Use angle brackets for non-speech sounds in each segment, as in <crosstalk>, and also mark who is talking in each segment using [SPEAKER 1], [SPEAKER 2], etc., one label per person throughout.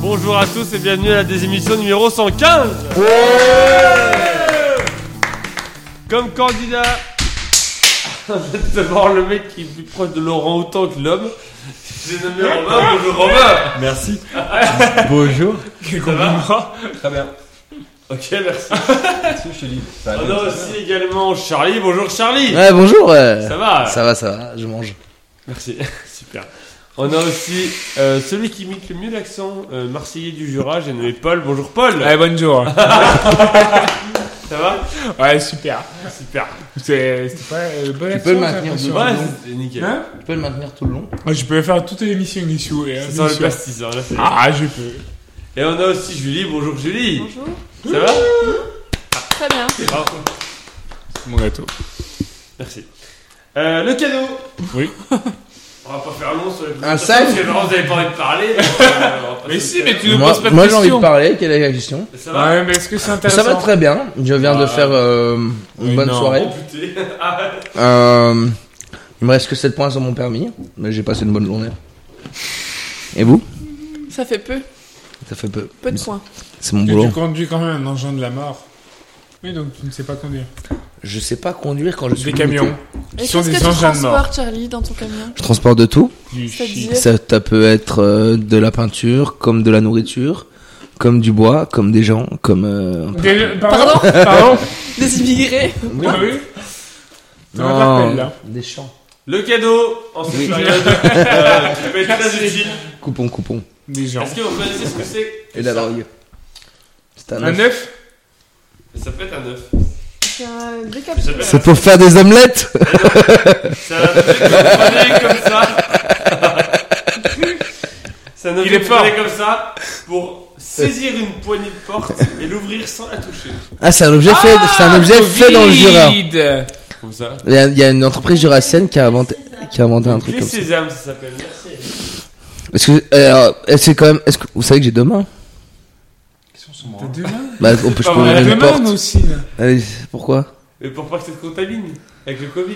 [SPEAKER 1] Bonjour à tous et bienvenue à la désémission numéro 115 Comme candidat <laughs> D'abord le mec qui est plus proche de Laurent autant que l'homme. J'ai nommé Romain, bonjour Romain
[SPEAKER 2] <laughs>
[SPEAKER 3] Merci. Bonjour.
[SPEAKER 1] Ça va
[SPEAKER 3] Très bien.
[SPEAKER 1] Ok merci.
[SPEAKER 3] je te dis.
[SPEAKER 1] On a aussi également Charlie, bonjour Charlie
[SPEAKER 2] Ouais, bonjour. euh,
[SPEAKER 1] Ça va
[SPEAKER 2] Ça va, ça va, je mange.
[SPEAKER 1] Merci, <laughs> super. On a aussi euh, celui qui imite le mieux l'accent euh, marseillais du Jura, j'ai nommé Paul, bonjour Paul
[SPEAKER 4] Ouais, bonjour.
[SPEAKER 1] Ça va
[SPEAKER 4] Ouais, super.
[SPEAKER 1] Super
[SPEAKER 4] C'est- C'était pas euh, bonne
[SPEAKER 2] Tu peux le
[SPEAKER 4] action,
[SPEAKER 2] maintenir
[SPEAKER 4] j'ai
[SPEAKER 2] deux
[SPEAKER 4] l'impression.
[SPEAKER 1] Ouais,
[SPEAKER 2] donc-
[SPEAKER 1] c'est nickel.
[SPEAKER 4] Hein
[SPEAKER 2] Tu peux le maintenir tout le long
[SPEAKER 4] Ouais, Je peux faire toute l'émission dessous et
[SPEAKER 1] Ça sent le pastis, hein, là, c'est-
[SPEAKER 4] Ah, je peux.
[SPEAKER 1] Et on a aussi Julie, bonjour Julie Ça
[SPEAKER 5] Bonjour.
[SPEAKER 1] va
[SPEAKER 5] Très bien.
[SPEAKER 1] Bravo.
[SPEAKER 4] Mon gâteau.
[SPEAKER 1] Merci. Euh, le cadeau
[SPEAKER 4] Oui.
[SPEAKER 1] On va pas faire long sur les
[SPEAKER 2] Un
[SPEAKER 1] présentations,
[SPEAKER 2] sac
[SPEAKER 1] Parce que Laurent, vous avez pas envie de parler. donc, euh, on va pas
[SPEAKER 4] Mais
[SPEAKER 1] se
[SPEAKER 4] si,
[SPEAKER 1] faire.
[SPEAKER 4] mais tu nous
[SPEAKER 2] Moi,
[SPEAKER 4] poses pas de
[SPEAKER 2] moi, j'ai envie
[SPEAKER 4] questions.
[SPEAKER 2] de parler. Quelle est la question
[SPEAKER 1] Ça va
[SPEAKER 4] Ouais, mais est-ce que c'est intéressant
[SPEAKER 2] Ça va très bien. Je viens de
[SPEAKER 1] Ah.
[SPEAKER 2] faire euh, une
[SPEAKER 4] Oui,
[SPEAKER 2] bonne
[SPEAKER 4] non.
[SPEAKER 2] soirée.
[SPEAKER 1] Oh putain Ah,
[SPEAKER 2] Euh, il me reste que 7 points sur mon permis, mais j'ai passé une bonne journée. Et vous
[SPEAKER 5] Ça fait peu,
[SPEAKER 2] Ça fait peu.
[SPEAKER 5] peu de points.
[SPEAKER 2] C'est mon
[SPEAKER 4] Et
[SPEAKER 2] boulot.
[SPEAKER 4] tu conduis quand même un engin de la mort. Oui, donc tu ne sais pas conduire.
[SPEAKER 2] Je sais pas conduire quand je suis
[SPEAKER 4] Des
[SPEAKER 2] limité.
[SPEAKER 4] camions. Qui
[SPEAKER 5] Et
[SPEAKER 4] sont
[SPEAKER 5] qu'est-ce
[SPEAKER 4] des
[SPEAKER 5] que tu
[SPEAKER 4] engins de mort.
[SPEAKER 5] transportes, Charlie, dans ton camion
[SPEAKER 2] Je transporte de tout.
[SPEAKER 4] Du
[SPEAKER 5] C'est-à-dire
[SPEAKER 4] shit.
[SPEAKER 2] Ça, ça peut être euh, de la peinture, comme de la nourriture, comme du bois, comme des gens, comme. euh,
[SPEAKER 4] Des- Pardon <laughs>
[SPEAKER 5] Pardon
[SPEAKER 4] Pardon
[SPEAKER 5] Des immigrés
[SPEAKER 4] Ah oui Ça me
[SPEAKER 2] Non,
[SPEAKER 4] rappelle, là.
[SPEAKER 2] des champs.
[SPEAKER 1] Le cadeau en cette
[SPEAKER 2] Oui.
[SPEAKER 1] période euh, qui peut être très utile.
[SPEAKER 2] Coupons, coupons.
[SPEAKER 4] Des gens.
[SPEAKER 1] Est-ce que vous connaissez ce que c'est
[SPEAKER 2] Et de la drogue. C'est un
[SPEAKER 4] Un œuf
[SPEAKER 1] Ça peut être un œuf.
[SPEAKER 5] C'est un
[SPEAKER 1] Ça
[SPEAKER 5] décapitateur.
[SPEAKER 1] s'appelle
[SPEAKER 2] C'est pour faire des omelettes
[SPEAKER 1] C'est un objet que vous prenez comme ça. C'est un objet
[SPEAKER 4] Il est
[SPEAKER 1] que vous
[SPEAKER 4] fort.
[SPEAKER 1] prenez comme ça pour saisir une poignée de porte et l'ouvrir sans la toucher.
[SPEAKER 2] Ah, c'est un objet fait, c'est un objet fait dans le Jura.
[SPEAKER 4] Vide.
[SPEAKER 1] Comme ça.
[SPEAKER 2] Il y, a, il y a une entreprise jurassienne qui a inventé, qui a inventé un truc
[SPEAKER 1] Les
[SPEAKER 2] comme ça.
[SPEAKER 1] sésames, ça s'appelle. Merci.
[SPEAKER 2] Est-ce que, euh, est-ce que c'est quand même, est-ce que vous savez que j'ai deux mains
[SPEAKER 4] T'as deux mains
[SPEAKER 2] Bah, on peut, je
[SPEAKER 1] pas
[SPEAKER 2] peux
[SPEAKER 1] vrai,
[SPEAKER 2] ouvrir
[SPEAKER 4] Deux
[SPEAKER 2] une
[SPEAKER 4] mains
[SPEAKER 2] porte.
[SPEAKER 4] aussi. là.
[SPEAKER 2] Allez, pourquoi
[SPEAKER 1] Mais pour pas que ça te contamine avec le Covid.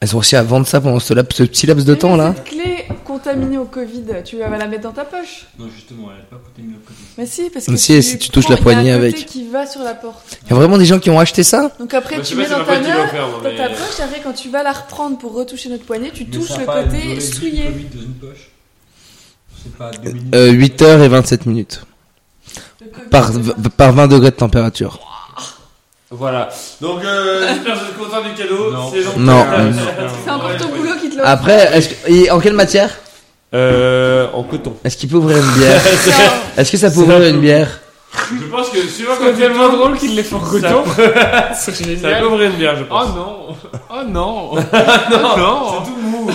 [SPEAKER 2] Elles ont réussi à vendre ça pendant ce, laps- ce petit laps de temps là
[SPEAKER 5] Cette clé contaminée au Covid, tu vas la mettre dans ta poche.
[SPEAKER 6] Non, justement, elle n'a pas coupé le Covid.
[SPEAKER 5] Mais si, parce que
[SPEAKER 2] Si, si tu touches la
[SPEAKER 5] prends, il y a un
[SPEAKER 2] poignée
[SPEAKER 5] côté
[SPEAKER 2] avec.
[SPEAKER 5] qui va sur la porte.
[SPEAKER 2] Il y a vraiment des gens qui ont acheté ça
[SPEAKER 5] Donc après,
[SPEAKER 1] Moi, Bah, je sais
[SPEAKER 5] tu
[SPEAKER 1] pas
[SPEAKER 5] mets
[SPEAKER 1] si ma
[SPEAKER 5] dans
[SPEAKER 1] pote
[SPEAKER 5] ta
[SPEAKER 1] qui l'a
[SPEAKER 5] main,
[SPEAKER 1] offert, moi,
[SPEAKER 5] dans
[SPEAKER 1] mais-
[SPEAKER 5] ta poche, après, quand tu vas la reprendre pour retoucher notre poignet, tu
[SPEAKER 6] Mais
[SPEAKER 5] touches
[SPEAKER 6] ça a
[SPEAKER 5] le
[SPEAKER 6] pas
[SPEAKER 5] côté
[SPEAKER 6] duré du
[SPEAKER 5] souillé.
[SPEAKER 6] Covid dans une poche. C'est pas deux minutes.
[SPEAKER 2] euh, 8h27 minutes.
[SPEAKER 5] Le Covid.
[SPEAKER 2] Par, v- par 20 degrés de température.
[SPEAKER 1] Voilà. Donc, euh, j'espère que vous êtes content du cadeau.
[SPEAKER 6] Non.
[SPEAKER 1] C'est gentil.
[SPEAKER 2] Non.
[SPEAKER 5] C'est encore ton boulot qui te l'a
[SPEAKER 2] Après, est-ce que- et en quelle matière
[SPEAKER 1] Euh, en coton.
[SPEAKER 2] Est-ce qu'il peut ouvrir une bière
[SPEAKER 5] offert.
[SPEAKER 2] Est-ce que ça peut
[SPEAKER 1] C'est un
[SPEAKER 2] ouvrir
[SPEAKER 1] peu-
[SPEAKER 2] une bière
[SPEAKER 1] Je pense que suivant
[SPEAKER 4] C'est
[SPEAKER 1] quand
[SPEAKER 4] tellement drôle qu'il l'ait fait en coton. C'est
[SPEAKER 1] Ça peut
[SPEAKER 4] génial.
[SPEAKER 1] ouvrir une bière, je
[SPEAKER 4] Oh
[SPEAKER 6] Ah
[SPEAKER 1] pense. <laughs>
[SPEAKER 4] non Oh non Oh non
[SPEAKER 1] tout mou.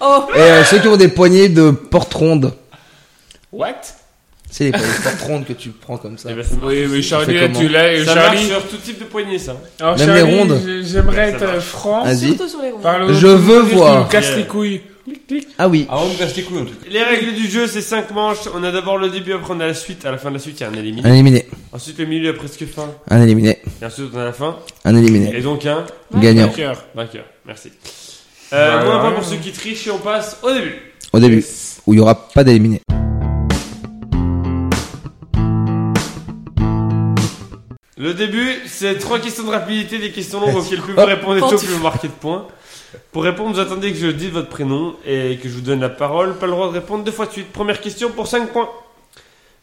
[SPEAKER 5] Oh,
[SPEAKER 2] Et euh, ceux qui ont des poignées de porte ronde.
[SPEAKER 4] What
[SPEAKER 2] C'est les poignées de porte ronde que tu prends comme ça.
[SPEAKER 1] Eh ben, ça marche.
[SPEAKER 4] Oui, mais Charlie,
[SPEAKER 2] fait
[SPEAKER 4] là,
[SPEAKER 2] comment
[SPEAKER 4] tu l'as. et
[SPEAKER 1] Ça marche
[SPEAKER 4] Charlie,
[SPEAKER 1] sur tout type de poignée, ça.
[SPEAKER 4] alors,
[SPEAKER 2] Même
[SPEAKER 4] Charlie,
[SPEAKER 2] les rondes.
[SPEAKER 4] j'ai- j'aimerais
[SPEAKER 1] Ça
[SPEAKER 4] être euh, franc.
[SPEAKER 2] Vas-y.
[SPEAKER 5] surtout sur les ronds.
[SPEAKER 4] Parle
[SPEAKER 2] Je
[SPEAKER 4] aux-
[SPEAKER 2] veux
[SPEAKER 4] dire qu'il
[SPEAKER 2] voir.
[SPEAKER 4] nous casse
[SPEAKER 1] Yeah.
[SPEAKER 4] les couilles.
[SPEAKER 2] Ah oui.
[SPEAKER 6] Avant de casser les couilles, en tout cas.
[SPEAKER 1] Les règles du jeu, c'est 5 manches. On a d'abord le début, après on a la suite. À la fin de la suite, il y a un éliminé.
[SPEAKER 2] Un éliminé.
[SPEAKER 1] Ensuite, le milieu est presque fin.
[SPEAKER 2] Un éliminé.
[SPEAKER 1] Et ensuite, on a la fin.
[SPEAKER 2] Un éliminé.
[SPEAKER 1] Et donc, un
[SPEAKER 2] Gagnant.
[SPEAKER 4] Cœur.
[SPEAKER 1] vainqueur. Merci. Euh,
[SPEAKER 4] Voilà.
[SPEAKER 1] Moins un point pour ceux qui trichent et on passe au début.
[SPEAKER 2] Au début. Où il n'y aura pas d'éliminé.
[SPEAKER 1] Le début, c'est trois questions de rapidité, des questions longues auxquelles plus vous
[SPEAKER 2] Hop.
[SPEAKER 1] répondez tôt,
[SPEAKER 5] Quand tu-
[SPEAKER 1] plus vous marquez de points. Pour répondre, vous attendez que je dise votre prénom et que je vous donne la parole. Pas le droit de répondre deux fois de suite. Première question pour 5 points.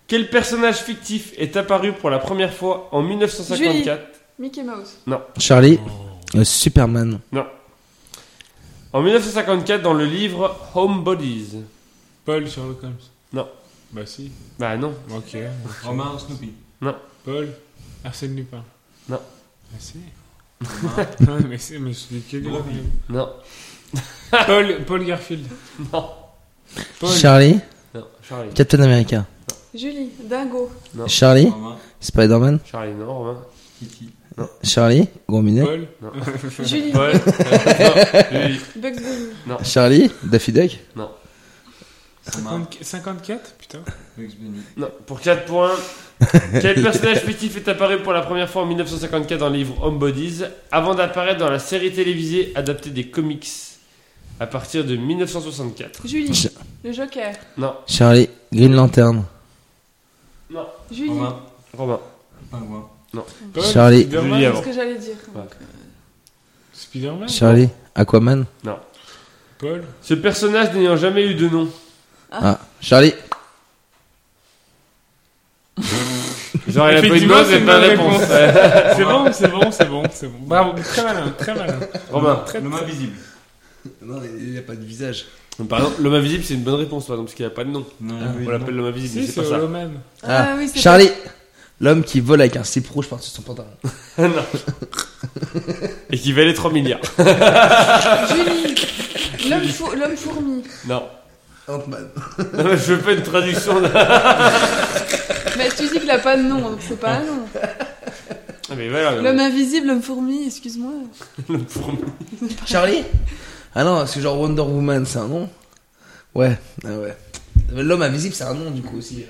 [SPEAKER 1] Quel personnage fictif est apparu pour la première fois en 1954
[SPEAKER 5] Mickey Mouse.
[SPEAKER 2] Charlie. euh, Superman.
[SPEAKER 1] En 1954 dans le livre Homebodies.
[SPEAKER 4] Paul, Sherlock Holmes.
[SPEAKER 1] Non.
[SPEAKER 4] Bah si.
[SPEAKER 1] Bah non.
[SPEAKER 4] Ok.
[SPEAKER 6] Romain, Snoopy.
[SPEAKER 4] Paul, Arsène Lupin.
[SPEAKER 1] Non.
[SPEAKER 4] Bah si. Non, mais c'est, mais je dis que des
[SPEAKER 6] Drogué.
[SPEAKER 4] conneries.
[SPEAKER 1] Non.
[SPEAKER 4] Paul, Paul Garfield.
[SPEAKER 1] Non.
[SPEAKER 4] Paul.
[SPEAKER 2] Charlie.
[SPEAKER 1] Non. Charlie.
[SPEAKER 2] Captain America.
[SPEAKER 5] Julie, Dingo.
[SPEAKER 1] <laughs> Non.
[SPEAKER 2] Charlie.
[SPEAKER 6] Romain,
[SPEAKER 2] Spider-Man.
[SPEAKER 1] Charlie, non, Romain.
[SPEAKER 6] Kitty.
[SPEAKER 2] Charlie. Gros minet.
[SPEAKER 4] Paul.
[SPEAKER 5] Julie,
[SPEAKER 1] Paul. Euh, non, Julie.
[SPEAKER 5] Bugs Bunny.
[SPEAKER 2] Charlie. Daffy Duck.
[SPEAKER 6] Romain,
[SPEAKER 4] 50 54 Putain.
[SPEAKER 6] Bugs Bunny.
[SPEAKER 1] Non. Pour 4 points. Quel personnage fictif est apparu pour la première fois en 1954 dans le livre Homebodies avant d'apparaître dans la série télévisée adaptée des comics à partir de 1964.
[SPEAKER 5] Julie,
[SPEAKER 2] Ch-
[SPEAKER 5] le Joker.
[SPEAKER 1] Non,
[SPEAKER 2] Charlie, Green Lantern.
[SPEAKER 1] non,
[SPEAKER 5] Julie,
[SPEAKER 6] Romain.
[SPEAKER 1] Robin.
[SPEAKER 6] Pingouin.
[SPEAKER 2] Charlie.
[SPEAKER 1] Spider-Man.
[SPEAKER 5] c'est
[SPEAKER 1] Julie avant.
[SPEAKER 5] ce que j'allais dire.
[SPEAKER 1] Ouais.
[SPEAKER 4] Spider-Man
[SPEAKER 2] Charlie, Aquaman.
[SPEAKER 4] Paul
[SPEAKER 1] Ce personnage n'ayant jamais eu de nom.
[SPEAKER 2] Ah, Charlie.
[SPEAKER 1] Genre, il a pas eu de
[SPEAKER 4] Effectivement,
[SPEAKER 1] nom,
[SPEAKER 4] c'est
[SPEAKER 1] c'est
[SPEAKER 4] une
[SPEAKER 1] pas de
[SPEAKER 4] bonne
[SPEAKER 1] réponse.
[SPEAKER 4] réponse.
[SPEAKER 1] <laughs>
[SPEAKER 4] C'est bon, c'est bon, c'est bon, c'est bon. Bravo, très malin, très malin.
[SPEAKER 1] Robin.
[SPEAKER 4] Très,
[SPEAKER 6] L'homme invisible.
[SPEAKER 2] Non, il a pas de visage.
[SPEAKER 1] Par exemple, l'homme invisible, c'est une bonne réponse, par exemple, parce qu'il a pas de nom.
[SPEAKER 6] Non, il y a eu
[SPEAKER 1] On
[SPEAKER 6] le
[SPEAKER 1] l'appelle l'homme invisible, mais
[SPEAKER 4] Si,
[SPEAKER 1] c'est
[SPEAKER 4] c'est
[SPEAKER 1] pas ça.
[SPEAKER 4] Holoman.
[SPEAKER 5] Ah, oui, c'est
[SPEAKER 2] Charlie, l'homme qui vole avec un slip rouge par-dessus son pantalon.
[SPEAKER 1] Non. Et qui valait 3 milliards.
[SPEAKER 5] Julie, l'homme fou- l'homme fourmi.
[SPEAKER 1] Non.
[SPEAKER 2] Ant-Man.
[SPEAKER 1] Non, mais je fais une traduction. d'un-
[SPEAKER 5] Mais tu dis qu'il a pas de nom, donc c'est pas un nom.
[SPEAKER 1] Ah, mais voilà.
[SPEAKER 5] L'homme invisible, l'homme fourmi, excuse-moi.
[SPEAKER 1] l'homme fourmi.
[SPEAKER 2] Charlie Ah non, c'est genre Wonder Woman, c'est un nom Ouais, ah ouais. Mais L'homme invisible, c'est un nom du coup aussi.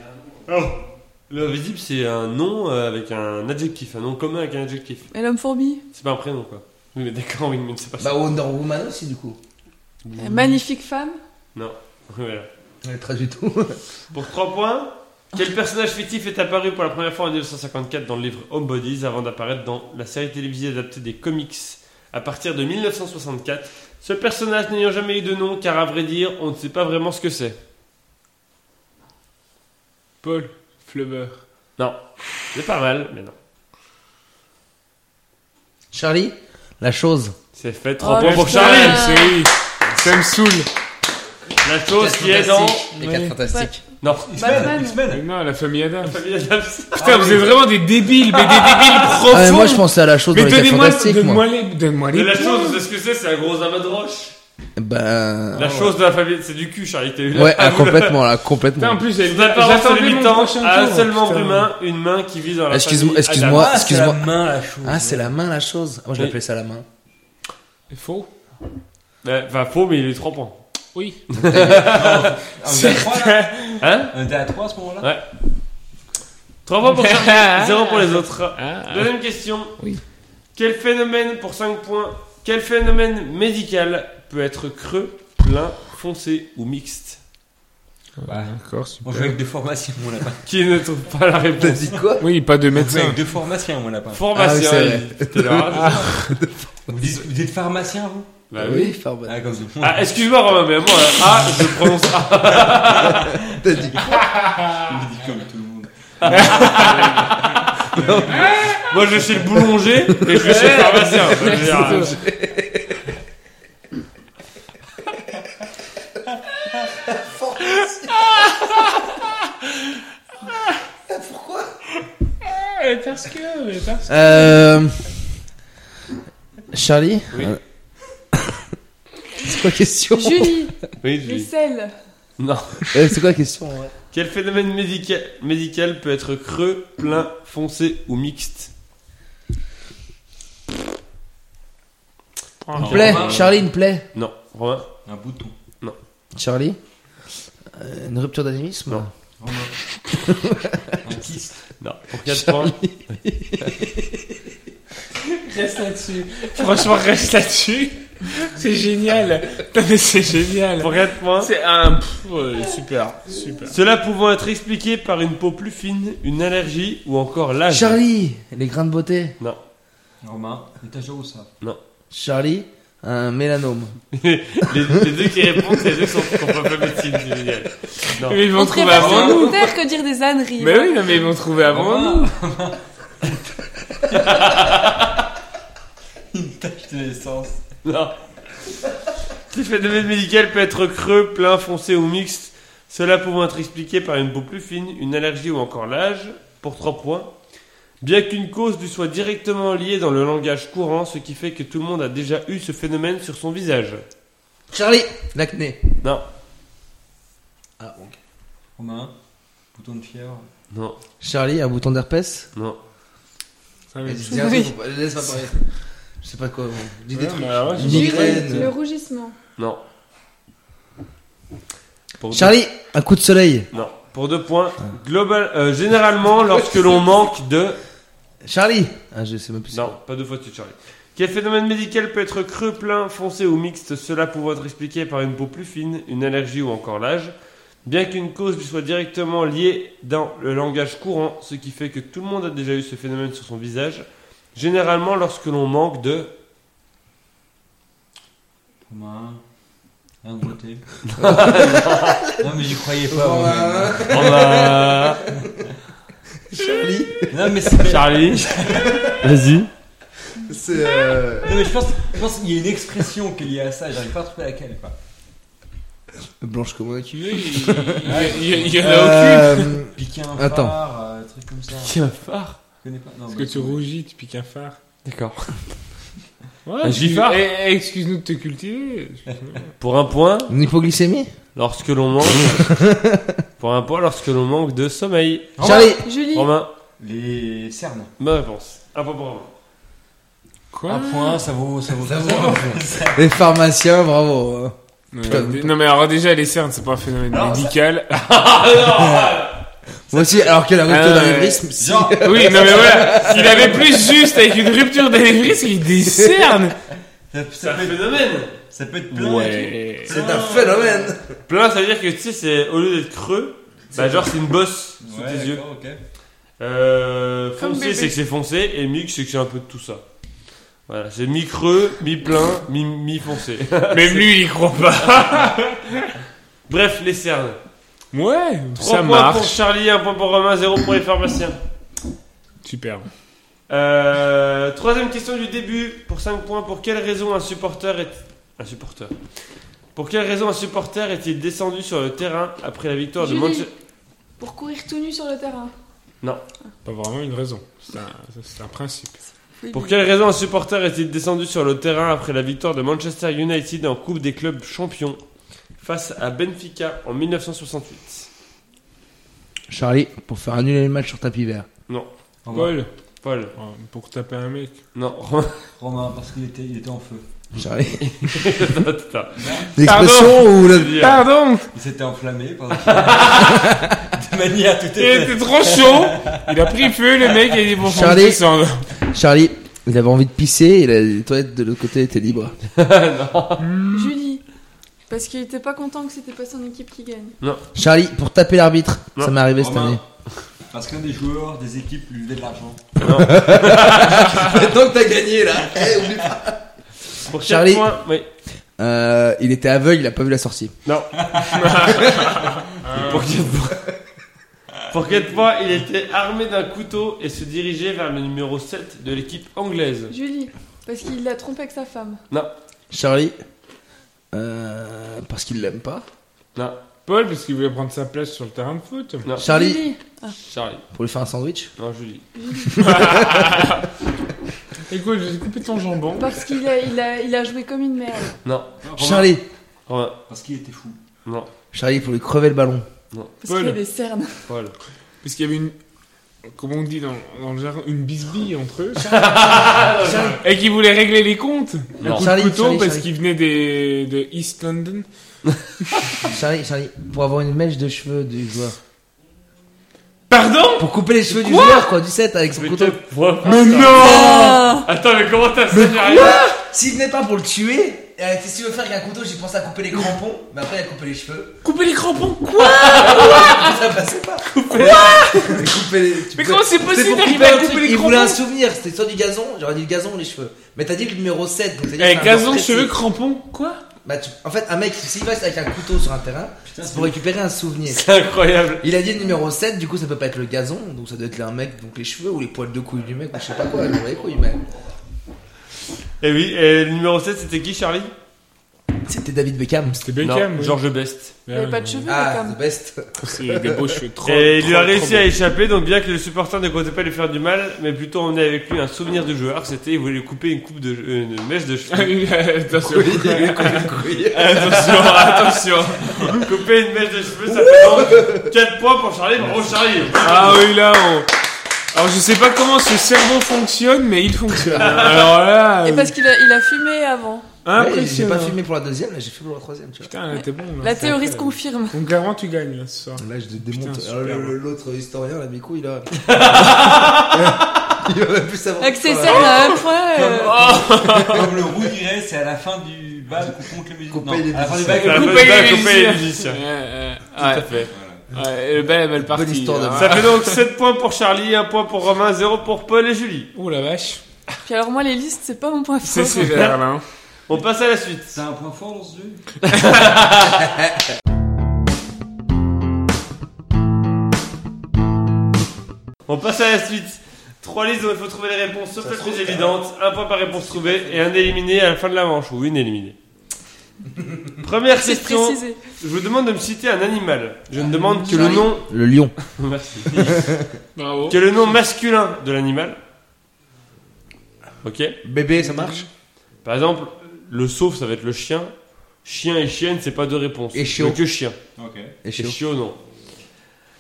[SPEAKER 1] L'homme invisible, c'est un nom euh, avec un adjectif, un nom commun avec un adjectif.
[SPEAKER 5] Et l'homme fourmi
[SPEAKER 1] C'est pas un prénom, quoi. Oui, mais d'accord, oui, mais c'est pas ça.
[SPEAKER 2] Bah Wonder Woman aussi du coup.
[SPEAKER 5] Euh, Magnifique femme
[SPEAKER 1] Voilà.
[SPEAKER 2] Ouais, très du tout. <laughs>
[SPEAKER 1] Pour 3 points, quel personnage fictif est apparu pour la première fois en 1954 dans le livre Homebodies avant d'apparaître dans la série télévisée adaptée des comics à partir de 1964 Ce personnage n'ayant jamais eu de nom, car à vrai dire, on ne sait pas vraiment ce que c'est.
[SPEAKER 4] Paul. Flubber.
[SPEAKER 1] Non, c'est pas mal, mais non.
[SPEAKER 2] Charlie, la chose.
[SPEAKER 1] C'est fait 3
[SPEAKER 5] Oh,
[SPEAKER 1] points pour
[SPEAKER 5] putain.
[SPEAKER 1] Charlie
[SPEAKER 4] C'est oui. Ça me saoule.
[SPEAKER 1] La chose qui est dans.
[SPEAKER 2] Les
[SPEAKER 4] Oui.
[SPEAKER 2] quatre fantastiques.
[SPEAKER 1] Non,
[SPEAKER 5] Batman.
[SPEAKER 4] Mais Non, la famille Adams.
[SPEAKER 1] Famille Adams.
[SPEAKER 4] Putain, vous êtes vraiment des débiles, mais des débiles profonds.
[SPEAKER 2] Ah, mais moi je pensais à la chose
[SPEAKER 4] Mais
[SPEAKER 2] dans les quatre
[SPEAKER 4] donnez-moi
[SPEAKER 2] fantastiques.
[SPEAKER 4] donne
[SPEAKER 2] Moi.
[SPEAKER 4] moi les, donne-moi
[SPEAKER 1] Mais
[SPEAKER 4] les
[SPEAKER 1] la
[SPEAKER 4] points.
[SPEAKER 1] chose, c'est ce que c'est, c'est un gros amas de roche.
[SPEAKER 4] Ah
[SPEAKER 2] Bah.
[SPEAKER 1] La chose de la famille, c'est du cul, Charlie, t'as eu la
[SPEAKER 2] Ouais, ah,
[SPEAKER 1] ah, vous-
[SPEAKER 2] complètement là,
[SPEAKER 4] Putain, en
[SPEAKER 2] complètement.
[SPEAKER 4] plus,
[SPEAKER 1] Je
[SPEAKER 4] j'avais-
[SPEAKER 1] vous apparente sur
[SPEAKER 4] j'attendais
[SPEAKER 1] les
[SPEAKER 4] mon
[SPEAKER 1] mi-temps
[SPEAKER 4] prochain
[SPEAKER 1] à un
[SPEAKER 4] tour.
[SPEAKER 1] seul membre
[SPEAKER 4] Putain.
[SPEAKER 1] humain, une main qui vise dans la
[SPEAKER 2] Excuse-moi,
[SPEAKER 1] famille
[SPEAKER 2] excuse-moi,
[SPEAKER 1] Adams.
[SPEAKER 2] excuse-moi.
[SPEAKER 6] main, Ah, la chose.
[SPEAKER 2] Ah, c'est la main la chose. Moi je
[SPEAKER 1] Oui.
[SPEAKER 2] l'appelais ça la main.
[SPEAKER 4] C'est Faux.
[SPEAKER 1] Ouais, Enfin, faux, mais il a eu 3 points.
[SPEAKER 4] Oui.
[SPEAKER 6] Un dé à 3 là
[SPEAKER 1] Hein
[SPEAKER 6] Un dé à 3 à ce moment-là
[SPEAKER 1] 3 points pour
[SPEAKER 4] <laughs>
[SPEAKER 1] Charlie, 0 pour les autres.
[SPEAKER 4] Ah,
[SPEAKER 1] Deuxième question.
[SPEAKER 2] Oui.
[SPEAKER 1] Quel phénomène, pour 5 points, quel phénomène médical peut être creux, plein, foncé ou mixte
[SPEAKER 6] Bah,
[SPEAKER 4] ah. D'accord,
[SPEAKER 6] On
[SPEAKER 4] super.
[SPEAKER 6] joue avec deux formations, mon lapin.
[SPEAKER 1] Qui ne trouve pas la
[SPEAKER 2] T'as
[SPEAKER 1] réponse
[SPEAKER 2] dit quoi
[SPEAKER 4] Oui, pas de
[SPEAKER 6] On joue
[SPEAKER 4] médecin.
[SPEAKER 6] avec deux formations, mon lapin.
[SPEAKER 1] Formation.
[SPEAKER 2] <laughs> Ah oui, c'est
[SPEAKER 1] il- t'es là.
[SPEAKER 6] Vous dites, vous dites pharmacien, vous
[SPEAKER 1] Bah oui.
[SPEAKER 2] Oui, Farben.
[SPEAKER 6] Ah, comme ça.
[SPEAKER 1] Ah, excuse-moi, Romain, mais moi, ah, je prononce A.
[SPEAKER 2] T'as dit
[SPEAKER 6] Il dit comme tout le monde.
[SPEAKER 1] Moi, je vais chez le boulanger et je vais chez le pharmacien. Je veux dire, euh,
[SPEAKER 4] Mais Eh, parce que, mais parce
[SPEAKER 2] Euh... Charlie
[SPEAKER 1] Oui.
[SPEAKER 2] Euh, <coughs> C'est quoi la question
[SPEAKER 5] Julie,
[SPEAKER 1] Oui,
[SPEAKER 5] le
[SPEAKER 1] Julie.
[SPEAKER 5] sel.
[SPEAKER 1] Non.
[SPEAKER 2] Euh, C'est quoi la question ouais
[SPEAKER 1] Quel phénomène médical, médical peut être creux, plein, foncé ou mixte
[SPEAKER 2] Une plaie
[SPEAKER 6] Romain.
[SPEAKER 2] Charlie, une plaie
[SPEAKER 1] Non. Romain
[SPEAKER 6] Un bouton.
[SPEAKER 2] Charlie Euh, Une rupture d'anémisme
[SPEAKER 1] Non.
[SPEAKER 6] Romain. Un kyste.
[SPEAKER 1] Non. Pour 4 points.
[SPEAKER 4] Reste là-dessus. Franchement, reste là-dessus. C'est génial. Non, mais c'est génial.
[SPEAKER 1] Pour 4 points.
[SPEAKER 4] C'est un. pff, euh, super, super.
[SPEAKER 1] Cela pouvant être expliqué par une peau plus fine, une allergie ou encore
[SPEAKER 2] Ah,
[SPEAKER 1] l'âge.
[SPEAKER 2] Charlie Les grains de beauté
[SPEAKER 6] Romain. Étagère ou ça
[SPEAKER 2] Charlie Un mélanome
[SPEAKER 1] Les, les deux qui répondent, c'est les deux qui sont, qui ont pas fait médecine. c'est génial. Non.
[SPEAKER 4] Mais ils vont
[SPEAKER 5] On
[SPEAKER 4] trouver
[SPEAKER 5] serait pas
[SPEAKER 4] avant
[SPEAKER 5] sur
[SPEAKER 4] nous.
[SPEAKER 5] une terre que dire des âneries.
[SPEAKER 4] Mais oui, non, mais ils vont trouver avant nous.
[SPEAKER 6] Romain. Une tache de l'essence.
[SPEAKER 1] Non. Ce phénomène médical peut être creux, plein, foncé ou mixte. Cela pouvant être expliqué par une peau plus fine, une allergie ou encore l'âge, pour 3 points. Bien qu'une cause lui soit directement liée dans le langage courant, ce qui fait que tout le monde a déjà eu ce phénomène sur son visage.
[SPEAKER 2] Charlie L'acné
[SPEAKER 1] Non.
[SPEAKER 2] Ah, ok.
[SPEAKER 6] Romain. Bouton de fièvre.
[SPEAKER 1] Non,
[SPEAKER 2] Charlie, un bouton d'herpès
[SPEAKER 1] non.
[SPEAKER 2] Vas-y,
[SPEAKER 4] Ouais,
[SPEAKER 2] dis un truc, faut pas- Laisse pas parler Je sais pas quoi, bon. dis des trucs
[SPEAKER 4] mais alors là, je-
[SPEAKER 5] Julie,
[SPEAKER 2] Migraine.
[SPEAKER 5] le rougissement.
[SPEAKER 1] Non. Pour
[SPEAKER 2] Charlie, un coup de soleil
[SPEAKER 1] deux- Non. Pour deux points, global, euh, généralement, lorsque l'on manque de...
[SPEAKER 2] Charlie Ah, je sais même plus c'est
[SPEAKER 1] Non,
[SPEAKER 2] quoi.
[SPEAKER 1] pas deux fois de suite, Charlie. Quel phénomène médical peut être creux, plein, foncé ou mixte, cela pouvant être expliqué par une peau plus fine, une allergie ou encore l'âge Bien qu'une cause lui soit directement liée dans le langage courant, ce qui fait que tout le monde a déjà eu ce phénomène sur son visage, généralement lorsque l'on manque de...
[SPEAKER 6] Romain. Rien
[SPEAKER 2] <laughs>
[SPEAKER 6] de noté. non, mais j'y croyais pas. moi-même.
[SPEAKER 1] Oh bah,
[SPEAKER 2] Romain, Charlie,
[SPEAKER 6] Non, mais c'est. Non,
[SPEAKER 1] Charlie Vas-y.
[SPEAKER 2] c'est. euh,
[SPEAKER 6] mais je pense, je pense qu'il y a une expression qui est liée à ça, j'arrive pas à trouver laquelle. quoi.
[SPEAKER 2] <laughs> Blanche comme un cul.
[SPEAKER 4] Il y- il y en a aucune.
[SPEAKER 2] Euh,
[SPEAKER 6] Piquer un
[SPEAKER 2] Attends.
[SPEAKER 6] phare, euh, truc comme ça. Je
[SPEAKER 1] Qui un phare
[SPEAKER 6] connais pas. Non,
[SPEAKER 4] Parce que
[SPEAKER 6] bah,
[SPEAKER 4] tu rougis, tu piques un phare.
[SPEAKER 1] D'accord.
[SPEAKER 4] Ouais,
[SPEAKER 1] Un
[SPEAKER 4] tu-
[SPEAKER 1] gifard.
[SPEAKER 4] Eh, eh, Excuse-nous de te cultiver.
[SPEAKER 1] Pour un point,
[SPEAKER 2] Une hypoglycémie
[SPEAKER 1] lorsque l'on manque... Pour un point, lorsque l'on manque de sommeil.
[SPEAKER 6] Romain.
[SPEAKER 2] Charlie
[SPEAKER 5] Julie,
[SPEAKER 1] Romain,
[SPEAKER 6] Les cernes.
[SPEAKER 1] ma réponse. Un point pour Romain.
[SPEAKER 4] Quoi
[SPEAKER 6] Un point, ça vaut. Ça vaut.
[SPEAKER 2] Ça vaut un Les pharmaciens, bravo. hein.
[SPEAKER 4] Non,
[SPEAKER 2] Putain,
[SPEAKER 4] mais- Non mais alors déjà les cernes c'est pas un phénomène
[SPEAKER 6] Alors,
[SPEAKER 4] médical.
[SPEAKER 2] Moi aussi, alors qu'elle a rupture
[SPEAKER 4] Ah,
[SPEAKER 2] d'anévrisme, si.
[SPEAKER 6] Genre,
[SPEAKER 4] <laughs> oui non mais voilà, il avait plus juste avec une rupture d'anévrisme il des cernes.
[SPEAKER 6] ça, ça peut, être-
[SPEAKER 1] phénomène
[SPEAKER 6] ça peut être plein. et
[SPEAKER 2] C'est un phénomène.
[SPEAKER 1] Plein, ça veut dire que tu sais, c'est au lieu d'être creux, bah genre c'est une bosse
[SPEAKER 6] tout.
[SPEAKER 1] sous
[SPEAKER 6] Ouais,
[SPEAKER 1] tes yeux.
[SPEAKER 6] d'accord, ok.
[SPEAKER 1] Euh,
[SPEAKER 5] Comme
[SPEAKER 1] foncé,
[SPEAKER 5] bébé.
[SPEAKER 1] c'est que c'est foncé, et mix, c'est que c'est un peu de tout ça. Voilà, c'est mi-creux, mi-plein, mi- mi-foncé. <laughs>
[SPEAKER 4] Même lui il y croit pas.
[SPEAKER 1] Bref, les cernes.
[SPEAKER 4] Ouais,
[SPEAKER 1] 3
[SPEAKER 4] ça
[SPEAKER 1] points pour
[SPEAKER 4] marche.
[SPEAKER 1] Charlie, 1 point pour Romain, 0 pour les pharmaciens.
[SPEAKER 4] Superbe.
[SPEAKER 1] Euh, troisième question du début, pour 5 points. Pour quelle raison un supporter est... Un supporter. Pour quelle raison un supporter est-il descendu sur le terrain après la victoire de
[SPEAKER 5] Julie.
[SPEAKER 1] Manchester...
[SPEAKER 5] pour courir tout nu sur le terrain.
[SPEAKER 4] Pas vraiment une raison. C'est un, c'est un principe.
[SPEAKER 5] Oui,
[SPEAKER 1] Pour
[SPEAKER 5] oui.
[SPEAKER 1] quelle raison un supporter est-il descendu sur le terrain après la victoire de Manchester United en Coupe des clubs champions face à Benfica en 1968
[SPEAKER 2] Charlie, pour faire annuler le match sur tapis vert.
[SPEAKER 6] Romain,
[SPEAKER 4] Paul,
[SPEAKER 1] Paul
[SPEAKER 4] oh, pour taper un mec.
[SPEAKER 1] Non, <laughs> Romain.
[SPEAKER 6] Romain, parce qu'il était, il était en feu.
[SPEAKER 2] <laughs> Charlie.
[SPEAKER 1] Attends, attends.
[SPEAKER 2] L'expression ou le.
[SPEAKER 1] Dis, euh,
[SPEAKER 4] Pardon,
[SPEAKER 6] Il s'était enflammé par
[SPEAKER 2] <laughs>
[SPEAKER 6] De manière tout à
[SPEAKER 4] il
[SPEAKER 6] fait.
[SPEAKER 4] était trop chaud. Il a pris feu le mec et il est bon. faut
[SPEAKER 2] Charlie.
[SPEAKER 4] descendre.
[SPEAKER 2] Charlie, il avait envie de pisser et la- les toilettes de l'autre côté étaient libres.
[SPEAKER 5] Julie, parce qu'il était pas content que c'était pas son équipe qui gagne.
[SPEAKER 2] Charlie, pour taper l'arbitre,
[SPEAKER 1] Non.
[SPEAKER 2] ça m'est arrivé cette
[SPEAKER 6] Romain,
[SPEAKER 2] année.
[SPEAKER 6] Parce qu'un des joueurs des équipes lui levait de l'argent.
[SPEAKER 2] Maintenant que Ah, t'as gagné là,
[SPEAKER 1] Pour quel
[SPEAKER 2] Charlie.
[SPEAKER 1] point Oui.
[SPEAKER 2] euh, il était aveugle, il a pas vu la sortie.
[SPEAKER 1] Non. pour, quel point... pour quel point il était armé d'un couteau et se dirigeait vers le numéro 7 de l'équipe anglaise
[SPEAKER 5] Julie, parce qu'il l'a trompé avec sa femme.
[SPEAKER 2] Charlie, euh, parce qu'il l'aime pas.
[SPEAKER 1] Non,
[SPEAKER 4] Paul parce qu'il voulait prendre sa place sur le terrain de foot.
[SPEAKER 1] non.
[SPEAKER 2] Charlie,
[SPEAKER 1] Charlie.
[SPEAKER 2] pour lui faire un sandwich.
[SPEAKER 1] Non, Julie.
[SPEAKER 4] Écoute, j'ai coupé ton jambon.
[SPEAKER 5] parce qu'il a, il a, il a joué comme une merde.
[SPEAKER 1] Non.
[SPEAKER 6] Romain,
[SPEAKER 2] Charlie,
[SPEAKER 1] Romain.
[SPEAKER 6] Parce qu'il était fou.
[SPEAKER 1] Non.
[SPEAKER 2] Charlie, pour lui crever le ballon.
[SPEAKER 5] Parce
[SPEAKER 4] Paul.
[SPEAKER 5] qu'il a des cernes.
[SPEAKER 1] Paul.
[SPEAKER 4] Parce qu'il y avait une. Comment on dit dans, dans le jargon Une bisbille entre eux. <laughs> et qui voulait régler les comptes.
[SPEAKER 1] Non.
[SPEAKER 4] Un coup
[SPEAKER 2] Charlie,
[SPEAKER 4] de couteau
[SPEAKER 2] Charlie,
[SPEAKER 4] parce
[SPEAKER 2] Charlie.
[SPEAKER 4] qu'il venait des, de East London.
[SPEAKER 2] Charlie, Charlie, pour avoir une mèche de cheveux du joueur.
[SPEAKER 4] Pardon
[SPEAKER 2] Pour couper les cheveux du joueur, quoi, du set avec son
[SPEAKER 1] Mais
[SPEAKER 2] couteau.
[SPEAKER 1] t'es- Romain.
[SPEAKER 4] Mais non
[SPEAKER 1] Attends, mais comment t'as ça j'arrive
[SPEAKER 2] S'il venait pas pour le tuer, euh, qu'est-ce qu'il veut faire avec un couteau J'ai pensé à couper les crampons, mais après il a coupé les cheveux.
[SPEAKER 4] Couper les crampons Quoi
[SPEAKER 2] Ça passait pas. Couper. les. tu
[SPEAKER 4] Mais
[SPEAKER 2] peux-
[SPEAKER 4] comment c'est
[SPEAKER 2] C'est
[SPEAKER 4] possible
[SPEAKER 2] pour
[SPEAKER 4] d'arriver
[SPEAKER 2] couper un
[SPEAKER 4] à
[SPEAKER 2] truc,
[SPEAKER 4] couper les
[SPEAKER 2] Il voulait un
[SPEAKER 4] crampons
[SPEAKER 2] souvenir, c'était soit du gazon, j'aurais dit le gazon ou les cheveux. Mais t'as dit le numéro 7. Donc t'as dit
[SPEAKER 4] Eh,
[SPEAKER 2] c'est un
[SPEAKER 4] gazon,
[SPEAKER 2] joueur précis.
[SPEAKER 4] cheveux, crampons Quoi
[SPEAKER 2] Bah, tu- En fait, un mec, s'il va avec un couteau sur un terrain, c'est pour récupérer un souvenir.
[SPEAKER 1] C'est <laughs> incroyable.
[SPEAKER 2] Il a dit le numéro 7, du coup ça peut pas être le gazon, donc ça doit être un mec, donc les cheveux ou les poils de couilles du mec, ou je sais pas quoi, il aurait les couilles, mais.
[SPEAKER 1] Et Eh oui, et le numéro 7, c'était qui, Charlie
[SPEAKER 2] C'était David Beckham.
[SPEAKER 4] C'était Beckham.
[SPEAKER 1] Non,
[SPEAKER 4] oui.
[SPEAKER 1] George Best.
[SPEAKER 5] Il avait pas de cheveux,
[SPEAKER 2] Ah,
[SPEAKER 5] comme.
[SPEAKER 2] the best. <laughs>
[SPEAKER 4] C'est des beaux cheveux trop.
[SPEAKER 1] et il lui a
[SPEAKER 4] trop,
[SPEAKER 1] réussi
[SPEAKER 4] trop
[SPEAKER 1] à
[SPEAKER 4] <laughs> beaux.
[SPEAKER 1] échapper, donc bien que le supporter ne comptait pas lui faire du mal, mais plutôt emmener avec lui un souvenir du joueur, c'était il voulait lui couper une coupe de une mèche de
[SPEAKER 4] <laughs>
[SPEAKER 1] cheveux. <laughs>
[SPEAKER 4] attention,
[SPEAKER 1] attention, attention. couper une mèche de cheveux, ça fait donc 4 points pour Charlie. Bravo Charlie.
[SPEAKER 4] Ah oui, là, on... Alors, je sais pas comment ce cerveau fonctionne, mais il
[SPEAKER 2] <laughs>
[SPEAKER 4] fonctionne. Alors là...
[SPEAKER 5] Et
[SPEAKER 4] euh,
[SPEAKER 5] parce qu'il a, il a fumé avant.
[SPEAKER 2] Ouais, J'ai
[SPEAKER 4] Impressionnant.
[SPEAKER 2] pas filmé pour la deuxième, mais j'ai filmé pour la troisième, tu vois.
[SPEAKER 4] Putain, là, t'es bon. là,
[SPEAKER 5] La
[SPEAKER 4] c'est
[SPEAKER 5] théorie se
[SPEAKER 4] incroyable.
[SPEAKER 5] confirme.
[SPEAKER 4] Donc, clairement, tu gagnes, là, ce soir.
[SPEAKER 2] Là, je
[SPEAKER 4] Putain,
[SPEAKER 2] démonte.
[SPEAKER 4] super.
[SPEAKER 1] <laughs>
[SPEAKER 2] Alors, le- le- L'autre historien, là, mes couilles, là. Il va même plus savoir.
[SPEAKER 5] Accessoire là, après.
[SPEAKER 6] Comme,
[SPEAKER 5] euh,
[SPEAKER 6] comme le roux dirait, c'est à la fin du bac qu'on compte les musiciens.
[SPEAKER 2] Qu'on
[SPEAKER 6] Non,
[SPEAKER 2] paye les
[SPEAKER 6] à la fin du
[SPEAKER 2] musiciens.
[SPEAKER 6] bac,
[SPEAKER 1] Ça
[SPEAKER 6] on
[SPEAKER 1] peut
[SPEAKER 6] compte-
[SPEAKER 4] couper
[SPEAKER 1] pas
[SPEAKER 4] les
[SPEAKER 1] couper les
[SPEAKER 4] musiciens.
[SPEAKER 1] musiciens.
[SPEAKER 4] Euh,
[SPEAKER 1] Tout à
[SPEAKER 4] ouais,
[SPEAKER 1] fait.
[SPEAKER 4] ouais, le bel est belle partie.
[SPEAKER 2] histoire de-
[SPEAKER 4] Ah.
[SPEAKER 1] Ça fait donc 7 points pour Charlie, 1 point pour Romain, 0 pour Paul et Julie.
[SPEAKER 4] Ouh Oh, la vache.
[SPEAKER 5] Puis alors, moi, les listes, c'est pas mon point
[SPEAKER 4] C'est <laughs>
[SPEAKER 5] fort.
[SPEAKER 4] sévère là. hein.
[SPEAKER 1] On passe à la suite.
[SPEAKER 6] C'est un point fort dans ce jeu.
[SPEAKER 1] On passe à la suite. Trois listes dont il faut trouver les réponses, sauf la plus évidente.
[SPEAKER 2] euh,
[SPEAKER 1] Un point par réponse trouvée et un éliminé à la fin de la manche, ou une
[SPEAKER 5] <laughs>
[SPEAKER 1] éliminée. Première
[SPEAKER 5] C'est
[SPEAKER 1] question.
[SPEAKER 5] précisé.
[SPEAKER 1] Je vous demande de me citer un animal. Je ne demande que le nom.
[SPEAKER 2] <laughs> Le lion.
[SPEAKER 1] Merci.
[SPEAKER 4] Bravo.
[SPEAKER 1] <laughs> Que le nom masculin de l'animal. Ok.
[SPEAKER 2] Bébé, ça marche
[SPEAKER 1] Par exemple, le sauf, ça va être le chien. Chien et chienne, c'est pas deux réponses.
[SPEAKER 2] Et chiot.
[SPEAKER 1] Mais Que chien.
[SPEAKER 6] Ok.
[SPEAKER 2] Et
[SPEAKER 1] Et
[SPEAKER 2] chiot.
[SPEAKER 1] chiot, non.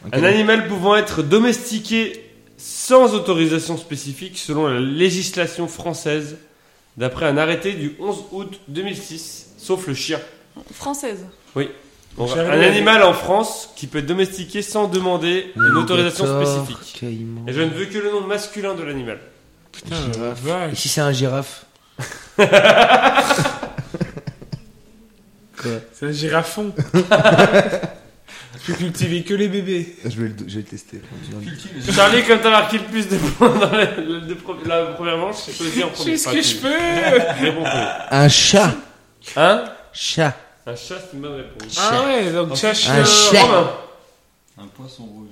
[SPEAKER 2] Ok.
[SPEAKER 1] Un animal pouvant être domestiqué sans autorisation spécifique selon la législation française, d'après un arrêté du 11 août 2006, sauf le chien.
[SPEAKER 5] Française.
[SPEAKER 1] On va-
[SPEAKER 4] Chien
[SPEAKER 1] un
[SPEAKER 4] et
[SPEAKER 1] animal en France qui peut être domestiqué sans demander une autorisation
[SPEAKER 2] Alligator,
[SPEAKER 1] spécifique.
[SPEAKER 2] caïman.
[SPEAKER 1] Et je ne veux que le nom masculin de l'animal.
[SPEAKER 4] Putain, la
[SPEAKER 2] Girafe. Et
[SPEAKER 4] vache.
[SPEAKER 2] si c'est un girafe Quoi
[SPEAKER 4] C'est un girafon. Je peux cultiver que les bébés.
[SPEAKER 2] je vais, le, je vais le tester.
[SPEAKER 6] Cultive les
[SPEAKER 1] <laughs> Charlie, comme t'as marqué le plus de points dans la, le- de pro- la première manche, c'est peux le dire en premier.
[SPEAKER 4] Je
[SPEAKER 1] Enfin,
[SPEAKER 4] fais ce que
[SPEAKER 1] tu-
[SPEAKER 4] je peux.
[SPEAKER 1] réponds en premier.
[SPEAKER 2] Un chat.
[SPEAKER 1] <laughs> Hein
[SPEAKER 2] Chat.
[SPEAKER 1] Un chat, c'est une bonne réponse.
[SPEAKER 4] Ah ouais, donc
[SPEAKER 1] Ensuite,
[SPEAKER 4] chache.
[SPEAKER 2] Un
[SPEAKER 1] euh,
[SPEAKER 2] chien.
[SPEAKER 1] Romain.
[SPEAKER 6] Un poisson rouge.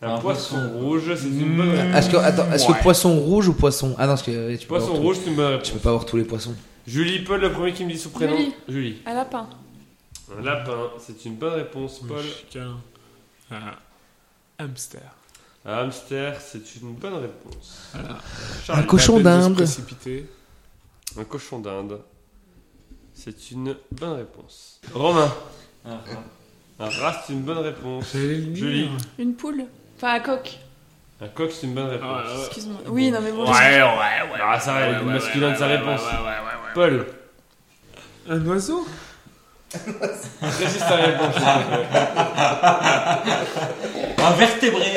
[SPEAKER 1] Un
[SPEAKER 6] Un
[SPEAKER 1] poisson
[SPEAKER 6] poisson.
[SPEAKER 1] rouge, c'est une bonne réponse.
[SPEAKER 2] Est-ce que, attends, est-ce que
[SPEAKER 4] Ouais.
[SPEAKER 2] poisson rouge ou poisson Ah non, parce que euh, tu peux
[SPEAKER 1] Poisson
[SPEAKER 2] avoir
[SPEAKER 1] rouge, c'est une bonne
[SPEAKER 2] Tous,
[SPEAKER 1] réponse.
[SPEAKER 2] tu peux pas avoir tous les poissons.
[SPEAKER 1] Julie, Paul, le premier qui me dit son prénom.
[SPEAKER 5] Julie.
[SPEAKER 1] Julie.
[SPEAKER 5] Un lapin.
[SPEAKER 1] Un lapin, c'est une bonne réponse, Paul.
[SPEAKER 4] Chacun. Ah. Hamster.
[SPEAKER 1] Un hamster, c'est une bonne réponse.
[SPEAKER 2] Un cochon
[SPEAKER 4] La peine de se
[SPEAKER 2] d'Inde.
[SPEAKER 4] précipiter.
[SPEAKER 1] Un cochon d'Inde, c'est une bonne réponse. Romain.
[SPEAKER 6] Un rat.
[SPEAKER 1] Un rat, c'est une bonne réponse.
[SPEAKER 4] J'allais le dire.
[SPEAKER 1] Joli.
[SPEAKER 5] Une poule. Enfin, un coq.
[SPEAKER 1] Un coq, c'est une bonne réponse.
[SPEAKER 4] Ah, ouais, ouais.
[SPEAKER 5] Excuse-moi. Oui, non, mais bon.
[SPEAKER 4] ouais, ouais.
[SPEAKER 1] Ah, ça va, elle est
[SPEAKER 4] Ouais, ouais,
[SPEAKER 1] masculine,
[SPEAKER 4] ouais,
[SPEAKER 1] sa
[SPEAKER 4] ouais,
[SPEAKER 1] réponse.
[SPEAKER 4] ouais, ouais, ouais, ouais, ouais.
[SPEAKER 1] Paul,
[SPEAKER 4] Un oiseau
[SPEAKER 1] précise ta
[SPEAKER 4] <laughs>
[SPEAKER 1] réponse. s'il te plaît.
[SPEAKER 6] Un vertébré.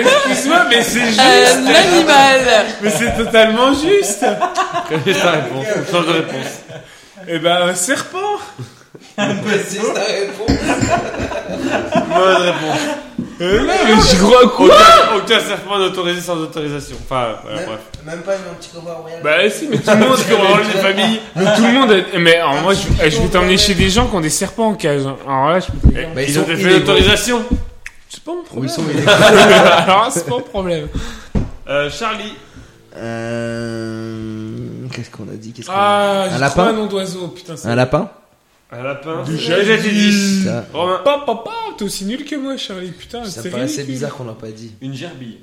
[SPEAKER 4] Excuse-moi, mais c'est juste.
[SPEAKER 5] Euh,
[SPEAKER 4] euh,
[SPEAKER 5] Un animal.
[SPEAKER 4] Mais c'est totalement juste.
[SPEAKER 1] Précise ta réponse. Change de réponse.
[SPEAKER 4] Eh ben, un serpent.
[SPEAKER 1] Bonne réponse.
[SPEAKER 4] Euh, non, mais je crois quoi
[SPEAKER 1] Aucun, aucun serpent n'est autorisé sans autorisation. Enfin, voilà, bref.
[SPEAKER 2] Même pas un petit cobra royal.
[SPEAKER 4] Bah si, mais tout le monde,
[SPEAKER 1] Comment
[SPEAKER 4] les familles, mais tout le monde. a- Mais alors, moi, je, eh, je vais t'emmener chez des gens qui ont des serpents en cage. hein. Alors là, je peux te dire,
[SPEAKER 2] ils,
[SPEAKER 1] Ils
[SPEAKER 2] sont
[SPEAKER 1] ont fait
[SPEAKER 2] illégaux.
[SPEAKER 1] l'autorisation.
[SPEAKER 4] Eh, c'est pas mon problème.
[SPEAKER 2] Ils
[SPEAKER 4] <laughs>
[SPEAKER 2] sont illégaux.
[SPEAKER 4] alors là, c'est pas mon problème.
[SPEAKER 1] Euh, Charlie,
[SPEAKER 2] Euh, Qu'est-ce qu'on a dit Qu'est-ce qu'on a
[SPEAKER 4] Ah,
[SPEAKER 2] dit
[SPEAKER 4] j'ai
[SPEAKER 2] Un
[SPEAKER 4] trouvé un
[SPEAKER 2] lapin
[SPEAKER 4] nom d'oiseau. Putain, c'est.
[SPEAKER 2] Un lapin
[SPEAKER 1] un lapin.
[SPEAKER 4] Du
[SPEAKER 1] c'est- Déjà, j'ai dit.
[SPEAKER 2] Ça,
[SPEAKER 1] Romain,
[SPEAKER 4] Papa, papa, t'es aussi nul que moi, Charlie. Putain,
[SPEAKER 2] ça
[SPEAKER 4] c'est
[SPEAKER 2] me paraissait
[SPEAKER 4] ridicule.
[SPEAKER 2] bizarre qu'on l'a pas dit.
[SPEAKER 6] Une gerbille.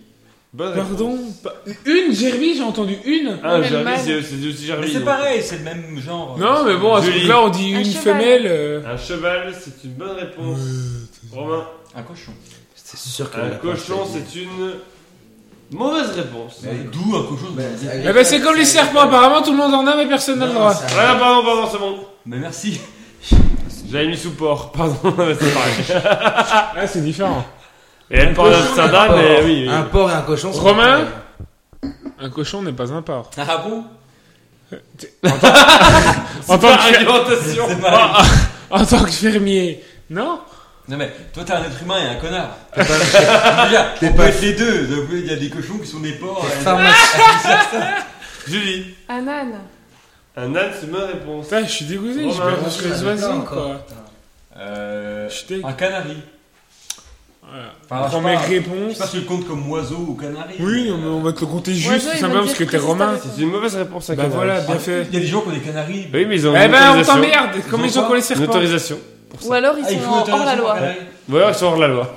[SPEAKER 1] bonne réponse.
[SPEAKER 4] Pardon. pa- Une gerbille, j'ai entendu une.
[SPEAKER 1] Ah,
[SPEAKER 5] Mais le
[SPEAKER 1] Gervais,
[SPEAKER 5] mâle.
[SPEAKER 1] c'est c'est aussi Gervais,
[SPEAKER 6] Mais c'est
[SPEAKER 1] donc.
[SPEAKER 6] pareil, c'est le même genre.
[SPEAKER 4] Ah Non, mais bon, à ce
[SPEAKER 1] Julie.
[SPEAKER 4] moment-là, on dit
[SPEAKER 5] Un
[SPEAKER 4] une
[SPEAKER 5] cheval.
[SPEAKER 4] femelle. euh,
[SPEAKER 1] Un cheval, c'est une bonne réponse. Romain,
[SPEAKER 6] Un cochon.
[SPEAKER 2] C'est sûr qu'on
[SPEAKER 1] un
[SPEAKER 2] l'a pas
[SPEAKER 1] cochon,
[SPEAKER 2] dit.
[SPEAKER 1] c'est une mauvaise réponse.
[SPEAKER 2] Mais-
[SPEAKER 6] D'où un cochon
[SPEAKER 2] Mais- euh,
[SPEAKER 6] de
[SPEAKER 4] Eh ben, c'est comme les serpents. Apparemment, tout le monde en a, mais personne n'a le
[SPEAKER 2] Non,
[SPEAKER 4] droit.
[SPEAKER 2] ça-
[SPEAKER 1] Ah, pardon, pardon, c'est bon.
[SPEAKER 6] Mais
[SPEAKER 2] <laughs>
[SPEAKER 6] merci.
[SPEAKER 1] J'avais mis sous port, pardon, <laughs> c'est pareil.
[SPEAKER 4] Ah, c'est différent.
[SPEAKER 1] Et elle parle d'Amsterdam, mais oui. oui.
[SPEAKER 2] Un porc et un cochon. c'est-
[SPEAKER 4] Romain Un cochon n'est pas un porc.
[SPEAKER 6] Ah bon
[SPEAKER 1] C'est
[SPEAKER 4] En
[SPEAKER 1] pas
[SPEAKER 4] tant que- <laughs>
[SPEAKER 1] argumentation.
[SPEAKER 6] C'est pareil.
[SPEAKER 4] Ah. En tant que fermier, non
[SPEAKER 6] Non mais toi t'es un être humain et un
[SPEAKER 2] <laughs>
[SPEAKER 6] connard. Déjà, on peut être les deux. Donc, Il y a des cochons qui sont des porcs. euh, et-
[SPEAKER 2] Pharmacie.
[SPEAKER 1] Julie,
[SPEAKER 5] Un âne.
[SPEAKER 1] un âne, c'est une bonne réponse.
[SPEAKER 4] Putain, je suis dégoûté,
[SPEAKER 1] Oh,
[SPEAKER 4] je
[SPEAKER 1] bah,
[SPEAKER 4] perds
[SPEAKER 1] moi,
[SPEAKER 4] contre
[SPEAKER 2] je
[SPEAKER 4] les
[SPEAKER 2] suis
[SPEAKER 4] oiseaux,
[SPEAKER 2] d'accord,
[SPEAKER 4] quoi.
[SPEAKER 6] Euh,
[SPEAKER 4] Je suis dég-
[SPEAKER 6] un canari.
[SPEAKER 4] Voilà. Prends
[SPEAKER 6] Enfin, je
[SPEAKER 4] mes
[SPEAKER 6] parle. Je sais
[SPEAKER 4] réponses.
[SPEAKER 6] pas si tu le comptes comme oiseau ou canari.
[SPEAKER 4] Oui, non, mais on va te le compter juste,
[SPEAKER 5] Oiseau,
[SPEAKER 4] tout
[SPEAKER 5] il
[SPEAKER 4] simplement
[SPEAKER 5] veut
[SPEAKER 4] parce que
[SPEAKER 5] dire
[SPEAKER 4] t'es
[SPEAKER 5] préciser
[SPEAKER 4] romain.
[SPEAKER 5] ta
[SPEAKER 1] C'est une mauvaise réponse à
[SPEAKER 4] Bah
[SPEAKER 1] Canal.
[SPEAKER 4] voilà, bien
[SPEAKER 6] Ah,
[SPEAKER 4] fait.
[SPEAKER 6] Il y a des gens qui ont des canaris.
[SPEAKER 1] Oui, mais ils ont
[SPEAKER 4] Eh
[SPEAKER 1] une
[SPEAKER 4] ben, on
[SPEAKER 1] autorisation.
[SPEAKER 4] t'emmerde Comme
[SPEAKER 6] Ils
[SPEAKER 4] les
[SPEAKER 6] ont
[SPEAKER 4] gens
[SPEAKER 6] quoi
[SPEAKER 4] qui ont les
[SPEAKER 1] Une
[SPEAKER 4] serpents.
[SPEAKER 1] autorisation.
[SPEAKER 5] Ou alors, ils
[SPEAKER 6] Ah, il
[SPEAKER 5] sont
[SPEAKER 6] faut
[SPEAKER 5] en- hors la
[SPEAKER 6] autorisation
[SPEAKER 5] loi.
[SPEAKER 6] pour canari.
[SPEAKER 1] Voilà, ils sont hors la loi.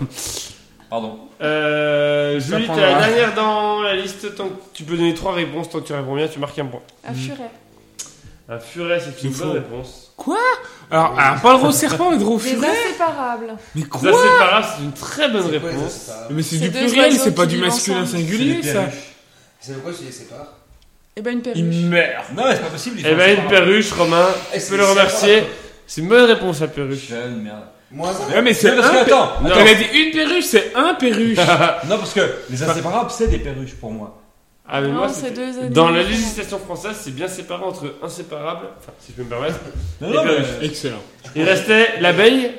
[SPEAKER 6] Pardon.
[SPEAKER 1] Euh,
[SPEAKER 4] Ça
[SPEAKER 1] Julie, t'es
[SPEAKER 4] prendra.
[SPEAKER 1] la dernière dans la liste. Tant que tu peux donner trois réponses, tant que tu réponds bien, tu marques un point.
[SPEAKER 5] Un furet.
[SPEAKER 1] Un furet, c'est une
[SPEAKER 4] C'est
[SPEAKER 1] bonne
[SPEAKER 4] faux.
[SPEAKER 1] réponse.
[SPEAKER 4] Alors, alors, pas le gros serpent, mais le gros
[SPEAKER 5] Des
[SPEAKER 4] furet.
[SPEAKER 5] inséparables.
[SPEAKER 4] Mais
[SPEAKER 1] Ça,
[SPEAKER 4] quoi
[SPEAKER 1] c'est pas grave, c'est une très bonne réponse.
[SPEAKER 4] Mais c'est
[SPEAKER 5] C'est
[SPEAKER 4] du
[SPEAKER 5] deux
[SPEAKER 4] pluriel,
[SPEAKER 5] oiseaux
[SPEAKER 4] c'est pas
[SPEAKER 5] qui
[SPEAKER 4] du
[SPEAKER 5] vivent
[SPEAKER 4] masculin
[SPEAKER 5] ensemble.
[SPEAKER 4] singulier,
[SPEAKER 6] C'est des
[SPEAKER 4] ça.
[SPEAKER 6] perruches.
[SPEAKER 2] C'est pourquoi tu les sépares
[SPEAKER 5] Et ben, une
[SPEAKER 4] Il
[SPEAKER 5] perruche.
[SPEAKER 4] meurt.
[SPEAKER 6] Non, mais c'est pas possible. ils
[SPEAKER 1] Eh
[SPEAKER 6] font
[SPEAKER 1] ben,
[SPEAKER 6] ça.
[SPEAKER 1] une perruche, Romain, tu
[SPEAKER 2] c'est-
[SPEAKER 1] peux le
[SPEAKER 2] c'est-
[SPEAKER 1] remercier. C'est une bonne réponse, la perruche.
[SPEAKER 6] Jeune, merde.
[SPEAKER 2] Moi, ça
[SPEAKER 4] Ouais, mais c'est
[SPEAKER 6] Non, parce que,
[SPEAKER 4] un.
[SPEAKER 6] attends,
[SPEAKER 4] pé-
[SPEAKER 1] attends.
[SPEAKER 4] Elle a dit une perruche, c'est un perruche.
[SPEAKER 6] Non, parce que les inséparables, c'est des perruches pour moi.
[SPEAKER 1] Ah, mais moi,
[SPEAKER 5] Non,
[SPEAKER 1] c'est-
[SPEAKER 5] c'est deux animaux.
[SPEAKER 1] Dans la législation française, c'est bien séparé entre inséparables, enfin, si je peux me permettre.
[SPEAKER 6] Non,
[SPEAKER 1] Les
[SPEAKER 6] non, mais.
[SPEAKER 1] perruches.
[SPEAKER 4] Excellent.
[SPEAKER 1] Il restait l'abeille,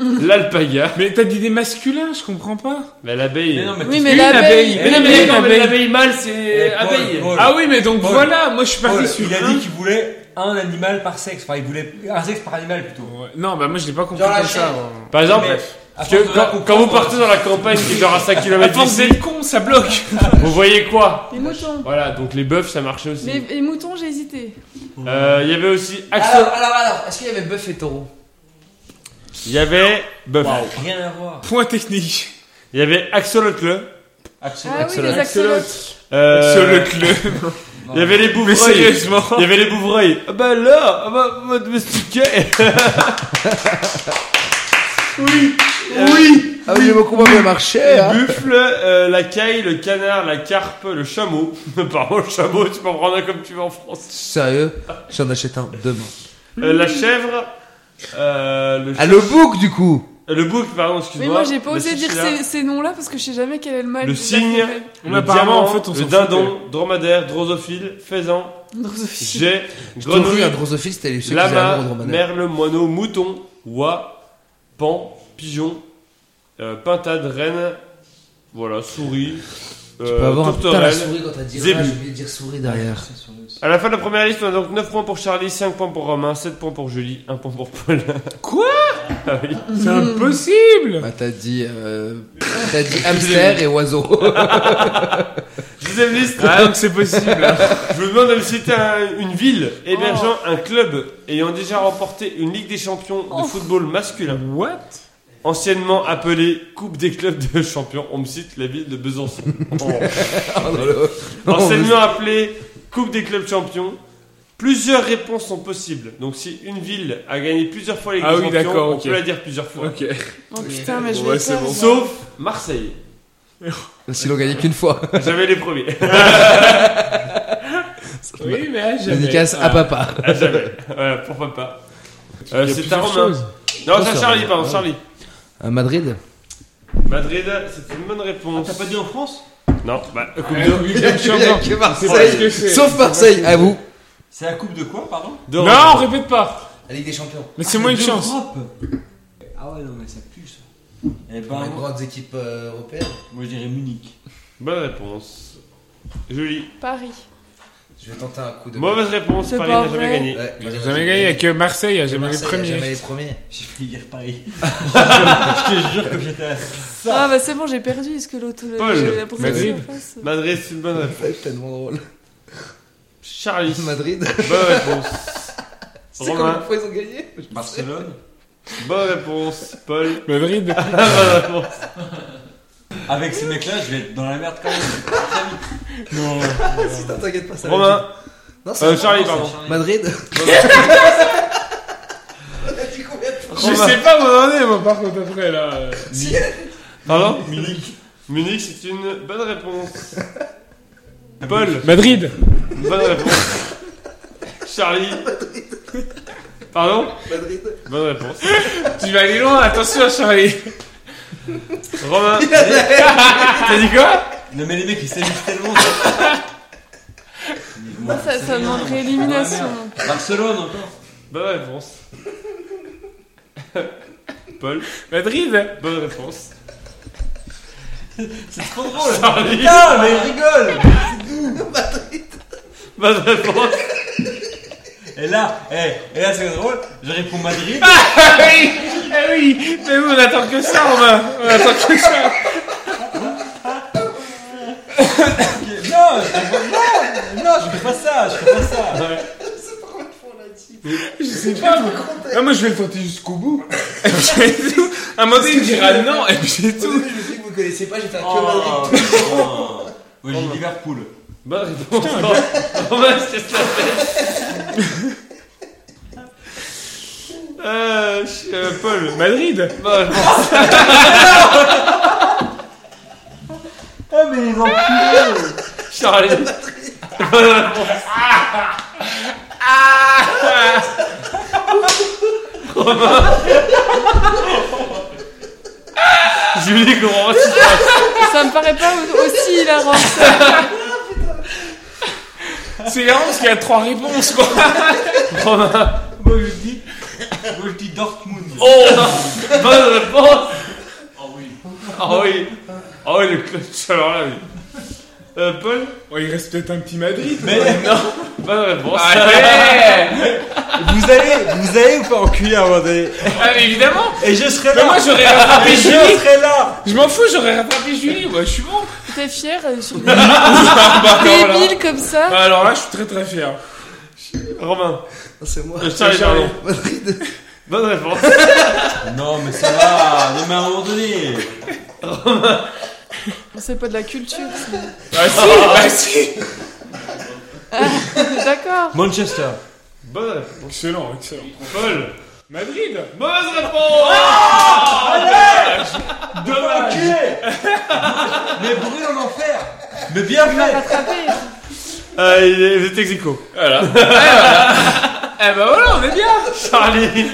[SPEAKER 1] l'alpaga.
[SPEAKER 4] Mais t'as dit des masculins, je comprends pas.
[SPEAKER 1] Mais l'abeille.
[SPEAKER 6] Mais non, mais
[SPEAKER 5] Oui,
[SPEAKER 6] t'es-
[SPEAKER 5] mais
[SPEAKER 4] Une
[SPEAKER 5] l'abeille.
[SPEAKER 1] Mais non, mais
[SPEAKER 4] Eh,
[SPEAKER 1] d'accord, mais
[SPEAKER 4] l'abeille.
[SPEAKER 1] l'abeille mâle, c'est
[SPEAKER 6] Eh, Paul,
[SPEAKER 1] abeille.
[SPEAKER 6] Paul.
[SPEAKER 4] Ah oui, mais donc
[SPEAKER 6] Paul.
[SPEAKER 4] voilà, moi je suis parti
[SPEAKER 6] Paul,
[SPEAKER 4] sur
[SPEAKER 6] il a
[SPEAKER 4] un.
[SPEAKER 6] dit qu'il voulait un animal par sexe. Enfin, il voulait un sexe par animal plutôt.
[SPEAKER 4] Ouais, Non, bah moi je l'ai pas compris
[SPEAKER 2] Genre la
[SPEAKER 4] comme ça.
[SPEAKER 2] chaîne.
[SPEAKER 4] moi.
[SPEAKER 1] Par exemple,
[SPEAKER 6] Mais,
[SPEAKER 1] parce que quand, quand vous partez dans la campagne qui est genre à 5
[SPEAKER 4] À
[SPEAKER 1] km
[SPEAKER 4] force
[SPEAKER 1] d'ici,
[SPEAKER 4] d'être con, ça bloque.
[SPEAKER 1] vous voyez quoi
[SPEAKER 5] Les moutons.
[SPEAKER 1] Voilà, donc les bœufs, ça marchait aussi.
[SPEAKER 5] Les, les moutons, j'ai hésité.
[SPEAKER 1] Euh, Il y avait aussi
[SPEAKER 2] Alors,
[SPEAKER 1] Axel.
[SPEAKER 2] alors, alors, est-ce qu'il y avait bœuf et taureau
[SPEAKER 1] Il y avait bœuf.
[SPEAKER 6] Rien à voir.
[SPEAKER 4] <laughs> Point technique.
[SPEAKER 1] Il y avait Axolotl.
[SPEAKER 6] Absolument.
[SPEAKER 5] Ah oui, les axolotes.
[SPEAKER 1] Euh,
[SPEAKER 4] <laughs> Sur le club.
[SPEAKER 1] Il y avait les
[SPEAKER 4] Mais
[SPEAKER 1] bouvreuils.
[SPEAKER 4] sérieusement.
[SPEAKER 1] Il y avait les bouvreuils. Ah bah là, ah bah, on va
[SPEAKER 5] <laughs>
[SPEAKER 1] domestiquer. oui, oui.
[SPEAKER 2] Ah oui, le combat bien
[SPEAKER 5] Eh,
[SPEAKER 2] marché, hein.
[SPEAKER 5] hein.
[SPEAKER 1] Le buffle, euh, la caille, le canard, la carpe, le chameau. <laughs> Pardon, le chameau, tu peux en prendre un comme tu veux en France.
[SPEAKER 2] Sérieux J'en achète un demain.
[SPEAKER 1] Euh, la chèvre. Euh, le,
[SPEAKER 2] Ah, le bouc, du coup
[SPEAKER 1] euh, le bouc, pardon,
[SPEAKER 5] Mais
[SPEAKER 1] excuse-moi.
[SPEAKER 5] moi, j'ai pas
[SPEAKER 1] Le
[SPEAKER 5] osé dire
[SPEAKER 1] chinchilla,
[SPEAKER 5] ces, ces noms-là parce que je sais jamais quel est le mal.
[SPEAKER 1] Le
[SPEAKER 5] de la
[SPEAKER 1] cygne.
[SPEAKER 5] femelle.
[SPEAKER 1] Le
[SPEAKER 4] apparemment,
[SPEAKER 1] diamant,
[SPEAKER 4] en fait, on
[SPEAKER 1] le
[SPEAKER 4] s'en
[SPEAKER 1] dindon, dromadaire, drosophile, faisan,
[SPEAKER 5] Drosophile.
[SPEAKER 1] jet,
[SPEAKER 2] J'ai toujours
[SPEAKER 1] grenouille,
[SPEAKER 2] eu un drosophile, c'était les ceux qui avaient un gros
[SPEAKER 1] Lama,
[SPEAKER 2] dromadaire.
[SPEAKER 1] merle, moineau, mouton, oie, pan, pigeon, euh, pintade, reine, voilà, souris,
[SPEAKER 2] Tu peux
[SPEAKER 1] euh,
[SPEAKER 2] avoir un putain la
[SPEAKER 1] tourterelle.
[SPEAKER 2] souris quand t'as dit
[SPEAKER 1] zébu.
[SPEAKER 2] ah, j'ai oublié de dire souris derrière.
[SPEAKER 1] À la fin de la première liste, on a donc 9 points pour Charlie, 5 points pour Romain, 7 points pour Julie, 1 point pour Paul.
[SPEAKER 4] Quoi
[SPEAKER 1] Ah oui.
[SPEAKER 2] Hmm.
[SPEAKER 4] C'est impossible.
[SPEAKER 2] Bah t'as dit, euh, t'as <laughs> dit hamster et oiseau.
[SPEAKER 1] Deuxième liste,
[SPEAKER 4] Ah donc c'est possible.
[SPEAKER 1] <laughs> je vous demande de me citer un- une ville hébergeant un club ayant déjà remporté une Ligue des champions de
[SPEAKER 5] Oh.
[SPEAKER 1] football masculin.
[SPEAKER 4] What
[SPEAKER 1] Anciennement appelée Coupe des clubs de champions, on me cite la ville de Besançon. Oh. Anciennement appelée Coupe des clubs champions, plusieurs réponses sont possibles. Donc si une ville a gagné plusieurs fois les
[SPEAKER 4] Ah oui,
[SPEAKER 1] champions,
[SPEAKER 4] d'accord,
[SPEAKER 1] on
[SPEAKER 4] ok.
[SPEAKER 1] peut la dire plusieurs fois.
[SPEAKER 4] Ok.
[SPEAKER 5] Oh putain, mais je
[SPEAKER 4] Ouais,
[SPEAKER 5] vais
[SPEAKER 4] c'est
[SPEAKER 5] perdre.
[SPEAKER 4] bon.
[SPEAKER 1] Sauf Marseille.
[SPEAKER 2] S'ils l'ont gagné qu'une fois.
[SPEAKER 1] J'avais les premiers. <laughs>
[SPEAKER 4] Oui mais ah, j'avais-
[SPEAKER 2] Dédicace à
[SPEAKER 4] Ah.
[SPEAKER 2] papa.
[SPEAKER 1] Ah, J'avais. Voilà, pourquoi pas. Euh,
[SPEAKER 4] Il y a
[SPEAKER 1] c'est à
[SPEAKER 4] plusieurs
[SPEAKER 1] Romain.
[SPEAKER 4] choses.
[SPEAKER 1] Non,
[SPEAKER 2] Oh,
[SPEAKER 1] c'est à
[SPEAKER 2] ça
[SPEAKER 1] Charlie,
[SPEAKER 2] va.
[SPEAKER 1] pardon,
[SPEAKER 2] Ah.
[SPEAKER 1] Charlie.
[SPEAKER 2] À Madrid
[SPEAKER 1] Madrid, c'est une bonne réponse.
[SPEAKER 6] Ah, T'as pas dit en France
[SPEAKER 1] Non, bah,
[SPEAKER 4] Coupe de- Coupe de Champion.
[SPEAKER 2] Que
[SPEAKER 4] C'est pas ce
[SPEAKER 2] Marseille.
[SPEAKER 4] que c'est.
[SPEAKER 2] Sauf Marseille, à vous.
[SPEAKER 6] C'est la coupe de quoi, pardon
[SPEAKER 1] dehors.
[SPEAKER 4] Non, on répète pas.
[SPEAKER 2] La Ligue des Champions.
[SPEAKER 4] Mais c'est moins une
[SPEAKER 6] De
[SPEAKER 4] chance.
[SPEAKER 6] l'Europe. Ah ouais, non, mais ça pue ça. Eh ben,
[SPEAKER 2] Les grandes équipes euh, européennes.
[SPEAKER 6] moi je dirais Munich.
[SPEAKER 1] Bonne réponse. Julie.
[SPEAKER 5] Paris.
[SPEAKER 2] Je vais tenter un coup de.
[SPEAKER 1] Mauvaise réponse,
[SPEAKER 5] C'est
[SPEAKER 1] Paris
[SPEAKER 5] pas
[SPEAKER 1] n'a jamais
[SPEAKER 5] vrai.
[SPEAKER 1] gagné.
[SPEAKER 2] Ouais,
[SPEAKER 4] J'ai jamais gagné, il y a que Marseille, a jamais les
[SPEAKER 2] Marseille a Jamais
[SPEAKER 4] premiers.
[SPEAKER 2] les premiers.
[SPEAKER 6] J'ai failli dire <laughs> Paris. je te jure que j'étais à
[SPEAKER 5] Ah
[SPEAKER 6] ça.
[SPEAKER 5] bah c'est bon, j'ai perdu. Est-ce que l'autre.
[SPEAKER 1] Paul,
[SPEAKER 5] j'avais la pensée
[SPEAKER 4] Madrid.
[SPEAKER 5] en face.
[SPEAKER 1] Madrid, c'est une bonne réponse.
[SPEAKER 2] C'est tellement drôle.
[SPEAKER 1] Charlie.
[SPEAKER 2] <laughs> Madrid.
[SPEAKER 1] Bonne réponse.
[SPEAKER 2] C'est combien
[SPEAKER 1] Romain.
[SPEAKER 2] de fois ils ont gagné
[SPEAKER 6] Barcelone.
[SPEAKER 1] Bonne réponse. Paul.
[SPEAKER 4] Madrid.
[SPEAKER 1] Bonne réponse.
[SPEAKER 6] Avec ces mecs-là, je vais être dans la merde quand même.
[SPEAKER 2] Si t'inquiète pas, ça va être-
[SPEAKER 1] Romain.
[SPEAKER 2] Non, c'est
[SPEAKER 1] Euh,
[SPEAKER 2] vrai.
[SPEAKER 1] Charlie, pardon.
[SPEAKER 6] <laughs>
[SPEAKER 2] Madrid. <laughs>
[SPEAKER 4] Je sais pas où on en est, Ah moi, hein. par contre, après, là. euh,
[SPEAKER 1] Pardon Munich. Munich, c'est une bonne réponse. Paul.
[SPEAKER 4] Madrid
[SPEAKER 1] Bonne réponse. Charlie. Pardon <laughs>
[SPEAKER 2] Madrid.
[SPEAKER 1] Bonne réponse.
[SPEAKER 4] Tu vas aller loin, attention, Charlie.
[SPEAKER 1] Romain.
[SPEAKER 4] T'as dit quoi
[SPEAKER 6] Non, mais les mecs ils s'amusent tellement. ça.
[SPEAKER 5] Moi, ça, ça demanderait élimination.
[SPEAKER 6] Barcelone encore.
[SPEAKER 1] Bonne réponse. Paul.
[SPEAKER 4] Madrid
[SPEAKER 1] Bonne réponse.
[SPEAKER 6] C'est trop drôle.
[SPEAKER 1] Charlie.
[SPEAKER 6] Putain, mais ils rigolent.
[SPEAKER 1] Bonne réponse.
[SPEAKER 6] Et là, eh, et là c'est drôle. Je réponds Madrid.
[SPEAKER 4] Ah oui Ah oui Mais oui, on attend que ça, Romain On attend que ça
[SPEAKER 6] Ok, Non, je réponds- non, non, je fais pas ça, je fais pas ça.
[SPEAKER 4] Je sais pas, moi. Ah, moi, je vais le tenter jusqu'au <laughs> bout. Et puis, c'est tout. À un moment donné, il dira non, et puis c'est
[SPEAKER 2] Je
[SPEAKER 4] tout.
[SPEAKER 2] me suis dit que vous connaissez pas, j'étais un que
[SPEAKER 6] Oh,
[SPEAKER 2] Madrid.
[SPEAKER 6] putain. Moi j'ai dit Liverpool.
[SPEAKER 1] Bonne réponse. Romain, qu'est-ce que ça fait Euh, ch- euh, Paul.
[SPEAKER 4] Madrid
[SPEAKER 1] Bonne réponse.
[SPEAKER 6] <laughs> Ah mais les enculés <laughs>
[SPEAKER 1] Charlie. Bonne réponse. Romain. Julie comprend pas ce qui se passe.
[SPEAKER 5] Ça me paraît pas au- aussi hilarant. ça.
[SPEAKER 4] C'est marrant parce qu'il y a trois réponses, quoi.
[SPEAKER 1] Romain.
[SPEAKER 6] Moi je dis, moi je dis Dortmund.
[SPEAKER 1] Oh Bonne réponse
[SPEAKER 6] Oh oui.
[SPEAKER 1] Ah oui Ah oui, le clutch, alors là, oui. Euh, Paul
[SPEAKER 4] Ouais, Oh, il reste peut-être un petit Madrid.
[SPEAKER 6] Mais non.
[SPEAKER 1] Bonne réponse.
[SPEAKER 4] Ouais.
[SPEAKER 7] Vous allez, vous allez vous faire enculer à un moment donné.
[SPEAKER 4] Ah, mais évidemment.
[SPEAKER 7] Et je serai
[SPEAKER 4] Mais
[SPEAKER 7] là.
[SPEAKER 4] moi, j'aurais rattrapé <laughs>
[SPEAKER 7] Et je
[SPEAKER 4] Julie.
[SPEAKER 7] serai là.
[SPEAKER 4] Je m'en fous, j'aurais rattrapé Julie. Moi, je suis bon.
[SPEAKER 5] T'es fier euh, sur des
[SPEAKER 4] Bah, alors là-
[SPEAKER 5] débiles comme ça
[SPEAKER 4] bah, alors là, je suis très très fier.
[SPEAKER 1] <laughs> Romain.
[SPEAKER 2] Ah, C'est moi.
[SPEAKER 1] Euh, Charlie
[SPEAKER 4] Charlie.
[SPEAKER 1] pardon. Bonne réponse.
[SPEAKER 6] Non, mais ça va. Non, mais à un moment donné.
[SPEAKER 5] C'est pas de la culture. ça.
[SPEAKER 4] Bah <laughs> si, bah si.
[SPEAKER 5] D'accord.
[SPEAKER 7] Manchester.
[SPEAKER 1] Bonne réponse.
[SPEAKER 4] Excellent, excellent.
[SPEAKER 1] Paul.
[SPEAKER 4] Madrid
[SPEAKER 1] Mauvaise réponse Dommage
[SPEAKER 6] Mais brûle en enfer.
[SPEAKER 7] Mais bien
[SPEAKER 5] On va rattraper.
[SPEAKER 1] Euh, il est- Vous êtes ex aequo.
[SPEAKER 4] Voilà. Eh ben voilà, on est bien
[SPEAKER 1] Charlie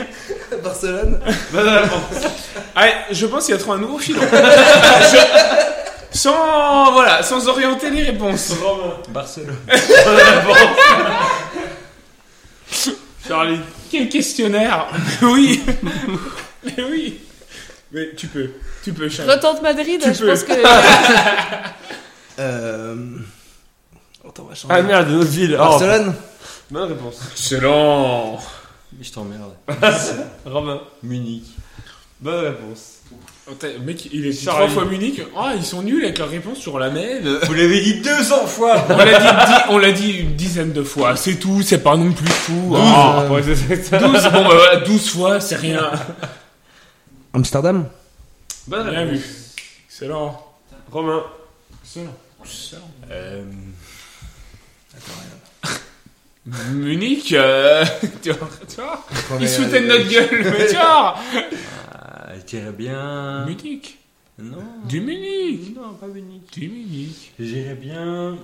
[SPEAKER 2] Barcelone.
[SPEAKER 1] Bonne réponse
[SPEAKER 4] Allez, je pense qu'il y a trop un nouveau filon. <laughs> Je- Sans, voilà, sans orienter les réponses.
[SPEAKER 1] Romain
[SPEAKER 7] Barcelone.
[SPEAKER 1] Bonne réponse Charlie
[SPEAKER 4] Quel <laughs> questionnaire Oui Mais oui Mais tu peux, tu peux, Charles.
[SPEAKER 5] Retente Madrid,
[SPEAKER 4] Tu
[SPEAKER 5] je
[SPEAKER 4] peux.
[SPEAKER 5] pense que. Ah
[SPEAKER 2] Euh. Attends, on va changer.
[SPEAKER 1] Ah merde, notre ville Oh.
[SPEAKER 2] Barcelone.
[SPEAKER 1] Bonne réponse
[SPEAKER 4] Excellent
[SPEAKER 6] Je t'emmerde.
[SPEAKER 1] Romain
[SPEAKER 6] Munich.
[SPEAKER 1] Bonne réponse
[SPEAKER 4] Attends, Oh, Mec, il est dit
[SPEAKER 1] Charlie.
[SPEAKER 4] trois fois Munich. Ah, ils sont nuls avec leur réponse sur la même.
[SPEAKER 6] Vous l'avez dit 200 fois.
[SPEAKER 4] <laughs> On l'a dit, dix- on l'a dit une dizaine de fois, Ah, c'est tout, c'est pas non plus fou. Ah,
[SPEAKER 1] Ouais, c'est- c'est ça.
[SPEAKER 4] 12, bon bah voilà, 12 fois, c'est rien.
[SPEAKER 2] Amsterdam.
[SPEAKER 1] Bonne
[SPEAKER 4] Ah, Bien
[SPEAKER 1] réponse
[SPEAKER 4] vu. Excellent.
[SPEAKER 1] Romain
[SPEAKER 4] Excellent. Excellent.
[SPEAKER 6] Euh,
[SPEAKER 4] Munich, euh, <laughs> tu vois, tu vois,
[SPEAKER 2] Qu'on
[SPEAKER 4] ils
[SPEAKER 2] est-
[SPEAKER 4] soutiennent notre gueule, mais tu vois.
[SPEAKER 6] je dirais Ah, bien.
[SPEAKER 4] Munich,
[SPEAKER 6] Non.
[SPEAKER 4] du Munich,
[SPEAKER 6] Non, pas Munich.
[SPEAKER 4] du Munich.
[SPEAKER 6] J'irais bien.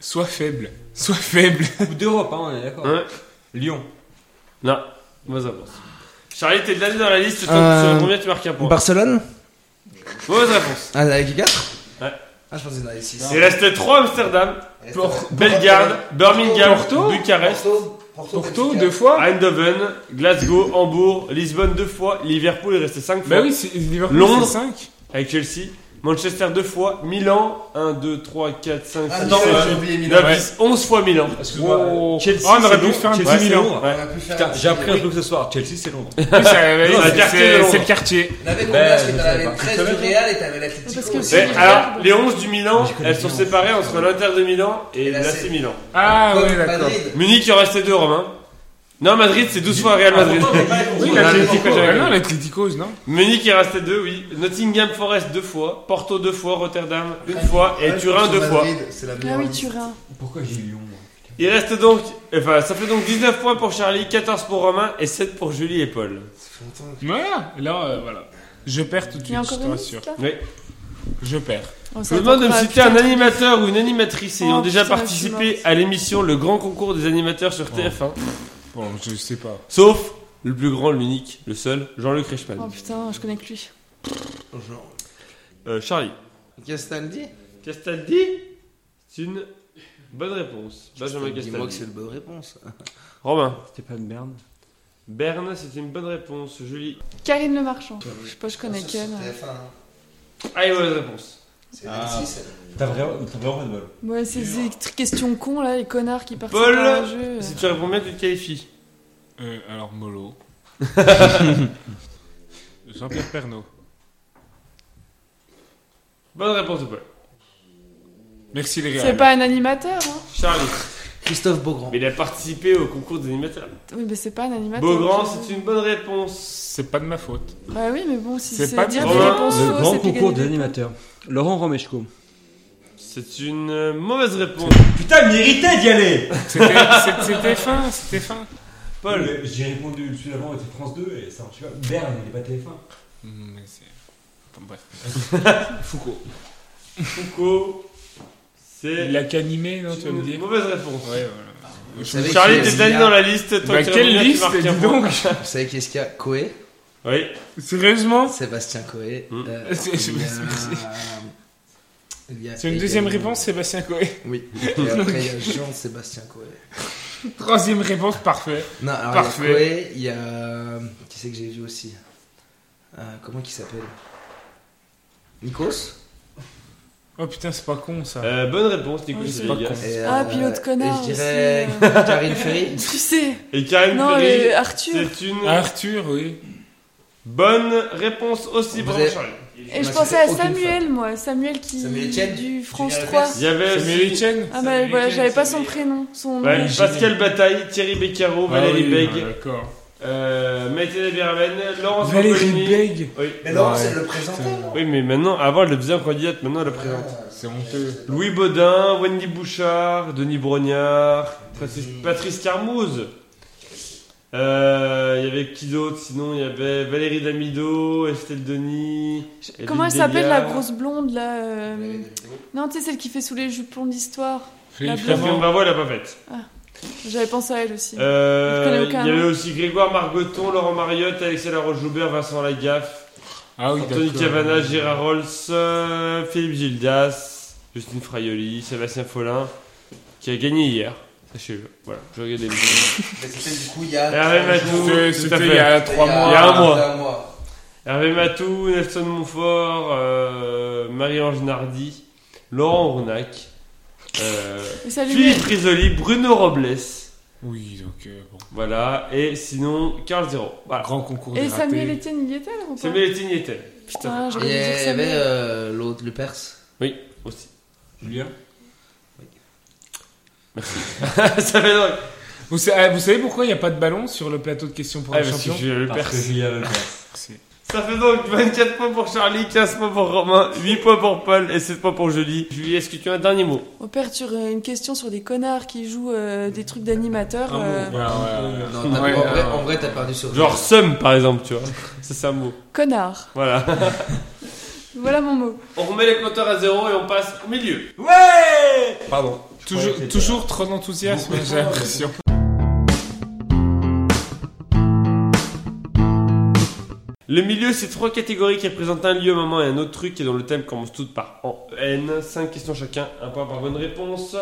[SPEAKER 4] Sois faible, sois faible.
[SPEAKER 6] Coupe d'Europe, hein, on est d'accord.
[SPEAKER 1] Ouais.
[SPEAKER 6] Lyon.
[SPEAKER 1] Non Mauvaise réponse Charlie, t'es le dernier dans la liste, toi,
[SPEAKER 2] Euh,
[SPEAKER 1] sur combien tu marques un point
[SPEAKER 2] Barcelone.
[SPEAKER 1] Mauvaise réponse
[SPEAKER 2] Ah, avec 4
[SPEAKER 1] Ouais.
[SPEAKER 2] Ah, je pensais qu'il y en avait 6.
[SPEAKER 1] Il reste 3 Amsterdam, Bellegarde, Birmingham, Bucarest,
[SPEAKER 4] Porto, deux fois.
[SPEAKER 1] Eindhoven, Glasgow, Hambourg, Lisbonne deux fois, Liverpool est resté cinq fois,
[SPEAKER 4] Bah oui, c'est Liverpool,
[SPEAKER 1] Londres.
[SPEAKER 4] 5.
[SPEAKER 1] avec Chelsea, Manchester deux fois, Milan, 1, 2, 3, 4, 5,
[SPEAKER 6] Ah,
[SPEAKER 1] 6,
[SPEAKER 2] Attends,
[SPEAKER 1] 7,
[SPEAKER 2] Ah, j'ai oublié
[SPEAKER 1] 9,
[SPEAKER 4] ouais.
[SPEAKER 1] 10, 11 fois Milan.
[SPEAKER 6] Excuse-moi.
[SPEAKER 4] Oh.
[SPEAKER 6] euh, Chelsea.
[SPEAKER 4] Ah, on aurait
[SPEAKER 6] c'est
[SPEAKER 4] pu
[SPEAKER 6] Londres.
[SPEAKER 4] faire un
[SPEAKER 6] Chelsea,
[SPEAKER 4] petit
[SPEAKER 6] c'est
[SPEAKER 4] Milan.
[SPEAKER 6] Londres.
[SPEAKER 1] Ouais.
[SPEAKER 6] Putain, j'ai appris un truc ce soir. Chelsea, c'est Londres.
[SPEAKER 4] Oui, ça- oui,
[SPEAKER 1] c'est le quartier de
[SPEAKER 4] c'est-
[SPEAKER 1] Londres.
[SPEAKER 4] c'est le quartier.
[SPEAKER 2] L'avait
[SPEAKER 6] Ben,
[SPEAKER 2] combien Parce que
[SPEAKER 6] je
[SPEAKER 2] t'en
[SPEAKER 6] sais
[SPEAKER 2] avais
[SPEAKER 6] pas.
[SPEAKER 2] 13 du Real et t'avais
[SPEAKER 5] Ah, Parce
[SPEAKER 2] l'Atletico
[SPEAKER 5] que
[SPEAKER 1] Et
[SPEAKER 2] aussi.
[SPEAKER 5] c'est-
[SPEAKER 1] alors, les 11 du Milan,
[SPEAKER 6] Je connais
[SPEAKER 1] elles sont
[SPEAKER 6] Milan.
[SPEAKER 1] séparées entre l'Inter de Milan et
[SPEAKER 2] Et la
[SPEAKER 1] l'AC
[SPEAKER 2] C.
[SPEAKER 1] Milan.
[SPEAKER 4] Ah
[SPEAKER 2] Comme
[SPEAKER 4] ouais, d'accord.
[SPEAKER 2] Madrid.
[SPEAKER 1] Munich, il en restait deux Romain. Non, Madrid, c'est 12 fois
[SPEAKER 6] Ah,
[SPEAKER 1] Real Madrid.
[SPEAKER 6] bah,
[SPEAKER 4] Oui,
[SPEAKER 1] On a l'Atlético,
[SPEAKER 4] l'Atlético,
[SPEAKER 1] j'avais
[SPEAKER 4] ah non,
[SPEAKER 1] vu.
[SPEAKER 4] l'Atlético, non
[SPEAKER 1] Munich, il en restait deux, oui. Nottingham Forest deux fois, Porto deux fois, Rotterdam une fois et Turin deux fois.
[SPEAKER 7] C'est la
[SPEAKER 5] Ah oui, Turin.
[SPEAKER 6] Pourquoi j'ai Lyon moi
[SPEAKER 1] Il reste donc, enfin, ça fait donc 19 points pour Charlie, 14 pour Romain et 7 pour Julie et Paul.
[SPEAKER 4] Voilà, là, euh, voilà. Je perds tout de
[SPEAKER 5] Il y
[SPEAKER 4] suite,
[SPEAKER 5] a
[SPEAKER 4] je
[SPEAKER 5] encore
[SPEAKER 4] te
[SPEAKER 5] une
[SPEAKER 4] rassure.
[SPEAKER 5] liste là
[SPEAKER 1] Oui.
[SPEAKER 4] Je perds.
[SPEAKER 5] On
[SPEAKER 1] Je vous demande de me
[SPEAKER 5] s'attendra à-
[SPEAKER 1] citer un animateur ou une animatrice ayant
[SPEAKER 5] Oh,
[SPEAKER 1] déjà
[SPEAKER 5] putain, je suis
[SPEAKER 1] participé
[SPEAKER 5] morte.
[SPEAKER 1] à l'émission Le Grand Concours des animateurs
[SPEAKER 2] Oh.
[SPEAKER 1] sur TF1,
[SPEAKER 4] Bon, je sais pas.
[SPEAKER 1] sauf le plus grand, l'unique, le seul, Jean-Luc Reichmann.
[SPEAKER 5] Oh putain, je connais que lui.
[SPEAKER 2] Genre.
[SPEAKER 1] Euh, Charlie.
[SPEAKER 5] Bah,
[SPEAKER 2] Castaldi
[SPEAKER 1] Castaldi C'est une bonne réponse. Benjamin
[SPEAKER 2] Dis-moi que
[SPEAKER 1] Castaldi.
[SPEAKER 2] c'est une bonne réponse.
[SPEAKER 1] Romain.
[SPEAKER 6] Stéphane Bern.
[SPEAKER 1] Berne, c'est une bonne réponse. Julie.
[SPEAKER 5] Karine Le Marchand. Je sais pas, je
[SPEAKER 2] Ah,
[SPEAKER 5] connais qu'elle.
[SPEAKER 1] Allez, mauvaise réponse.
[SPEAKER 2] C'est
[SPEAKER 6] Ah.
[SPEAKER 2] Alexis, elle.
[SPEAKER 6] T'as vraiment t'as vraiment pas de bol.
[SPEAKER 5] Ouais, c'est des tr- questions cons là, les connards qui partent
[SPEAKER 1] Paul,
[SPEAKER 5] dans le jeu.
[SPEAKER 1] Si tu réponds bien, tu te qualifies.
[SPEAKER 4] Euh, alors, Molo. Jean-Pierre Pernaud.
[SPEAKER 1] Bonne réponse de Paul.
[SPEAKER 4] Merci les gars.
[SPEAKER 5] C'est pas un animateur, hein
[SPEAKER 1] Charlie.
[SPEAKER 2] Christophe Beaugrand.
[SPEAKER 1] Mais il a participé au concours des animateurs.
[SPEAKER 5] Oui, mais c'est pas un animateur.
[SPEAKER 1] Beaugrand, c'est une bonne réponse.
[SPEAKER 4] C'est pas de ma faute.
[SPEAKER 5] Bah oui, mais bon, si
[SPEAKER 4] C'est
[SPEAKER 5] c'est
[SPEAKER 4] pas
[SPEAKER 5] dire
[SPEAKER 1] trop
[SPEAKER 5] des
[SPEAKER 1] loin.
[SPEAKER 5] réponses
[SPEAKER 6] Le
[SPEAKER 5] fausses,
[SPEAKER 6] grand
[SPEAKER 5] Oh, c'est plus
[SPEAKER 6] concours des
[SPEAKER 5] gagner.
[SPEAKER 6] animateurs. Laurent Romeshko.
[SPEAKER 1] C'est une euh, mauvaise réponse.
[SPEAKER 6] Putain, il méritait d'y aller
[SPEAKER 4] C'était c'est- c'était fin, c'était fin.
[SPEAKER 1] Paul.
[SPEAKER 6] J'ai répondu, le celui d'avant était France 2 et ça marchait pas. Berne, il est pas TF1.
[SPEAKER 4] Mm, mais c'est- Enfin, bref.
[SPEAKER 1] Foucault. Foucault. C'est
[SPEAKER 4] Il a qu'animé, non, tu vas me
[SPEAKER 1] une
[SPEAKER 4] dire
[SPEAKER 1] mauvaise réponse.
[SPEAKER 4] Ouais, voilà.
[SPEAKER 2] Vous savez
[SPEAKER 1] Charlie,
[SPEAKER 2] qui est-ce
[SPEAKER 1] t'es
[SPEAKER 2] qu'il y
[SPEAKER 1] allé
[SPEAKER 2] a
[SPEAKER 1] dans la liste. Toi
[SPEAKER 4] Bah,
[SPEAKER 1] qui
[SPEAKER 4] quelle
[SPEAKER 1] réponds bien, tu
[SPEAKER 4] liste,
[SPEAKER 1] marques un
[SPEAKER 4] dis
[SPEAKER 1] point.
[SPEAKER 4] donc
[SPEAKER 2] Vous savez qu'est-ce qu'il y a Coé
[SPEAKER 1] Oui.
[SPEAKER 4] <laughs> Sérieusement
[SPEAKER 2] Sébastien Coé.
[SPEAKER 1] Hmm.
[SPEAKER 4] <laughs>
[SPEAKER 2] euh,
[SPEAKER 4] C'est-
[SPEAKER 2] il y a- il y a-
[SPEAKER 4] C'est
[SPEAKER 2] il y
[SPEAKER 4] une
[SPEAKER 2] a-
[SPEAKER 4] deuxième réponse, Sébastien Coé.
[SPEAKER 2] Oui. Et après, il y a Jean-Sébastien Coé.
[SPEAKER 4] <laughs> Troisième réponse, parfait.
[SPEAKER 2] Non, alors
[SPEAKER 4] Parfait.
[SPEAKER 2] il y a Koé, il y a. euh, Qui c'est que j'ai vu aussi Euh, Comment qui s'appelle Nikos
[SPEAKER 4] Oh putain, c'est pas con ça.
[SPEAKER 1] Euh, bonne réponse, Nico.
[SPEAKER 5] Oui,
[SPEAKER 1] c'est
[SPEAKER 5] c'est
[SPEAKER 1] les
[SPEAKER 4] pas
[SPEAKER 1] gars.
[SPEAKER 4] con.
[SPEAKER 2] Et,
[SPEAKER 5] Ah,
[SPEAKER 2] euh,
[SPEAKER 5] pilote connard
[SPEAKER 2] Et je dirais
[SPEAKER 5] aussi, euh.
[SPEAKER 2] Karine
[SPEAKER 5] <laughs>
[SPEAKER 2] Ferry.
[SPEAKER 5] Tu sais
[SPEAKER 1] Et Karine
[SPEAKER 5] Non,
[SPEAKER 1] Ferry,
[SPEAKER 5] mais euh, Arthur
[SPEAKER 1] c'est une
[SPEAKER 4] Arthur, oui.
[SPEAKER 1] bonne réponse aussi.
[SPEAKER 2] Vous
[SPEAKER 1] Bravo,
[SPEAKER 2] avez-
[SPEAKER 1] Charlie.
[SPEAKER 5] Et
[SPEAKER 2] Moi,
[SPEAKER 5] je
[SPEAKER 2] ça
[SPEAKER 5] pensais
[SPEAKER 2] fait
[SPEAKER 5] à
[SPEAKER 2] aucune
[SPEAKER 5] Samuel, moi. Samuel qui.
[SPEAKER 2] Samuel Etienne
[SPEAKER 5] du France
[SPEAKER 7] Julien
[SPEAKER 5] 3.
[SPEAKER 7] Lepers.
[SPEAKER 1] Il y avait
[SPEAKER 4] Samuel
[SPEAKER 1] aussi-
[SPEAKER 4] Etienne
[SPEAKER 5] Ah,
[SPEAKER 7] Samuel
[SPEAKER 5] bah voilà,
[SPEAKER 7] Etienne,
[SPEAKER 5] j'avais pas son
[SPEAKER 7] Samuel.
[SPEAKER 5] prénom. Son nom.
[SPEAKER 1] Ouais,
[SPEAKER 4] Oui,
[SPEAKER 1] Pascal Bataille, Thierry Beccaro, Valérie
[SPEAKER 4] Ah oui,
[SPEAKER 1] Beg,
[SPEAKER 4] bah, D'accord.
[SPEAKER 1] euh, Maïté Desverlaine, Laurence
[SPEAKER 4] Valérie
[SPEAKER 1] Boccolini.
[SPEAKER 4] Beg.
[SPEAKER 1] Oui.
[SPEAKER 2] Mais Laurence,
[SPEAKER 4] Ouais.
[SPEAKER 2] elle le présentait.
[SPEAKER 4] Putain.
[SPEAKER 2] non
[SPEAKER 1] Oui, mais maintenant, avant elle le faisait en candidate, maintenant elle le présente.
[SPEAKER 4] C'est honteux.
[SPEAKER 1] Louis Baudin, Wendy Bouchard, Denis Brognard, Patrice, Patrice Carmouze. Euh, Il y avait qui d'autre Sinon, il y avait Valérie Damido, Estelle Denis.
[SPEAKER 5] Je- Comment elle
[SPEAKER 1] Evelyne
[SPEAKER 5] s'appelle la
[SPEAKER 1] Delia.
[SPEAKER 5] grosse blonde là euh, Non, tu sais, celle qui fait sous les jupons d'histoire.
[SPEAKER 4] Philippe
[SPEAKER 5] La
[SPEAKER 1] Parce que
[SPEAKER 4] Clément.
[SPEAKER 1] Bravo, elle l'a pas faite.
[SPEAKER 5] J'avais pensé à elle aussi.
[SPEAKER 1] Euh,
[SPEAKER 5] Je connais
[SPEAKER 1] il y
[SPEAKER 5] aucun,
[SPEAKER 1] avait
[SPEAKER 5] non
[SPEAKER 1] aussi Grégoire Margoton, Laurent Mariotte, Alexia Laroche-Joubert, Vincent Lagaffe,
[SPEAKER 4] Ah oui,
[SPEAKER 1] Anthony
[SPEAKER 4] d'accord.
[SPEAKER 1] Cavana, Gérard Rolls, euh, Philippe Gildas, Justine Fraioli, Sébastien Follin, qui a gagné hier. Sachez-le. Voilà, je regarde les
[SPEAKER 2] Mais c'était du coup il y a.
[SPEAKER 1] Hervé
[SPEAKER 2] trois jours.
[SPEAKER 1] Matou.
[SPEAKER 4] C'était
[SPEAKER 1] Tout à
[SPEAKER 4] c'était
[SPEAKER 1] fait.
[SPEAKER 4] il y a trois
[SPEAKER 2] Il y
[SPEAKER 4] mois.
[SPEAKER 2] a-
[SPEAKER 1] Il y a un mois.
[SPEAKER 2] un mois.
[SPEAKER 1] Hervé Matou, Nelson Montfort, euh, Marie-Ange Nardi, Laurent Rounac, euh,
[SPEAKER 5] Et salut,
[SPEAKER 1] Philippe Risoli, Bruno Robles.
[SPEAKER 4] Oui, donc euh, bon.
[SPEAKER 1] Voilà, et sinon, Carl Zero. Voilà.
[SPEAKER 4] Grand concours
[SPEAKER 5] Eh, Et
[SPEAKER 4] des ratés.
[SPEAKER 5] Samuel Etienne, il y était alors ou pas
[SPEAKER 1] Samuel Etienne y était
[SPEAKER 5] Putain,
[SPEAKER 2] Et
[SPEAKER 5] j'aurais
[SPEAKER 2] il
[SPEAKER 5] dû dire
[SPEAKER 2] y
[SPEAKER 5] Samuel.
[SPEAKER 2] avait euh, l'autre, le Perse.
[SPEAKER 1] aussi. <laughs>
[SPEAKER 6] Julien
[SPEAKER 1] Ça fait drôle.
[SPEAKER 4] Vous, sa- eh, vous savez pourquoi il n'y a pas de ballon sur le plateau de questions pour
[SPEAKER 1] Ah,
[SPEAKER 4] les
[SPEAKER 1] parce que
[SPEAKER 4] champions
[SPEAKER 1] je le
[SPEAKER 6] Parce
[SPEAKER 1] perds.
[SPEAKER 6] que Julien le perd.
[SPEAKER 4] C'est-
[SPEAKER 1] Ça fait donc 24 points pour Charlie, 15 points pour Romain, 8 points pour Paul et 7 points pour Julie. Julie, est-ce que tu as un dernier mot
[SPEAKER 5] Au père, tu aurais une question sur des connards qui jouent euh, des trucs d'animateurs. euh,
[SPEAKER 4] Ouais, ouais, ouais.
[SPEAKER 2] Non, t'as-
[SPEAKER 4] Ouais,
[SPEAKER 2] en, vrai,
[SPEAKER 4] euh,
[SPEAKER 2] en vrai, t'as perdu sur.
[SPEAKER 1] Genre Sum par exemple, tu vois. <laughs> Ça, c'est un mot.
[SPEAKER 5] Connard.
[SPEAKER 1] Voilà.
[SPEAKER 5] Voilà mon mot.
[SPEAKER 1] On remet les compteurs à zéro et on passe au milieu.
[SPEAKER 7] Ouais Pardon.
[SPEAKER 4] Toujours,
[SPEAKER 7] Ouais,
[SPEAKER 4] toujours trop d'enthousiasme, j'ai l'impression.
[SPEAKER 1] Le milieu, c'est trois catégories qui représentent un lieu, un moment et un autre truc, et dont le thème commence toutes par en N. Cinq questions chacun, un point par bonne réponse.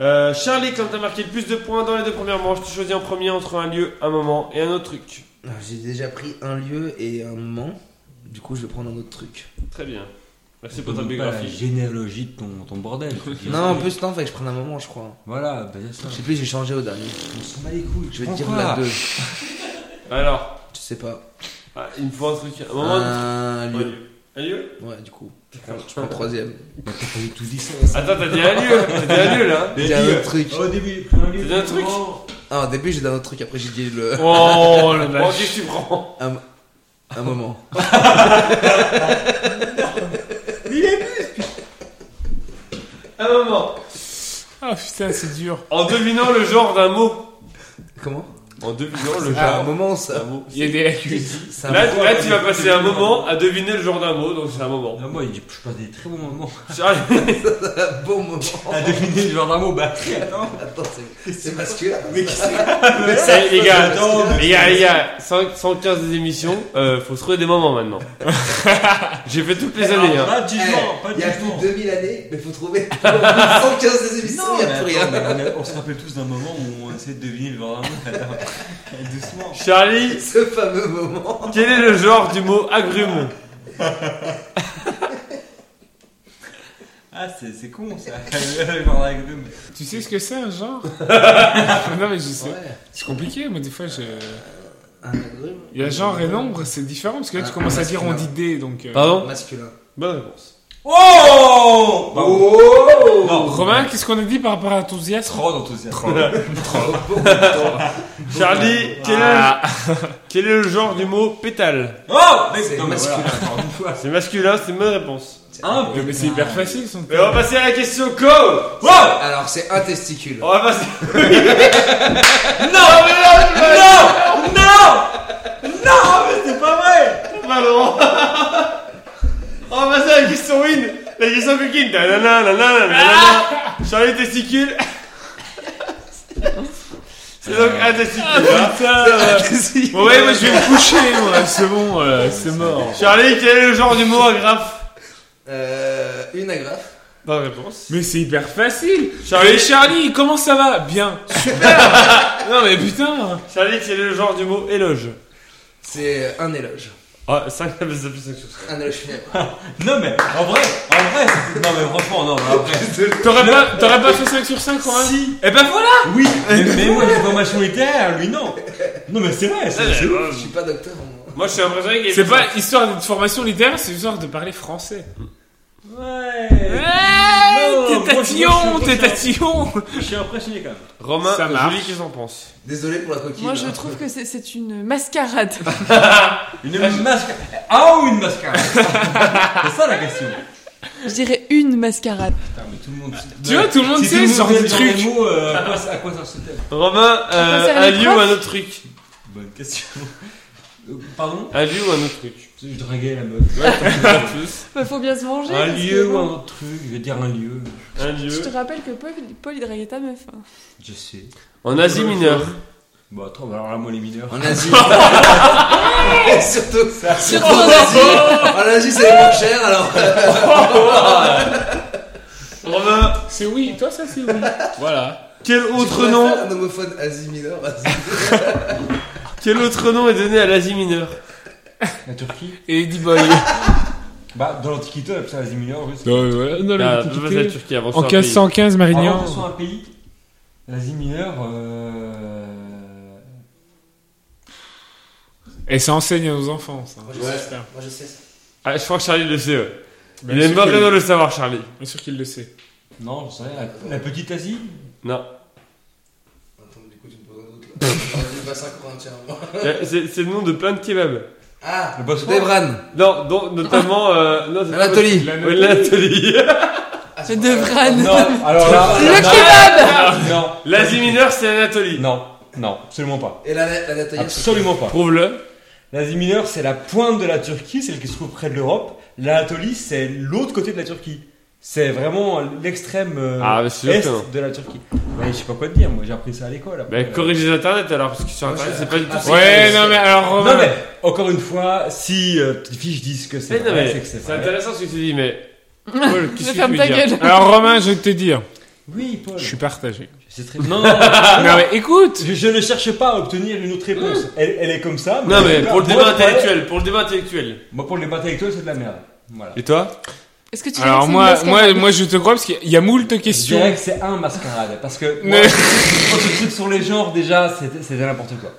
[SPEAKER 1] Euh, Charlie, quand t'as marqué le plus de points dans les deux premières manches, tu choisis en premier entre un lieu, un moment et un autre truc.
[SPEAKER 2] Alors, Ah, J'ai déjà pris un lieu et un moment. Du coup, je vais prendre un autre truc.
[SPEAKER 1] Très bien. Merci
[SPEAKER 6] C'est
[SPEAKER 1] pour
[SPEAKER 6] pas
[SPEAKER 1] ta
[SPEAKER 6] la
[SPEAKER 1] biographie.
[SPEAKER 6] généalogie de ton, ton bordel.
[SPEAKER 2] Non, en plus, non, fallait que je prenne un moment, je crois.
[SPEAKER 6] Voilà, bah c'est ça.
[SPEAKER 2] Je sais plus, j'ai changé au dernier.
[SPEAKER 6] On s'en bat les couilles.
[SPEAKER 2] Je vais te
[SPEAKER 6] Prends
[SPEAKER 2] dire
[SPEAKER 6] quoi
[SPEAKER 2] la 2.
[SPEAKER 1] Alors,
[SPEAKER 2] Je sais pas.
[SPEAKER 1] ah, il me faut un truc. Un moment.
[SPEAKER 2] Euh, Un
[SPEAKER 1] Un
[SPEAKER 2] lieu.
[SPEAKER 1] lieu. Un lieu
[SPEAKER 2] Ouais, du coup. Je prends- je prends le troisième.
[SPEAKER 6] Bah, T'as pas du tout dit ça.
[SPEAKER 1] Attends, t'as dit un lieu T'as dit un lieu là
[SPEAKER 2] J'ai un autre truc.
[SPEAKER 6] Au début, prends un livre.
[SPEAKER 1] C'est un truc.
[SPEAKER 6] Oh.
[SPEAKER 2] Ah, au début, j'ai dit un autre truc, après, j'ai dit
[SPEAKER 1] <laughs>
[SPEAKER 2] le.
[SPEAKER 1] Oh la vache. qu'est-ce que tu prends
[SPEAKER 2] Un, un moment.
[SPEAKER 1] Un moment.
[SPEAKER 4] Ah putain, c'est dur.
[SPEAKER 1] En devinant le genre d'un mot.
[SPEAKER 2] Comment
[SPEAKER 1] En devinant le
[SPEAKER 2] Ah, un
[SPEAKER 1] genre
[SPEAKER 2] moment,
[SPEAKER 1] d'un
[SPEAKER 2] ça.
[SPEAKER 1] mot.
[SPEAKER 4] Il y a des lacunes.
[SPEAKER 2] c'est un
[SPEAKER 1] Là,
[SPEAKER 2] moment.
[SPEAKER 1] là, tu vas passer un moment à deviner le genre d'un mot, donc c'est un <laughs> moment.
[SPEAKER 6] Ah, moi, il dit, je passe des très bons moments.
[SPEAKER 1] <laughs> Charlie,
[SPEAKER 2] <laughs> Un bon moment.
[SPEAKER 6] T'as deviné le genre d'un <laughs> mot, bah attends.
[SPEAKER 2] <laughs> Attends, c'est- c'est masculin. Mais
[SPEAKER 1] eh, les gars,
[SPEAKER 6] Attends, mais-
[SPEAKER 1] les gars, les gars, 5 115 des émissions, euh, faut se trouver des moments maintenant. <laughs> J'ai fait toutes les années.
[SPEAKER 6] Alors,
[SPEAKER 1] Hein.
[SPEAKER 6] Pas de jugement, pas
[SPEAKER 2] Eh, Il
[SPEAKER 6] de
[SPEAKER 2] y a plus
[SPEAKER 6] jugement.
[SPEAKER 2] de 2000 années, mais faut trouver <laughs> 115 des émissions, il n'y a
[SPEAKER 6] mais
[SPEAKER 2] plus
[SPEAKER 6] attends,
[SPEAKER 2] rien.
[SPEAKER 6] mais on, est- on se rappelle tous d'un moment où on essaie de deviner le genre d'un mot. Attends, <laughs>
[SPEAKER 1] Ah,
[SPEAKER 6] Doucement.
[SPEAKER 1] Charlie,
[SPEAKER 2] <laughs> Ce fameux moment.
[SPEAKER 1] quel est le genre du mot agrume
[SPEAKER 6] Ah, c'est c'est con ça. <laughs> Le genre d'un mot.
[SPEAKER 4] Tu sais ce que c'est un genre Non, mais je sais.
[SPEAKER 2] Ouais.
[SPEAKER 4] C'est compliqué, moi, des fois, je.
[SPEAKER 2] Un agrume.
[SPEAKER 4] Il y a genre et nombre, c'est différent parce que là, tu commences à dire on dit des, donc. euh,
[SPEAKER 1] Pardon
[SPEAKER 2] Masculin.
[SPEAKER 1] Bonne réponse.
[SPEAKER 6] Oh Pardon.
[SPEAKER 2] Oh
[SPEAKER 6] Non,
[SPEAKER 4] Romain, qu'est-ce qu'on a dit par rapport à l'enthousiasme
[SPEAKER 6] Trop d'enthousiasme.
[SPEAKER 1] Charlie, quel est, quel est le genre du mot pétale
[SPEAKER 6] Oh mais
[SPEAKER 2] C'est
[SPEAKER 6] non, mais voilà,
[SPEAKER 2] masculin.
[SPEAKER 6] encore une fois.
[SPEAKER 1] C'est masculin, c'est une bonne réponse.
[SPEAKER 6] Hein
[SPEAKER 4] Mais c'est hyper facile son
[SPEAKER 1] Et on va passer à la question co
[SPEAKER 6] Wow
[SPEAKER 2] Alors, c'est un testicule.
[SPEAKER 1] On va passer.
[SPEAKER 6] Non Non Non mais c'est pas vrai
[SPEAKER 1] Pas Laurent. On va passer à la question win La question coquine Nanana, nanana, nanana. Charlie testicule C'est donc Adesina.
[SPEAKER 4] Putain, euh, bon, ouais, moi je vais me coucher, moi, c'est bon, euh, c'est mort.
[SPEAKER 1] Charlie, quel est le genre du mot agrafe
[SPEAKER 2] Euh, une agrafe.
[SPEAKER 1] Bonne réponse.
[SPEAKER 4] Mais c'est hyper facile.
[SPEAKER 1] Charlie.
[SPEAKER 4] Charlie, Charlie, comment ça va Bien. Super. non mais putain.
[SPEAKER 1] Charlie, quel est le genre du mot éloge
[SPEAKER 2] C'est un éloge.
[SPEAKER 1] Ah, 5 plus 5 choses.
[SPEAKER 2] Un éloge funèbre.
[SPEAKER 6] Non, mais en vrai, en vrai, c'est- non, mais franchement, non, mais après.
[SPEAKER 4] T'aurais pas, t'aurais pas fait 5 sur 5 quand même
[SPEAKER 6] Si,
[SPEAKER 4] Eh ben voilà
[SPEAKER 6] oui, mais, mais moi j'ai formation littéraire, lui non. Non, mais c'est vrai, c'est c'est ouf.
[SPEAKER 2] Je suis pas docteur moi.
[SPEAKER 1] Moi, je suis impressionné qu'il y ait
[SPEAKER 4] C'est
[SPEAKER 1] plus
[SPEAKER 4] pas histoire d'une formation littéraire, c'est histoire de parler français.
[SPEAKER 6] Ouais.
[SPEAKER 4] Ouais,
[SPEAKER 6] Non, moi,
[SPEAKER 4] t'es
[SPEAKER 6] je- Oh, moi,
[SPEAKER 4] tatillon,
[SPEAKER 6] je-
[SPEAKER 4] t'es tatillon.
[SPEAKER 6] Je suis impressionné quand même.
[SPEAKER 1] ça. Romain,
[SPEAKER 4] Ça marche.
[SPEAKER 1] Julie, qu'est-ce qu'on pense
[SPEAKER 2] Désolé pour la coquille.
[SPEAKER 5] Moi, je
[SPEAKER 2] hein.
[SPEAKER 5] trouve que c'est- c'est une mascarade. <laughs>
[SPEAKER 6] Une mascara. Ah ou une mascara C'est ça la question.
[SPEAKER 5] Je dirais une mascarade.
[SPEAKER 6] Putain, mais tout le monde.
[SPEAKER 4] Tu vois, tout le monde
[SPEAKER 6] Si
[SPEAKER 4] sait ce genre de
[SPEAKER 6] faisait dans les
[SPEAKER 4] truc.
[SPEAKER 6] mots, euh, à quoi ça- à quoi ça ressemble
[SPEAKER 1] Romain,
[SPEAKER 5] penses
[SPEAKER 1] euh,
[SPEAKER 5] à
[SPEAKER 1] un
[SPEAKER 5] la
[SPEAKER 1] lieu ou
[SPEAKER 5] prof
[SPEAKER 1] un autre truc
[SPEAKER 6] Bonne question. Euh, Pardon
[SPEAKER 1] Un lieu ou un autre truc
[SPEAKER 6] Je draguais la meuf.
[SPEAKER 5] Bah, faut bien se manger.
[SPEAKER 6] Un
[SPEAKER 5] parce que
[SPEAKER 6] lieu ou
[SPEAKER 5] bon.
[SPEAKER 6] un autre truc, je vais dire un lieu.
[SPEAKER 1] Un
[SPEAKER 5] Je te
[SPEAKER 1] lieu.
[SPEAKER 5] rappelle que Paul, Paul il draguait ta meuf. hein.
[SPEAKER 6] Je sais.
[SPEAKER 1] En Asie mineure.
[SPEAKER 6] Bon, attends, bah alors là, moi les mineurs.
[SPEAKER 2] En
[SPEAKER 5] <laughs>
[SPEAKER 2] Asie. Et surtout, surtout en Asie. En Asie, c'est moins cher alors.
[SPEAKER 1] Romain,
[SPEAKER 4] C'est oui, toi ça c'est oui. voilà.
[SPEAKER 1] quel
[SPEAKER 2] <laughs> Autre
[SPEAKER 1] autre nom
[SPEAKER 2] Un homophone Asie mineur. vas-y.
[SPEAKER 1] Quel autre nom est donné à l'Asie mineure
[SPEAKER 6] La Turquie
[SPEAKER 4] <laughs> Et Eddie Boy.
[SPEAKER 6] Bah, dans l'Antiquité, on ça les mineurs russes.
[SPEAKER 4] <laughs> Non, voilà, non,
[SPEAKER 1] Ah,
[SPEAKER 4] l'Antiquité.
[SPEAKER 1] vas-y, la Turquie, avant
[SPEAKER 4] En
[SPEAKER 1] sur un pays.
[SPEAKER 4] 1515,
[SPEAKER 6] Alors,
[SPEAKER 4] Marignan.
[SPEAKER 6] que ce soit un pays, l'Asie mineure. Euh...
[SPEAKER 4] Et ça enseigne à nos enfants, ça.
[SPEAKER 2] Moi, je sais ça. Moi, je sais ça.
[SPEAKER 1] Ah, je crois que Charlie le sait. ouais.
[SPEAKER 4] Bien
[SPEAKER 1] Il est
[SPEAKER 4] sûr
[SPEAKER 1] mort
[SPEAKER 4] qu'il-
[SPEAKER 1] de le savoir, Charlie.
[SPEAKER 4] Bien sûr qu'il le <laughs> sait.
[SPEAKER 6] Non, je sais rien, la, la petite Asie
[SPEAKER 1] Non.
[SPEAKER 2] Attends, du coup, tu me poses un doute <laughs> là. On est pas cinq Corinthiens.
[SPEAKER 1] Euh, C'est c'est le nom de plein de kebabs.
[SPEAKER 2] Ah,
[SPEAKER 6] Le Bosphore
[SPEAKER 2] Debran.
[SPEAKER 1] Non, dont- notamment. Euh, non, c'est pas-
[SPEAKER 2] Anatolie.
[SPEAKER 1] Ouais, l'Anatolie. <laughs>
[SPEAKER 2] Ah,
[SPEAKER 5] C'est
[SPEAKER 2] c'est
[SPEAKER 5] de
[SPEAKER 2] pas-
[SPEAKER 5] Vran.
[SPEAKER 6] Non, alors <laughs> là.
[SPEAKER 2] Le
[SPEAKER 6] là-
[SPEAKER 5] kebab
[SPEAKER 6] Non,
[SPEAKER 1] L'Asie mineure, c'est l'Anatolie.
[SPEAKER 6] non, non, absolument pas.
[SPEAKER 2] Et la, la Nathalie.
[SPEAKER 6] Absolument pas.
[SPEAKER 1] Prouve-le.
[SPEAKER 6] L'Asie mineure, c'est la pointe de la Turquie, celle qui se trouve près de l'Europe. L'Anatolie, c'est l'autre côté de la Turquie. C'est vraiment l'extrême euh,
[SPEAKER 1] Ah, mais c'est sûr
[SPEAKER 6] est
[SPEAKER 1] que non.
[SPEAKER 6] de la Turquie. Ouais, je sais pas quoi te dire, moi j'ai appris ça à l'école. après.
[SPEAKER 1] Bah, corrigez internet alors, parce que sur internet, c'est pas du tout.
[SPEAKER 2] Ah,
[SPEAKER 4] Ouais,
[SPEAKER 2] c'est-
[SPEAKER 4] non, mais alors, Romain.
[SPEAKER 6] Non mais, encore une fois, si euh, tes fiches disent que
[SPEAKER 1] Mais
[SPEAKER 6] c'est
[SPEAKER 1] non,
[SPEAKER 6] vrai,
[SPEAKER 1] mais
[SPEAKER 6] c'est que c'est
[SPEAKER 1] C'est
[SPEAKER 6] vrai.
[SPEAKER 1] intéressant ce que tu dis, mais.
[SPEAKER 5] <laughs>
[SPEAKER 1] Paul, qu'est-ce que tu
[SPEAKER 5] Ferme
[SPEAKER 1] veux
[SPEAKER 5] ta
[SPEAKER 1] dire
[SPEAKER 5] gueule.
[SPEAKER 4] Alors, Romain, je vais te dire,
[SPEAKER 6] Oui, Paul.
[SPEAKER 4] je suis partagé.
[SPEAKER 6] C'est très Non, non,
[SPEAKER 4] Ah, Non, mais écoute
[SPEAKER 6] Je, je ne cherche pas à obtenir une autre réponse. Elle, elle est comme ça.
[SPEAKER 1] Non, mais pour le
[SPEAKER 6] moi,
[SPEAKER 1] débat
[SPEAKER 6] moi,
[SPEAKER 1] intellectuel, pour le débat intellectuel.
[SPEAKER 6] Moi, pour le débat intellectuel, c'est de la merde. Voilà.
[SPEAKER 1] Et toi
[SPEAKER 5] Est-ce que tu dirais que
[SPEAKER 4] Alors,
[SPEAKER 5] c'est
[SPEAKER 4] moi,
[SPEAKER 5] une
[SPEAKER 4] moi,
[SPEAKER 5] mascarade
[SPEAKER 4] moi, je te crois parce qu'il y a moult
[SPEAKER 6] Je
[SPEAKER 4] questions.
[SPEAKER 6] dirais que c'est un mascarade. Parce que moi,
[SPEAKER 4] Mais-
[SPEAKER 6] quand tu truc sur les genres, déjà, c'est c'est n'importe quoi.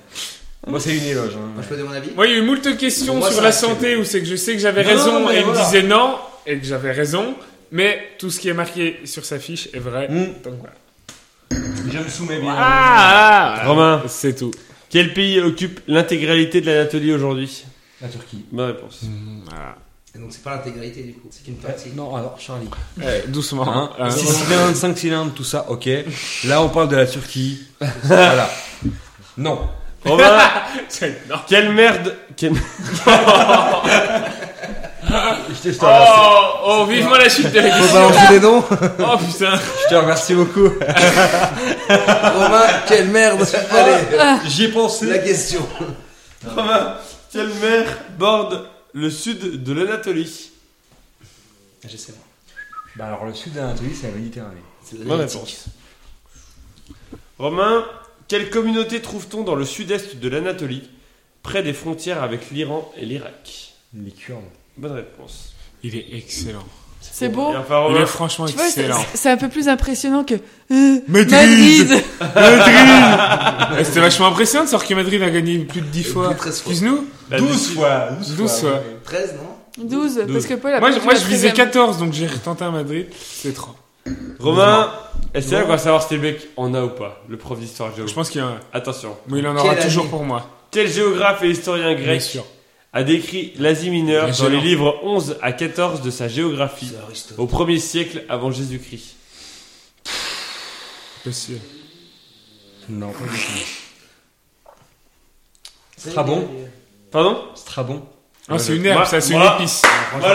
[SPEAKER 6] Moi, c'est une éloge. hein.
[SPEAKER 2] Moi, je peux donner mon avis
[SPEAKER 4] Moi, il y a eu moult questions
[SPEAKER 2] Moi,
[SPEAKER 4] sur
[SPEAKER 2] ça
[SPEAKER 4] la
[SPEAKER 2] reste-
[SPEAKER 4] santé où c'est que je sais que j'avais
[SPEAKER 6] Non,
[SPEAKER 4] raison
[SPEAKER 6] non, mais
[SPEAKER 4] et il
[SPEAKER 6] voilà.
[SPEAKER 4] me disait non et que j'avais raison, mais tout ce qui est marqué sur sa fiche est vrai.
[SPEAKER 6] Hmm,
[SPEAKER 4] Donc, voilà.
[SPEAKER 6] je me soumets bien.
[SPEAKER 4] Ah, voilà.
[SPEAKER 1] Romain,
[SPEAKER 4] C'est tout.
[SPEAKER 1] quel pays occupe l'intégralité de l'Anatolie aujourd'hui
[SPEAKER 6] La Turquie.
[SPEAKER 1] Bonne réponse.
[SPEAKER 2] Et donc, c'est pas l'intégralité du coup, c'est qu'une partie.
[SPEAKER 6] Non, alors, Charlie.
[SPEAKER 4] Eh, doucement. <laughs>
[SPEAKER 6] Hein,
[SPEAKER 4] hein.
[SPEAKER 6] six cylindres, 5 cylindres, tout ça, ok. Là, on parle de la Turquie. voilà. Non.
[SPEAKER 1] <laughs> Romain, <laughs>
[SPEAKER 4] Non.
[SPEAKER 1] quelle merde. quelle-
[SPEAKER 6] Je te, je te remercie.
[SPEAKER 4] Oh, oh, vivement la chute de la
[SPEAKER 2] Faut
[SPEAKER 4] question.
[SPEAKER 2] balancer des noms
[SPEAKER 4] Oh putain.
[SPEAKER 6] Je te remercie beaucoup.
[SPEAKER 2] <laughs> Romain, quelle <laughs> merde Allez,
[SPEAKER 6] <laughs> J'y ai pensé.
[SPEAKER 2] la question.
[SPEAKER 1] Romain, quelle mer borde le sud de l'Anatolie
[SPEAKER 2] Je sais moi.
[SPEAKER 6] Bah, alors, le sud de l'Anatolie, c'est la Méditerranée.
[SPEAKER 2] C'est
[SPEAKER 1] Bonne
[SPEAKER 2] l'Atlantique.
[SPEAKER 1] réponse. Romain, quelle communauté trouve-t-on dans le sud-est de l'Anatolie, près des frontières avec l'Iran et l'Irak
[SPEAKER 6] Les Kurdes.
[SPEAKER 1] Bonne réponse.
[SPEAKER 4] Il est excellent.
[SPEAKER 5] C'est beau.
[SPEAKER 1] Et enfin,
[SPEAKER 4] Il
[SPEAKER 1] Romain,
[SPEAKER 4] est franchement
[SPEAKER 5] Tu vois, c'est <laughs>
[SPEAKER 4] excellent.
[SPEAKER 5] c'est un peu plus impressionnant que. euh,
[SPEAKER 4] Madrid.
[SPEAKER 5] Madrid.
[SPEAKER 4] Eh, C'était vachement impressionnant de savoir que Madrid a gagné plus de 10 fois.
[SPEAKER 2] Plus de 13 fois.
[SPEAKER 4] Excuse-nous.
[SPEAKER 1] la
[SPEAKER 6] 12 fois.
[SPEAKER 4] 12 fois.
[SPEAKER 2] 13, non
[SPEAKER 5] 12, parce que Paul a
[SPEAKER 4] Moi,
[SPEAKER 5] perdu
[SPEAKER 4] je- moi
[SPEAKER 5] la
[SPEAKER 4] je visais
[SPEAKER 5] treizième.
[SPEAKER 4] 14, donc j'ai retenté un Madrid. C'est trop.
[SPEAKER 1] Romain, et c'est là qu'on va savoir si le mec en a ou pas, le prof d'histoire géo.
[SPEAKER 4] Je pense qu'il y en a.
[SPEAKER 1] Attention.
[SPEAKER 4] Mais il en aura
[SPEAKER 2] Quel
[SPEAKER 4] toujours
[SPEAKER 2] ami.
[SPEAKER 4] pour moi.
[SPEAKER 1] Quel géographe et historien
[SPEAKER 4] Bien
[SPEAKER 1] grec
[SPEAKER 4] sûr.
[SPEAKER 1] a décrit l'Asie mineure
[SPEAKER 4] Bien
[SPEAKER 1] dans les
[SPEAKER 4] sûr.
[SPEAKER 1] livres 11 à 14 de sa géographie
[SPEAKER 2] C'est Aristote.
[SPEAKER 1] au 1er siècle avant Jésus-Christ
[SPEAKER 4] Bien sûr.
[SPEAKER 6] Non. pas du tout. Strabon.
[SPEAKER 1] Pardon
[SPEAKER 6] Strabon.
[SPEAKER 4] Ah, c'est une
[SPEAKER 1] Moi-
[SPEAKER 4] herbe, ça, c'est une
[SPEAKER 1] moi-
[SPEAKER 4] épice.
[SPEAKER 5] Oh putain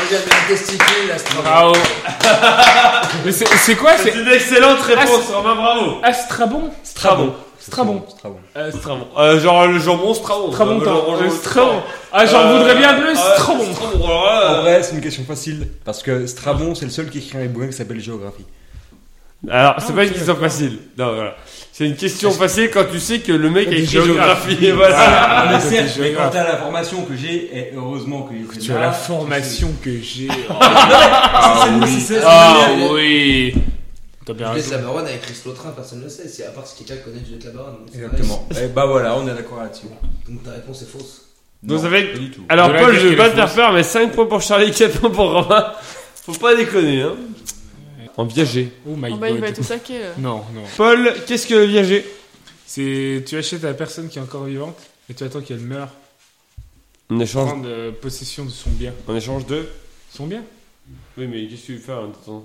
[SPEAKER 2] Regarde les testicules, Astrabon.
[SPEAKER 4] Bravo. <laughs> Mais c'est c'est quoi
[SPEAKER 1] Ah, C'est
[SPEAKER 4] C'est
[SPEAKER 1] une excellente réponse,
[SPEAKER 4] Ah,
[SPEAKER 1] Romain, bravo.
[SPEAKER 4] Astrabon
[SPEAKER 1] Strabon.
[SPEAKER 4] Strabon.
[SPEAKER 6] Strabon.
[SPEAKER 1] Euh, Strabon. Euh, genre le jambon Strabon.
[SPEAKER 4] Strabon,
[SPEAKER 1] Euh,
[SPEAKER 4] t'as-
[SPEAKER 1] le jambon,
[SPEAKER 4] euh,
[SPEAKER 1] le
[SPEAKER 4] Strabon. Ah, j'en
[SPEAKER 1] Euh,
[SPEAKER 4] voudrais bien plus,
[SPEAKER 1] ah,
[SPEAKER 4] Strabon.
[SPEAKER 1] Strabon, alors là,
[SPEAKER 6] En
[SPEAKER 1] euh,
[SPEAKER 6] vrai, c'est une question facile parce que Strabon, c'est le seul qui écrit un bouquin qui s'appelle Géographie.
[SPEAKER 1] Alors, c'est pas une question facile. Non, voilà. C'est une question facile quand tu sais que le mec a écrit
[SPEAKER 4] géographie.
[SPEAKER 1] géographie. <laughs> Voilà.
[SPEAKER 6] Ah, mais
[SPEAKER 4] côté
[SPEAKER 6] certes, mais
[SPEAKER 4] géographe.
[SPEAKER 6] quand t'as la formation que j'ai, et heureusement que j'ai
[SPEAKER 4] Tu as la formation que j'ai.
[SPEAKER 2] Ah,
[SPEAKER 4] oui. T'as bien
[SPEAKER 2] Juliette
[SPEAKER 4] raison.
[SPEAKER 2] Labaronne avec Chris Lotrin, personne ne le sait. C'est à part si quelqu'un connaît Juliette Labaronne. donc c'est
[SPEAKER 6] Exactement. Et bah voilà, on est d'accord là-dessus.
[SPEAKER 2] pareil. Donc ta réponse est fausse.
[SPEAKER 1] Donc
[SPEAKER 6] Non,
[SPEAKER 1] ça va être-
[SPEAKER 6] pas du tout.
[SPEAKER 1] Alors,
[SPEAKER 4] De la
[SPEAKER 1] Paul,
[SPEAKER 4] guerre
[SPEAKER 1] je vais
[SPEAKER 4] qu'elle
[SPEAKER 1] pas te faire peur, mais 5 points pour Charlie, 4 points pour Romain. Faut pas déconner, hein. En viager.
[SPEAKER 4] Oh my
[SPEAKER 5] Oh bah, il va être
[SPEAKER 4] god.
[SPEAKER 5] au taquet. là.
[SPEAKER 4] Non, non.
[SPEAKER 1] Paul, qu'est-ce que le viager
[SPEAKER 4] C'est tu achètes à la personne qui est encore vivante et tu attends qu'elle meure
[SPEAKER 1] On
[SPEAKER 4] pour
[SPEAKER 1] échange,
[SPEAKER 4] prendre euh, possession de son bien.
[SPEAKER 1] on échange de.
[SPEAKER 4] Son bien
[SPEAKER 1] Oui, mais qu'est-ce que tu veux faire en attendant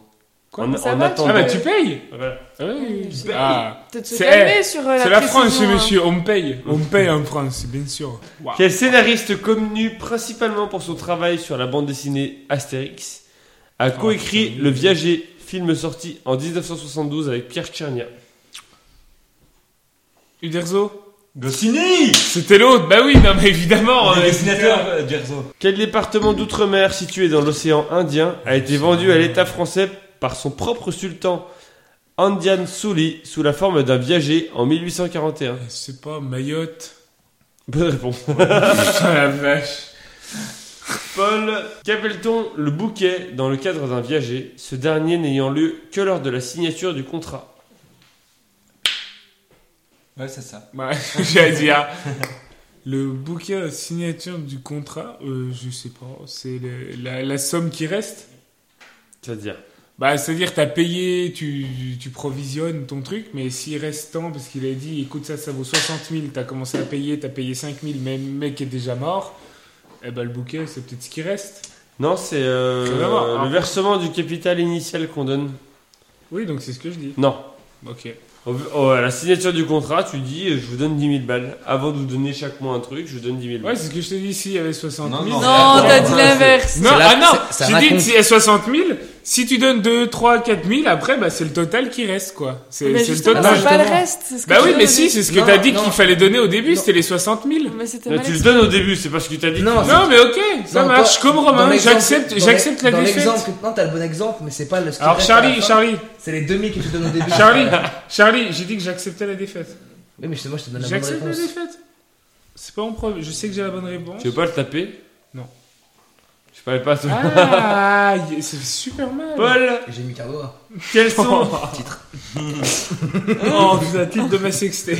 [SPEAKER 4] Quoi
[SPEAKER 1] En,
[SPEAKER 5] Ça
[SPEAKER 1] en
[SPEAKER 5] va,
[SPEAKER 1] attendant.
[SPEAKER 4] Ah bah tu payes
[SPEAKER 1] Voilà.
[SPEAKER 4] Ah oui.
[SPEAKER 5] Bah,
[SPEAKER 4] Ah.
[SPEAKER 5] Peut-être se
[SPEAKER 4] C'est-
[SPEAKER 5] calmer sur euh, la
[SPEAKER 4] C'est la
[SPEAKER 5] précision,
[SPEAKER 4] France,
[SPEAKER 5] hein.
[SPEAKER 4] monsieur, on me paye. On me paye en France, bien sûr. Waouh.
[SPEAKER 1] Quel scénariste connu principalement pour son travail sur la bande dessinée Astérix a coécrit
[SPEAKER 4] putain, oui.
[SPEAKER 1] Le Viager, film sorti en 1972 avec Pierre Tchernia
[SPEAKER 4] Uderzo
[SPEAKER 6] Goscinny
[SPEAKER 4] C'était l'autre, bah oui, non mais évidemment.
[SPEAKER 6] Le
[SPEAKER 4] euh,
[SPEAKER 6] dessinateur euh, d'Erzo.
[SPEAKER 1] Quel département d'outre-mer situé dans l'océan Indien a été vendu à l'État français par son propre sultan Andian Souli sous la forme d'un viager en 1841
[SPEAKER 4] Je sais pas, Mayotte. <laughs>
[SPEAKER 1] Bonne réponse.
[SPEAKER 4] Putain la vache.
[SPEAKER 1] Paul, qu'appelle-t-on le bouquet dans le cadre d'un viager, ce dernier n'ayant lieu que lors de la signature du contrat
[SPEAKER 6] Ouais, c'est ça.
[SPEAKER 4] <laughs> Bah, j'ai à
[SPEAKER 6] <laughs>
[SPEAKER 4] dire. Le bouquet à la signature du contrat, euh, je sais pas, c'est le- la, la somme qui reste.
[SPEAKER 1] C'est-à-dire
[SPEAKER 4] Bah, c'est-à-dire, t'as payé, tu, tu provisionnes ton truc, mais s'il reste tant, parce qu'il a dit, écoute, ça, ça vaut 60 000, t'as commencé à payer, t'as payé 5 000, mais le mec est déjà mort, eh ben, le bouquet, c'est peut-être ce qui reste.
[SPEAKER 1] Non, c'est euh,
[SPEAKER 4] Ça va voir,
[SPEAKER 1] le
[SPEAKER 4] hein.
[SPEAKER 1] versement du capital initial qu'on donne.
[SPEAKER 4] Oui, donc c'est ce que je dis.
[SPEAKER 1] Non.
[SPEAKER 4] Ok.
[SPEAKER 1] Au- au- à la signature du contrat, tu dis euh, je vous donne 10 000 balles. Avant de vous donner chaque mois un truc, je vous donne 10 000
[SPEAKER 4] Ouais,
[SPEAKER 1] balles.
[SPEAKER 4] c'est ce que je te dis, s'il y avait 60 000.
[SPEAKER 6] Non,
[SPEAKER 5] Non,
[SPEAKER 6] Ouais,
[SPEAKER 5] t'as
[SPEAKER 6] ouais,
[SPEAKER 5] dit
[SPEAKER 6] ouais,
[SPEAKER 5] l'inverse.
[SPEAKER 4] Non,
[SPEAKER 2] C'est la-
[SPEAKER 4] ah
[SPEAKER 2] c'est- ça
[SPEAKER 4] non, j'ai dit
[SPEAKER 2] raconte.
[SPEAKER 4] si y a 60 000, si tu donnes 2, 3, 4 000, après, bah, c'est le total qui reste, quoi.
[SPEAKER 2] Ah
[SPEAKER 4] C'est
[SPEAKER 2] bah,
[SPEAKER 5] Mais
[SPEAKER 4] c'est le
[SPEAKER 5] justement,
[SPEAKER 4] total.
[SPEAKER 5] c'est pas le reste. c'est ce que
[SPEAKER 4] Bah
[SPEAKER 5] je
[SPEAKER 4] oui,
[SPEAKER 5] te
[SPEAKER 4] mais
[SPEAKER 5] dis.
[SPEAKER 4] si, c'est ce que
[SPEAKER 2] Non,
[SPEAKER 4] t'as dit
[SPEAKER 2] non.
[SPEAKER 4] qu'il fallait donner au début, c'était les 60 000.
[SPEAKER 5] Mais c'était
[SPEAKER 1] Non,
[SPEAKER 5] mal
[SPEAKER 1] tu le
[SPEAKER 5] expliqué.
[SPEAKER 1] donnes au début, c'est parce que t'as dit.
[SPEAKER 2] Non,
[SPEAKER 1] que-
[SPEAKER 4] Non, mais ok, ça
[SPEAKER 2] Non,
[SPEAKER 4] marche,
[SPEAKER 2] toi,
[SPEAKER 4] comme
[SPEAKER 2] dans
[SPEAKER 4] Romain,
[SPEAKER 2] l'exemple-
[SPEAKER 4] j'accepte,
[SPEAKER 2] dans
[SPEAKER 4] j'accepte la
[SPEAKER 2] l'ex- dans
[SPEAKER 4] défaite.
[SPEAKER 2] l'exemple- Non, t'as le bon exemple, mais c'est pas le. ce qui
[SPEAKER 4] Alors,
[SPEAKER 2] reste à la
[SPEAKER 4] Charlie,
[SPEAKER 2] fin.
[SPEAKER 4] Charlie,
[SPEAKER 2] C'est les demi que tu donnes au début.
[SPEAKER 4] Charlie, Charlie, j'ai dit que j'acceptais la défaite.
[SPEAKER 2] Oui, mais justement, je te donne la bonne
[SPEAKER 4] J'accepte la
[SPEAKER 2] réponse.
[SPEAKER 4] défaite. C'est pas en preuve, je sais que j'ai la bonne réponse.
[SPEAKER 1] Tu veux pas le taper
[SPEAKER 4] Non.
[SPEAKER 1] Je parlais pas à toi.
[SPEAKER 4] Ah, y- c'est super mal.
[SPEAKER 1] Paul,
[SPEAKER 2] J'ai mis Cardo. hein.
[SPEAKER 1] quels
[SPEAKER 2] <laughs>
[SPEAKER 4] <laughs>
[SPEAKER 1] sont
[SPEAKER 4] Oh, putain, titre de ma sextape.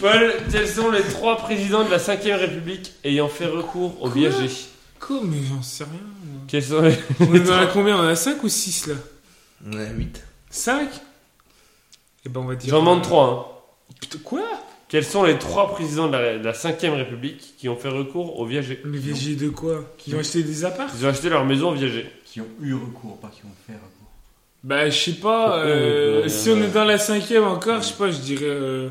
[SPEAKER 1] Paul, quels sont les trois présidents de la 5ème République ayant fait recours au viager
[SPEAKER 4] Quoi, mais j'en sais rien. <laughs> moi.
[SPEAKER 1] Quels sont les...
[SPEAKER 4] On en a combien On en a 5 ou 6 là
[SPEAKER 2] On est à 8.
[SPEAKER 4] 5 Eh ben on va dire.
[SPEAKER 1] J'en demande trois.
[SPEAKER 4] Putain, quoi
[SPEAKER 1] hein. Quels sont les trois présidents de la, de la 5ème République qui ont fait recours au viager
[SPEAKER 4] Mais VG de quoi Qui ont acheté des apparts
[SPEAKER 1] Ils ont acheté leur maison au viager.
[SPEAKER 6] Qui ont eu recours, pas qui ont fait recours.
[SPEAKER 4] Bah, je sais pas. euh,
[SPEAKER 1] Euh,
[SPEAKER 4] si on est dans la 5ème encore, je sais pas, je dirais. euh,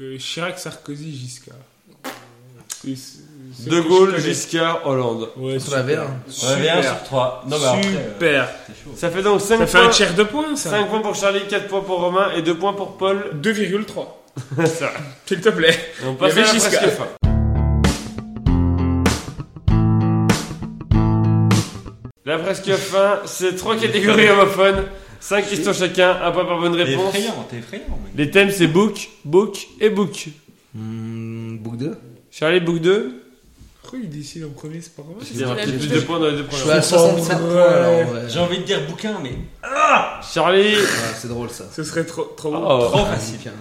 [SPEAKER 4] euh, Chirac, Sarkozy, Giscard. C'est- c'est-
[SPEAKER 1] De
[SPEAKER 4] c'est ce que je
[SPEAKER 1] Gaulle,
[SPEAKER 4] connais.
[SPEAKER 1] Giscard, Hollande.
[SPEAKER 4] Ouais,
[SPEAKER 2] Sur la
[SPEAKER 4] super.
[SPEAKER 2] V1.
[SPEAKER 6] Ouais, un
[SPEAKER 4] Super.
[SPEAKER 6] sur 3. Non, mais après, euh,
[SPEAKER 4] Super.
[SPEAKER 6] c'est chaud.
[SPEAKER 1] Ça fait donc 5
[SPEAKER 4] Ça fait
[SPEAKER 1] points.
[SPEAKER 4] un tiers de points ça.
[SPEAKER 1] 5 points pour Charlie, 4 points pour Romain et 2 points pour Paul. <laughs>
[SPEAKER 4] 2,3.
[SPEAKER 1] Ça va.
[SPEAKER 4] S'il te plaît.
[SPEAKER 1] Et on passe
[SPEAKER 4] Il y
[SPEAKER 1] à la
[SPEAKER 4] avait Giscard.
[SPEAKER 1] presque fin. La presque fin, c'est trois catégories homophones, 5 questions chacun, un point par bonne
[SPEAKER 6] T'es
[SPEAKER 1] réponse.
[SPEAKER 6] effrayant, t'es effrayant, mec.
[SPEAKER 1] Les thèmes c'est book, book et book.
[SPEAKER 2] Mmh, Book 2.
[SPEAKER 1] Charlie, book 2.
[SPEAKER 4] Pourquoi il décide en premier C'est pas grave.
[SPEAKER 1] Il y aura
[SPEAKER 5] la
[SPEAKER 1] peut-être plus
[SPEAKER 5] liste.
[SPEAKER 1] de points dans les deux
[SPEAKER 2] Je suis à
[SPEAKER 1] premières.
[SPEAKER 2] 67 points. alors, ouais.
[SPEAKER 6] J'ai envie de dire bouquin, mais
[SPEAKER 1] Charlie,
[SPEAKER 2] Ouais, C'est drôle ça.
[SPEAKER 4] Ce serait trop. trop
[SPEAKER 1] Oh.
[SPEAKER 6] trop
[SPEAKER 2] Ah,
[SPEAKER 6] facile.
[SPEAKER 2] tiens.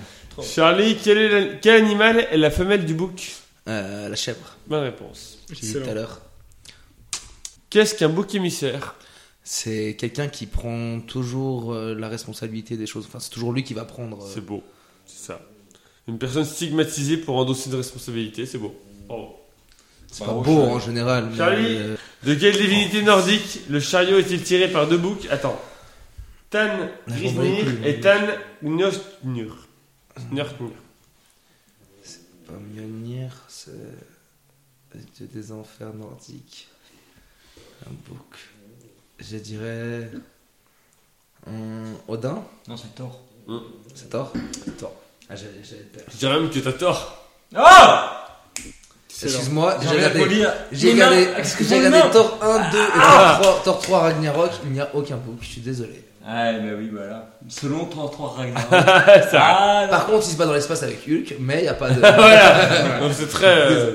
[SPEAKER 1] Charlie, quel, est la- quel animal est la femelle du book
[SPEAKER 2] Euh, La chèvre.
[SPEAKER 1] Bonne réponse.
[SPEAKER 2] J'ai dit tout à
[SPEAKER 4] Excellent.
[SPEAKER 2] l'heure.
[SPEAKER 1] Qu'est-ce qu'un bouc émissaire
[SPEAKER 2] C'est quelqu'un qui prend toujours euh, la responsabilité des choses. Enfin, c'est toujours lui qui va prendre. euh,
[SPEAKER 1] C'est beau, c'est ça. Une personne stigmatisée pour endosser une responsabilité, c'est beau. Bravo.
[SPEAKER 2] C'est pas
[SPEAKER 6] Bravo,
[SPEAKER 2] beau
[SPEAKER 6] Charlie.
[SPEAKER 2] en général. mais,
[SPEAKER 1] Charlie.
[SPEAKER 2] euh,
[SPEAKER 1] De quelle divinité nordique le chariot est-il tiré par deux boucs Attends. Tan Grisnir et Tan Gnostnur. Gnostnur.
[SPEAKER 2] pas Mjolnir, c'est des enfers nordiques. Un bouc. Je dirais. hum, Odin
[SPEAKER 6] Non, c'est tort.
[SPEAKER 2] C'est Thor C'est Thor. Ah, j'avais j'avais peur.
[SPEAKER 1] Je dirais même que t'as tort. <laughs>
[SPEAKER 6] Ah
[SPEAKER 2] Excuse-moi, j'ai
[SPEAKER 6] J'ai envie de
[SPEAKER 2] regardé.
[SPEAKER 6] dire,
[SPEAKER 2] J'ai
[SPEAKER 6] mes mains,
[SPEAKER 2] regardé, j'ai
[SPEAKER 6] excuse-moi, mes
[SPEAKER 2] regardé
[SPEAKER 6] mains.
[SPEAKER 2] Thor 1, 2 et
[SPEAKER 1] Ah.
[SPEAKER 2] Thor 3, Thor 3 Ragnarok. Il n'y a aucun bouc, je suis désolé.
[SPEAKER 6] Ouais, bah oui, voilà. Selon Thor 3 <laughs> Ragnarok. ah,
[SPEAKER 2] Par contre, il se bat dans l'espace avec Hulk, mais il n'y a pas de.
[SPEAKER 1] Euh. <laughs> voilà. Donc c'est très. euh,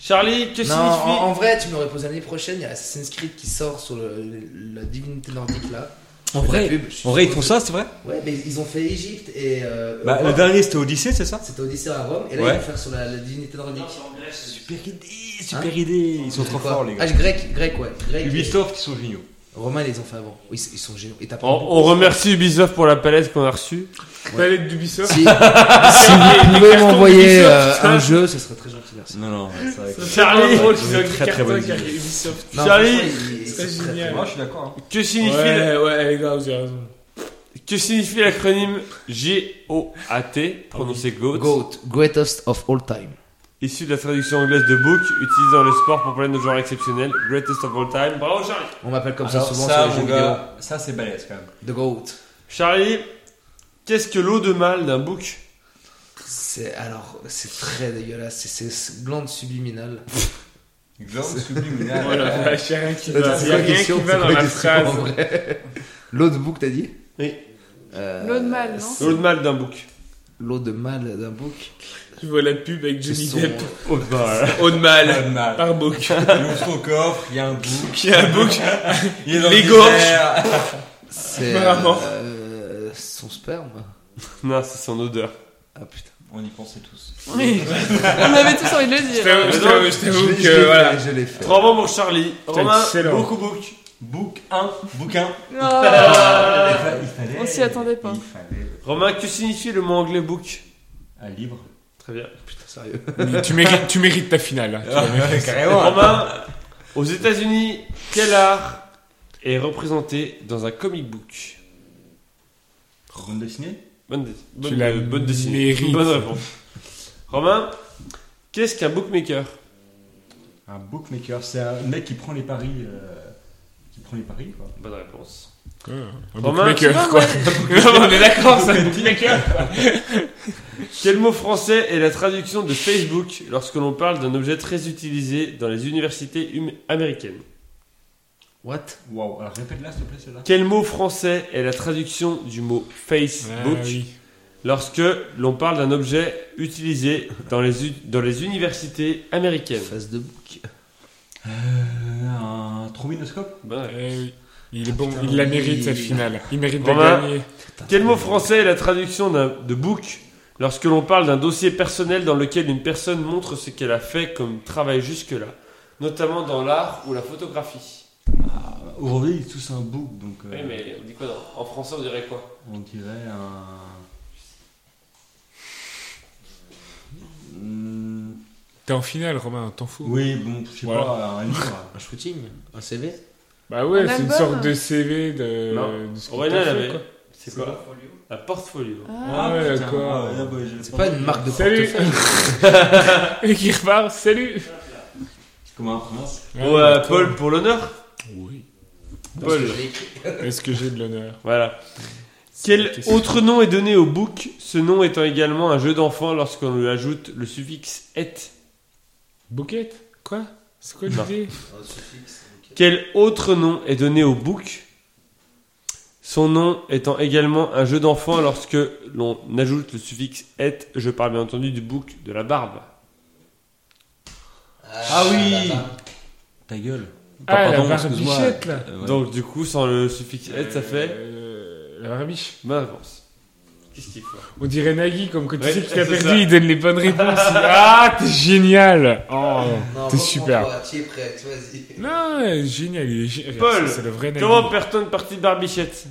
[SPEAKER 1] Charlie, que
[SPEAKER 2] non,
[SPEAKER 1] signifie
[SPEAKER 2] en, en vrai, tu m'aurais posé l'année prochaine. Il y a Assassin's Creed qui sort sur le- la divinité nordique là.
[SPEAKER 6] En
[SPEAKER 2] Je fais de la
[SPEAKER 6] vrai,
[SPEAKER 2] pub, je suis
[SPEAKER 6] en vrai, ils
[SPEAKER 2] sûr
[SPEAKER 6] font
[SPEAKER 2] que-
[SPEAKER 6] ça, c'est vrai
[SPEAKER 2] Ouais, mais ils ont fait Égypte et. Euh,
[SPEAKER 6] Bah, le
[SPEAKER 2] Europe.
[SPEAKER 6] dernier c'était Odyssée, c'est ça
[SPEAKER 2] C'était Odyssée à Rome, et là
[SPEAKER 6] Ouais.
[SPEAKER 2] ils vont faire sur la, la divinité nordique.
[SPEAKER 6] Super idée, super idée. Ils sont trop
[SPEAKER 2] Quoi
[SPEAKER 6] forts, les gars.
[SPEAKER 2] Ah, grec, grec, ouais. Grec. et-
[SPEAKER 6] Ubisoft, ils sont géniaux.
[SPEAKER 2] Romain, ils les ont fait avant. Oui, ils sont géniaux. Et t'as pas.
[SPEAKER 1] On, on remercie Ubisoft pour la palette qu'on a reçue.
[SPEAKER 4] Palette d'Ubisoft. <laughs>
[SPEAKER 2] Si, si vous pouvez m'envoyer
[SPEAKER 1] Ubisoft,
[SPEAKER 2] euh,
[SPEAKER 1] putain.
[SPEAKER 2] un jeu, ce serait très gentil, merci.
[SPEAKER 6] Non, non, ouais, c'est vrai que-
[SPEAKER 1] Charlie,
[SPEAKER 4] drôle
[SPEAKER 6] c'est
[SPEAKER 4] qu'ils
[SPEAKER 6] une
[SPEAKER 4] ont des
[SPEAKER 6] très, très
[SPEAKER 4] cartons
[SPEAKER 6] bonne
[SPEAKER 4] qui
[SPEAKER 6] idée.
[SPEAKER 4] arrivent Ubisoft.
[SPEAKER 2] Non,
[SPEAKER 1] Charlie,
[SPEAKER 2] franchement, il- il-
[SPEAKER 4] c'est
[SPEAKER 2] c'est très,
[SPEAKER 4] génial.
[SPEAKER 2] très
[SPEAKER 6] Moi,
[SPEAKER 2] bon.
[SPEAKER 6] je suis d'accord. hein.
[SPEAKER 1] Que signifie,
[SPEAKER 4] Ouais, ouais, les gars, vous avez raison.
[SPEAKER 1] que signifie l'acronyme G-O-A-T, prononcé GOAT,
[SPEAKER 2] Goat, greatest of all time.
[SPEAKER 1] issu de la traduction anglaise de book, utilisé dans le sport pour plein de joueurs exceptionnels, greatest of all time. Bravo Charlie.
[SPEAKER 2] On m'appelle comme
[SPEAKER 6] Alors,
[SPEAKER 2] ça souvent
[SPEAKER 6] ça,
[SPEAKER 2] sur les
[SPEAKER 6] mon
[SPEAKER 2] jeux vidéo.
[SPEAKER 6] gars, ça c'est balèze quand même.
[SPEAKER 2] The Goat.
[SPEAKER 1] Charlie, qu'est-ce que l'eau de mal d'un bouc
[SPEAKER 2] C'est alors, c'est très dégueulasse. C'est ces glandes subliminales.
[SPEAKER 6] Glande <laughs> subliminale.
[SPEAKER 4] Voilà,
[SPEAKER 6] Ouais.
[SPEAKER 4] la chair qui
[SPEAKER 2] Attends,
[SPEAKER 4] va.
[SPEAKER 2] c'est
[SPEAKER 4] Il y a
[SPEAKER 2] quoi la
[SPEAKER 4] rien qui
[SPEAKER 2] question C'est
[SPEAKER 4] va
[SPEAKER 2] quoi
[SPEAKER 4] dans
[SPEAKER 2] la
[SPEAKER 4] la
[SPEAKER 2] question, en
[SPEAKER 4] phrase.
[SPEAKER 2] vrai <laughs> L'eau de bouc, t'as dit
[SPEAKER 1] Oui.
[SPEAKER 2] Euh,
[SPEAKER 5] L'eau de mal, non
[SPEAKER 1] L'eau de mal d'un bouc.
[SPEAKER 2] L'eau de mal d'un bouc.
[SPEAKER 4] Tu vois la pub avec
[SPEAKER 2] C'est
[SPEAKER 4] Johnny
[SPEAKER 2] son- <laughs>
[SPEAKER 4] Depp.
[SPEAKER 1] Oh, bah, <laughs>
[SPEAKER 4] Eau de mal.
[SPEAKER 6] Glande mal.
[SPEAKER 4] Par bouc.
[SPEAKER 6] Il ouvre son coffre, il y a un bouc.
[SPEAKER 4] Qui a un bouc.
[SPEAKER 6] Il est dans
[SPEAKER 4] Les
[SPEAKER 6] le
[SPEAKER 4] gorges.
[SPEAKER 6] désert.
[SPEAKER 2] C'est
[SPEAKER 4] Apparemment.
[SPEAKER 2] euh, son sperme.
[SPEAKER 1] <laughs> non, c'est son odeur.
[SPEAKER 2] Ah putain.
[SPEAKER 6] On y pensait tous.
[SPEAKER 5] Oui. <laughs> On avait tous envie de le
[SPEAKER 4] Je
[SPEAKER 5] dire.
[SPEAKER 4] t'avoue- je t'avoue- je
[SPEAKER 2] Je
[SPEAKER 4] t'avoue
[SPEAKER 2] l'ai- je l'ai
[SPEAKER 4] que
[SPEAKER 2] fait,
[SPEAKER 4] voilà.
[SPEAKER 2] Je l'ai fait.
[SPEAKER 1] Trois bons pour Charlie. Romain,
[SPEAKER 4] excellent.
[SPEAKER 1] beaucoup bouc.
[SPEAKER 6] Bouc 1, bouquin.
[SPEAKER 5] Ah.
[SPEAKER 6] il fallait,
[SPEAKER 5] On s'y attendait pas.
[SPEAKER 6] Il fallait
[SPEAKER 1] Romain, que signifie le mot anglais book
[SPEAKER 6] à libre.
[SPEAKER 1] Très bien.
[SPEAKER 2] Putain, sérieux.
[SPEAKER 4] Mais tu mérites, tu mérites ta finale. hein. Tu vois, mais-
[SPEAKER 6] Carrément.
[SPEAKER 1] Romain, aux États-Unis, quel art est représenté dans un comic book
[SPEAKER 6] Bande dessinée
[SPEAKER 1] Bonne, dé- bonne,
[SPEAKER 4] l'as
[SPEAKER 1] euh, bonne dessinée.
[SPEAKER 4] mérites.
[SPEAKER 1] Bonne réponse. Romain, qu'est-ce qu'un bookmaker
[SPEAKER 6] Un bookmaker, c'est un mec qui prend les paris. euh, Qui prend les paris, quoi.
[SPEAKER 1] Bonne réponse.
[SPEAKER 4] Un
[SPEAKER 1] Romain,
[SPEAKER 4] bookmaker, quoi. On est d'accord, c'est un bookmaker.
[SPEAKER 1] Quel mot français est la traduction de Facebook lorsque l'on parle d'un objet très utilisé dans les universités hum- américaines
[SPEAKER 2] What
[SPEAKER 6] Waouh, alors répète-la s'il te plaît, celle-là.
[SPEAKER 1] Quel mot français est la traduction du mot Facebook
[SPEAKER 4] Ah oui.
[SPEAKER 1] lorsque l'on parle d'un objet utilisé dans les, u- dans les universités américaines
[SPEAKER 2] Face de bouc.
[SPEAKER 6] Euh, un trombinoscope
[SPEAKER 1] Bonne réponse.
[SPEAKER 4] Eh oui. Il est bon,
[SPEAKER 2] putain,
[SPEAKER 4] il la
[SPEAKER 2] oui.
[SPEAKER 4] mérite cette finale. Il mérite de
[SPEAKER 1] Romain.
[SPEAKER 4] gagner.
[SPEAKER 1] Quel mot français est la traduction d'un- de book lorsque l'on parle d'un dossier personnel dans lequel une personne montre ce qu'elle a fait comme travail jusque-là, notamment dans l'art ou la photographie
[SPEAKER 6] Ah, Aujourd'hui, ils sont tous un book, donc euh,
[SPEAKER 1] Oui, mais on dit quoi dans- En français, on dirait quoi
[SPEAKER 6] on dirait un. Hmm,
[SPEAKER 4] T'es en finale, Romain, t'en fous.
[SPEAKER 6] Oui, bon, je sais
[SPEAKER 4] Voilà.
[SPEAKER 6] pas, un livre.
[SPEAKER 2] Un shooting Un CV
[SPEAKER 4] Bah ouais,
[SPEAKER 5] Un
[SPEAKER 4] c'est une
[SPEAKER 5] album.
[SPEAKER 4] sorte de CV de.
[SPEAKER 1] Non.
[SPEAKER 4] de ce que
[SPEAKER 1] Aurélien,
[SPEAKER 4] t'as
[SPEAKER 1] elle
[SPEAKER 4] fait,
[SPEAKER 1] avait-
[SPEAKER 4] quoi.
[SPEAKER 1] C'est quoi Un portfolio.
[SPEAKER 4] Ah ouais,
[SPEAKER 6] putain,
[SPEAKER 4] d'accord.
[SPEAKER 6] ah ouais, bah, j'ai
[SPEAKER 2] C'est pas une marque de
[SPEAKER 4] Salut
[SPEAKER 2] portefeuille.
[SPEAKER 4] <laughs> Et qui repart, salut
[SPEAKER 6] Comme un prince.
[SPEAKER 1] Ou euh, Paul pour l'honneur
[SPEAKER 4] Oui.
[SPEAKER 1] Paul.
[SPEAKER 4] Est-ce que j'ai de l'honneur
[SPEAKER 1] Voilà. Quel
[SPEAKER 4] Qu'est-ce que-
[SPEAKER 1] autre nom est donné au book, ce nom étant également un jeu d'enfant lorsqu'on lui ajoute le suffixe et
[SPEAKER 4] Bouquet Quoi C'est quoi
[SPEAKER 1] Non.
[SPEAKER 4] l'idée
[SPEAKER 1] Quel autre nom est donné au book Son nom étant également un jeu d'enfant lorsque l'on ajoute le suffixe et, je parle bien entendu du book de la barbe.
[SPEAKER 2] Ah
[SPEAKER 6] oui. Ta gueule.
[SPEAKER 4] Ah, la
[SPEAKER 6] pardon, excuse-moi.
[SPEAKER 4] barbichette là
[SPEAKER 6] Euh, ouais.
[SPEAKER 1] Donc du coup, sans le suffixe et, Eh, ça fait
[SPEAKER 4] Euh, La barbiche
[SPEAKER 1] ma réponse. Qu'est-ce qu'il faut
[SPEAKER 4] On dirait Nagui, comme quand tu
[SPEAKER 1] Ouais,
[SPEAKER 4] sais qu'il a
[SPEAKER 1] c'est
[SPEAKER 4] perdu,
[SPEAKER 1] ça.
[SPEAKER 4] il donne les bonnes réponses. Il- Ah, t'es génial Oh,
[SPEAKER 2] Non,
[SPEAKER 4] t'es
[SPEAKER 2] reprends-toi,
[SPEAKER 4] super.
[SPEAKER 2] Tu es prêt, vas-y.
[SPEAKER 4] Non, ouais, génial, il est génial.
[SPEAKER 1] Paul,
[SPEAKER 4] c'est le vrai Nagui.
[SPEAKER 1] Comment perd-on une partie de barbichette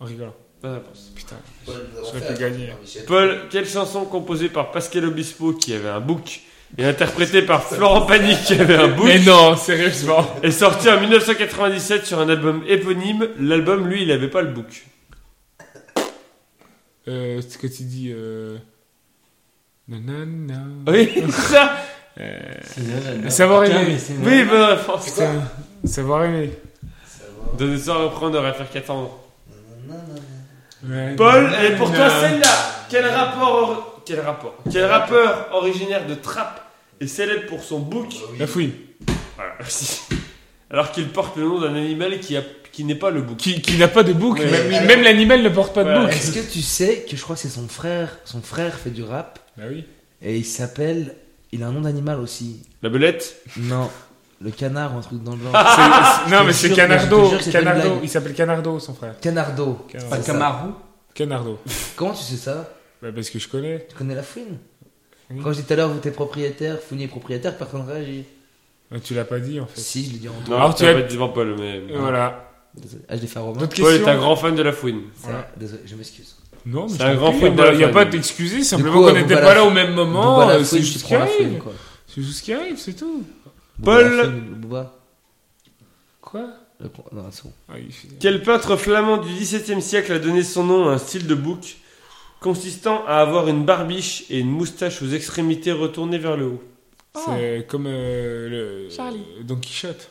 [SPEAKER 4] En rigolant.
[SPEAKER 1] Bonne réponse.
[SPEAKER 4] Putain.
[SPEAKER 2] Paul, nous avons
[SPEAKER 4] J'aurais
[SPEAKER 2] fait
[SPEAKER 4] pu
[SPEAKER 2] un-
[SPEAKER 4] gagner.
[SPEAKER 2] un Michel.
[SPEAKER 1] Paul, quelle chanson composée par Pascal Obispo qui avait un book et interprétée par Florent Pagny qui avait un book
[SPEAKER 4] Mais non, sérieusement.
[SPEAKER 1] est sortie en 1997 sur un album éponyme. L'album, lui, il n'avait pas le book.
[SPEAKER 4] Euh, ce que tu dis. Euh... Nanana.
[SPEAKER 1] Oui, c'est ça
[SPEAKER 4] Euh,
[SPEAKER 3] j'adore.
[SPEAKER 4] savoir
[SPEAKER 3] Putain,
[SPEAKER 4] aimer.
[SPEAKER 3] mais c'est
[SPEAKER 1] Oui, bah, bonne
[SPEAKER 4] bah,
[SPEAKER 1] réponse.
[SPEAKER 4] Putain, savoir aimer.
[SPEAKER 1] Donner ça à reprendre aurait faire 4 ans.
[SPEAKER 4] Ouais,
[SPEAKER 1] Paul,
[SPEAKER 4] bah,
[SPEAKER 1] et pour
[SPEAKER 4] euh,
[SPEAKER 1] toi celle-là Quel rapport or- Quel rapport Quel rappeur originaire de Trap est célèbre pour son bouc
[SPEAKER 4] La fouille.
[SPEAKER 1] Voilà, merci. <laughs> Alors qu'il porte le nom d'un animal qui, a- qui n'est pas le bouc.
[SPEAKER 4] Qui, qui n'a pas de bouc.
[SPEAKER 1] Ouais.
[SPEAKER 4] Même, même l'animal ne porte pas de
[SPEAKER 1] Voilà.
[SPEAKER 4] bouc.
[SPEAKER 2] Est-ce que tu sais que je crois que c'est son frère Son frère fait du rap
[SPEAKER 4] Bah oui.
[SPEAKER 2] et il s'appelle. Il a un nom d'animal aussi.
[SPEAKER 1] La belette
[SPEAKER 2] Non. Le canard ou un truc dans le
[SPEAKER 4] <laughs>
[SPEAKER 2] genre.
[SPEAKER 4] C'est- c'est-
[SPEAKER 2] Je
[SPEAKER 4] Ah, non,
[SPEAKER 2] te
[SPEAKER 4] mais c'est
[SPEAKER 2] jure, je te
[SPEAKER 4] Canardo.
[SPEAKER 2] jure que c'est pas une
[SPEAKER 4] Canardo.
[SPEAKER 2] blague.
[SPEAKER 4] Il s'appelle Canardo, son frère.
[SPEAKER 2] Canardo.
[SPEAKER 4] Canardo.
[SPEAKER 2] C'est ça.
[SPEAKER 3] Camaro
[SPEAKER 4] Canardo.
[SPEAKER 2] Comment tu sais ça
[SPEAKER 4] Bah, parce que je connais.
[SPEAKER 2] Tu connais la fouine
[SPEAKER 4] Oui.
[SPEAKER 2] Quand je dis tout à l'heure, vous t'es propriétaire, fournier propriétaire, personne ne réagit.
[SPEAKER 4] Mais Bah, Tu l'as pas dit, en fait.
[SPEAKER 2] Si, je l'ai dit en tout.
[SPEAKER 1] Non,
[SPEAKER 4] Alors,
[SPEAKER 1] tu
[SPEAKER 4] Ah, tu as-
[SPEAKER 1] pas dit devant Paul, mais.
[SPEAKER 4] Et Voilà.
[SPEAKER 2] Ah, je l'ai fait à Romain.
[SPEAKER 4] D'autres
[SPEAKER 1] Paul est
[SPEAKER 4] questions
[SPEAKER 1] un grand fan de la fouine.
[SPEAKER 2] Ça,
[SPEAKER 4] Voilà.
[SPEAKER 2] Désolé, je m'excuse.
[SPEAKER 4] Non, mais
[SPEAKER 1] C'est
[SPEAKER 4] je
[SPEAKER 1] un
[SPEAKER 4] t'en
[SPEAKER 1] grand
[SPEAKER 4] prie,
[SPEAKER 1] fruit
[SPEAKER 4] y
[SPEAKER 1] de
[SPEAKER 4] a
[SPEAKER 1] la
[SPEAKER 4] pas- y a
[SPEAKER 1] famille.
[SPEAKER 4] pas à t'excuser, simplement
[SPEAKER 2] coup,
[SPEAKER 4] qu'on
[SPEAKER 2] on
[SPEAKER 4] n'était
[SPEAKER 2] voit
[SPEAKER 4] pas
[SPEAKER 2] la-
[SPEAKER 4] là au même moment.
[SPEAKER 2] Booba, la
[SPEAKER 4] euh, C'est
[SPEAKER 2] fouine,
[SPEAKER 4] juste
[SPEAKER 2] tu
[SPEAKER 4] ce qui
[SPEAKER 2] prends la fouine,
[SPEAKER 4] arrive.
[SPEAKER 2] quoi.
[SPEAKER 4] C'est juste ce qui arrive, c'est tout.
[SPEAKER 2] Booba, la
[SPEAKER 1] Paul-
[SPEAKER 2] fouine, Booba.
[SPEAKER 4] Quoi
[SPEAKER 2] Le con- Non, c'est bon.
[SPEAKER 4] Ah, il fait-
[SPEAKER 1] Quel peintre flamand du XVIIe siècle a donné son nom à un style de bouc consistant à avoir une barbiche et une moustache aux extrémités retournées vers le haut
[SPEAKER 2] Ah.
[SPEAKER 4] C'est comme euh, le.
[SPEAKER 5] Charlie.
[SPEAKER 4] euh, Don Quichotte.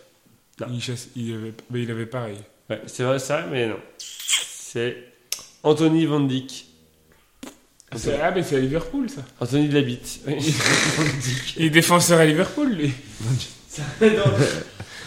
[SPEAKER 2] Ah.
[SPEAKER 1] Non.
[SPEAKER 4] Il, chasse- il avait, mais il avait pareil.
[SPEAKER 1] Ouais, c'est vrai ça, mais non. C'est Anthony Van Dyck.
[SPEAKER 4] C'est- Ah, mais c'est à Liverpool ça.
[SPEAKER 1] Anthony de la
[SPEAKER 4] <laughs>
[SPEAKER 1] Bite. Oui.
[SPEAKER 4] Il est défenseur à Liverpool lui.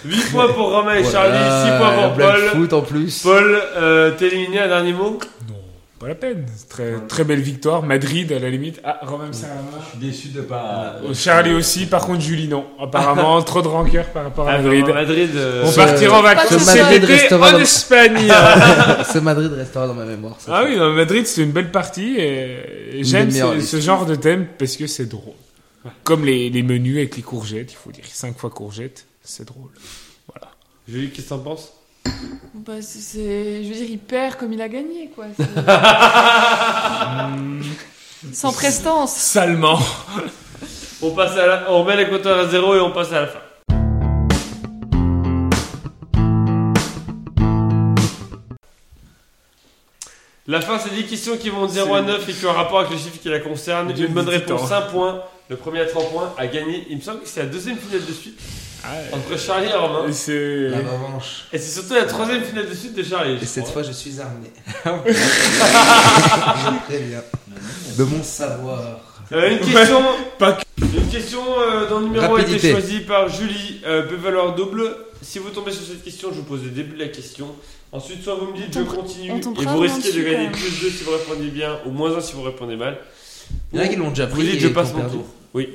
[SPEAKER 1] 8 points pour Romain et
[SPEAKER 2] Voilà,
[SPEAKER 1] Charlie, 6 points
[SPEAKER 2] la
[SPEAKER 1] pour
[SPEAKER 2] blague
[SPEAKER 1] Paul.
[SPEAKER 2] foot en plus.
[SPEAKER 1] Paul, euh, t'es éliminé un dernier mot
[SPEAKER 4] Non, pas la peine. C'est Très, très belle victoire. Madrid à la limite. Ah, Romain me serre la main.
[SPEAKER 6] Je suis déçu de pas.
[SPEAKER 1] Euh,
[SPEAKER 4] Oh, Charlie aussi, par contre Julie non.
[SPEAKER 1] <laughs>
[SPEAKER 4] Apparemment, trop de rancœur par rapport à
[SPEAKER 1] Ah,
[SPEAKER 4] Madrid.
[SPEAKER 1] non, Madrid. euh,
[SPEAKER 4] On
[SPEAKER 2] Ce-
[SPEAKER 4] partira en vacances
[SPEAKER 5] ce
[SPEAKER 4] cet
[SPEAKER 2] Madrid
[SPEAKER 4] été
[SPEAKER 2] restera
[SPEAKER 4] en
[SPEAKER 2] dans-
[SPEAKER 1] <laughs>
[SPEAKER 4] Espagne.
[SPEAKER 2] <laughs> Ce Madrid restera dans ma mémoire. ça,
[SPEAKER 4] ah
[SPEAKER 2] c'est-
[SPEAKER 4] oui, non, Madrid c'est une belle partie. et- et J'aime
[SPEAKER 2] meilleures
[SPEAKER 4] ce,
[SPEAKER 2] listes.
[SPEAKER 4] ce genre de thème parce que c'est drôle. Comme les, les menus avec les courgettes, il faut dire 5 fois courgettes, c'est drôle.
[SPEAKER 1] Julie, qu'est-ce que t'en penses
[SPEAKER 5] Bah, c'est- c'est. Je veux dire, il perd comme il a gagné, quoi.
[SPEAKER 4] <laughs>
[SPEAKER 1] Mm.
[SPEAKER 5] C'est- Sans prestance.
[SPEAKER 4] Salement.
[SPEAKER 1] On passe à la- on met les compteurs à zéro et on passe à la fin. La fin, c'est 10 questions qui vont de 0 à 9 et qui ont un rapport avec le chiffre qui la concerne.
[SPEAKER 4] Dieu
[SPEAKER 1] Une bonne
[SPEAKER 4] du
[SPEAKER 1] réponse,
[SPEAKER 4] temps.
[SPEAKER 1] 1 point. Le premier à 3 points a gagné. Il me semble que c'est la deuxième finale de suite entre Charlie et Romain.
[SPEAKER 4] Et c'est.
[SPEAKER 1] bah.
[SPEAKER 2] La revanche.
[SPEAKER 1] Ah, Et c'est surtout la troisième finale de suite de Charlie. je
[SPEAKER 2] Et cette
[SPEAKER 1] crois.
[SPEAKER 2] fois, je suis <laughs> armé. Très bien. De mon savoir.
[SPEAKER 1] Euh, une question, Une question euh, dont le numéro a été
[SPEAKER 2] Rapidité.
[SPEAKER 1] choisi par Julie, euh, peut valoir double. Si vous tombez sur cette question, je vous pose au début de la question. Ensuite, soit vous me dites je
[SPEAKER 5] On tombe-
[SPEAKER 1] continue
[SPEAKER 5] on tombe
[SPEAKER 1] et vous
[SPEAKER 5] rarement
[SPEAKER 1] risquez de
[SPEAKER 5] dessus,
[SPEAKER 1] gagner
[SPEAKER 5] quand même.
[SPEAKER 1] plus 2 si vous répondez bien ou moins 1 si vous répondez mal.
[SPEAKER 2] Il y en a qui l'ont déjà
[SPEAKER 1] Vous
[SPEAKER 2] pris.
[SPEAKER 1] dites
[SPEAKER 2] et
[SPEAKER 1] je
[SPEAKER 2] qui
[SPEAKER 1] passe
[SPEAKER 2] ont
[SPEAKER 1] mon
[SPEAKER 2] perdu.
[SPEAKER 1] tour. Oui.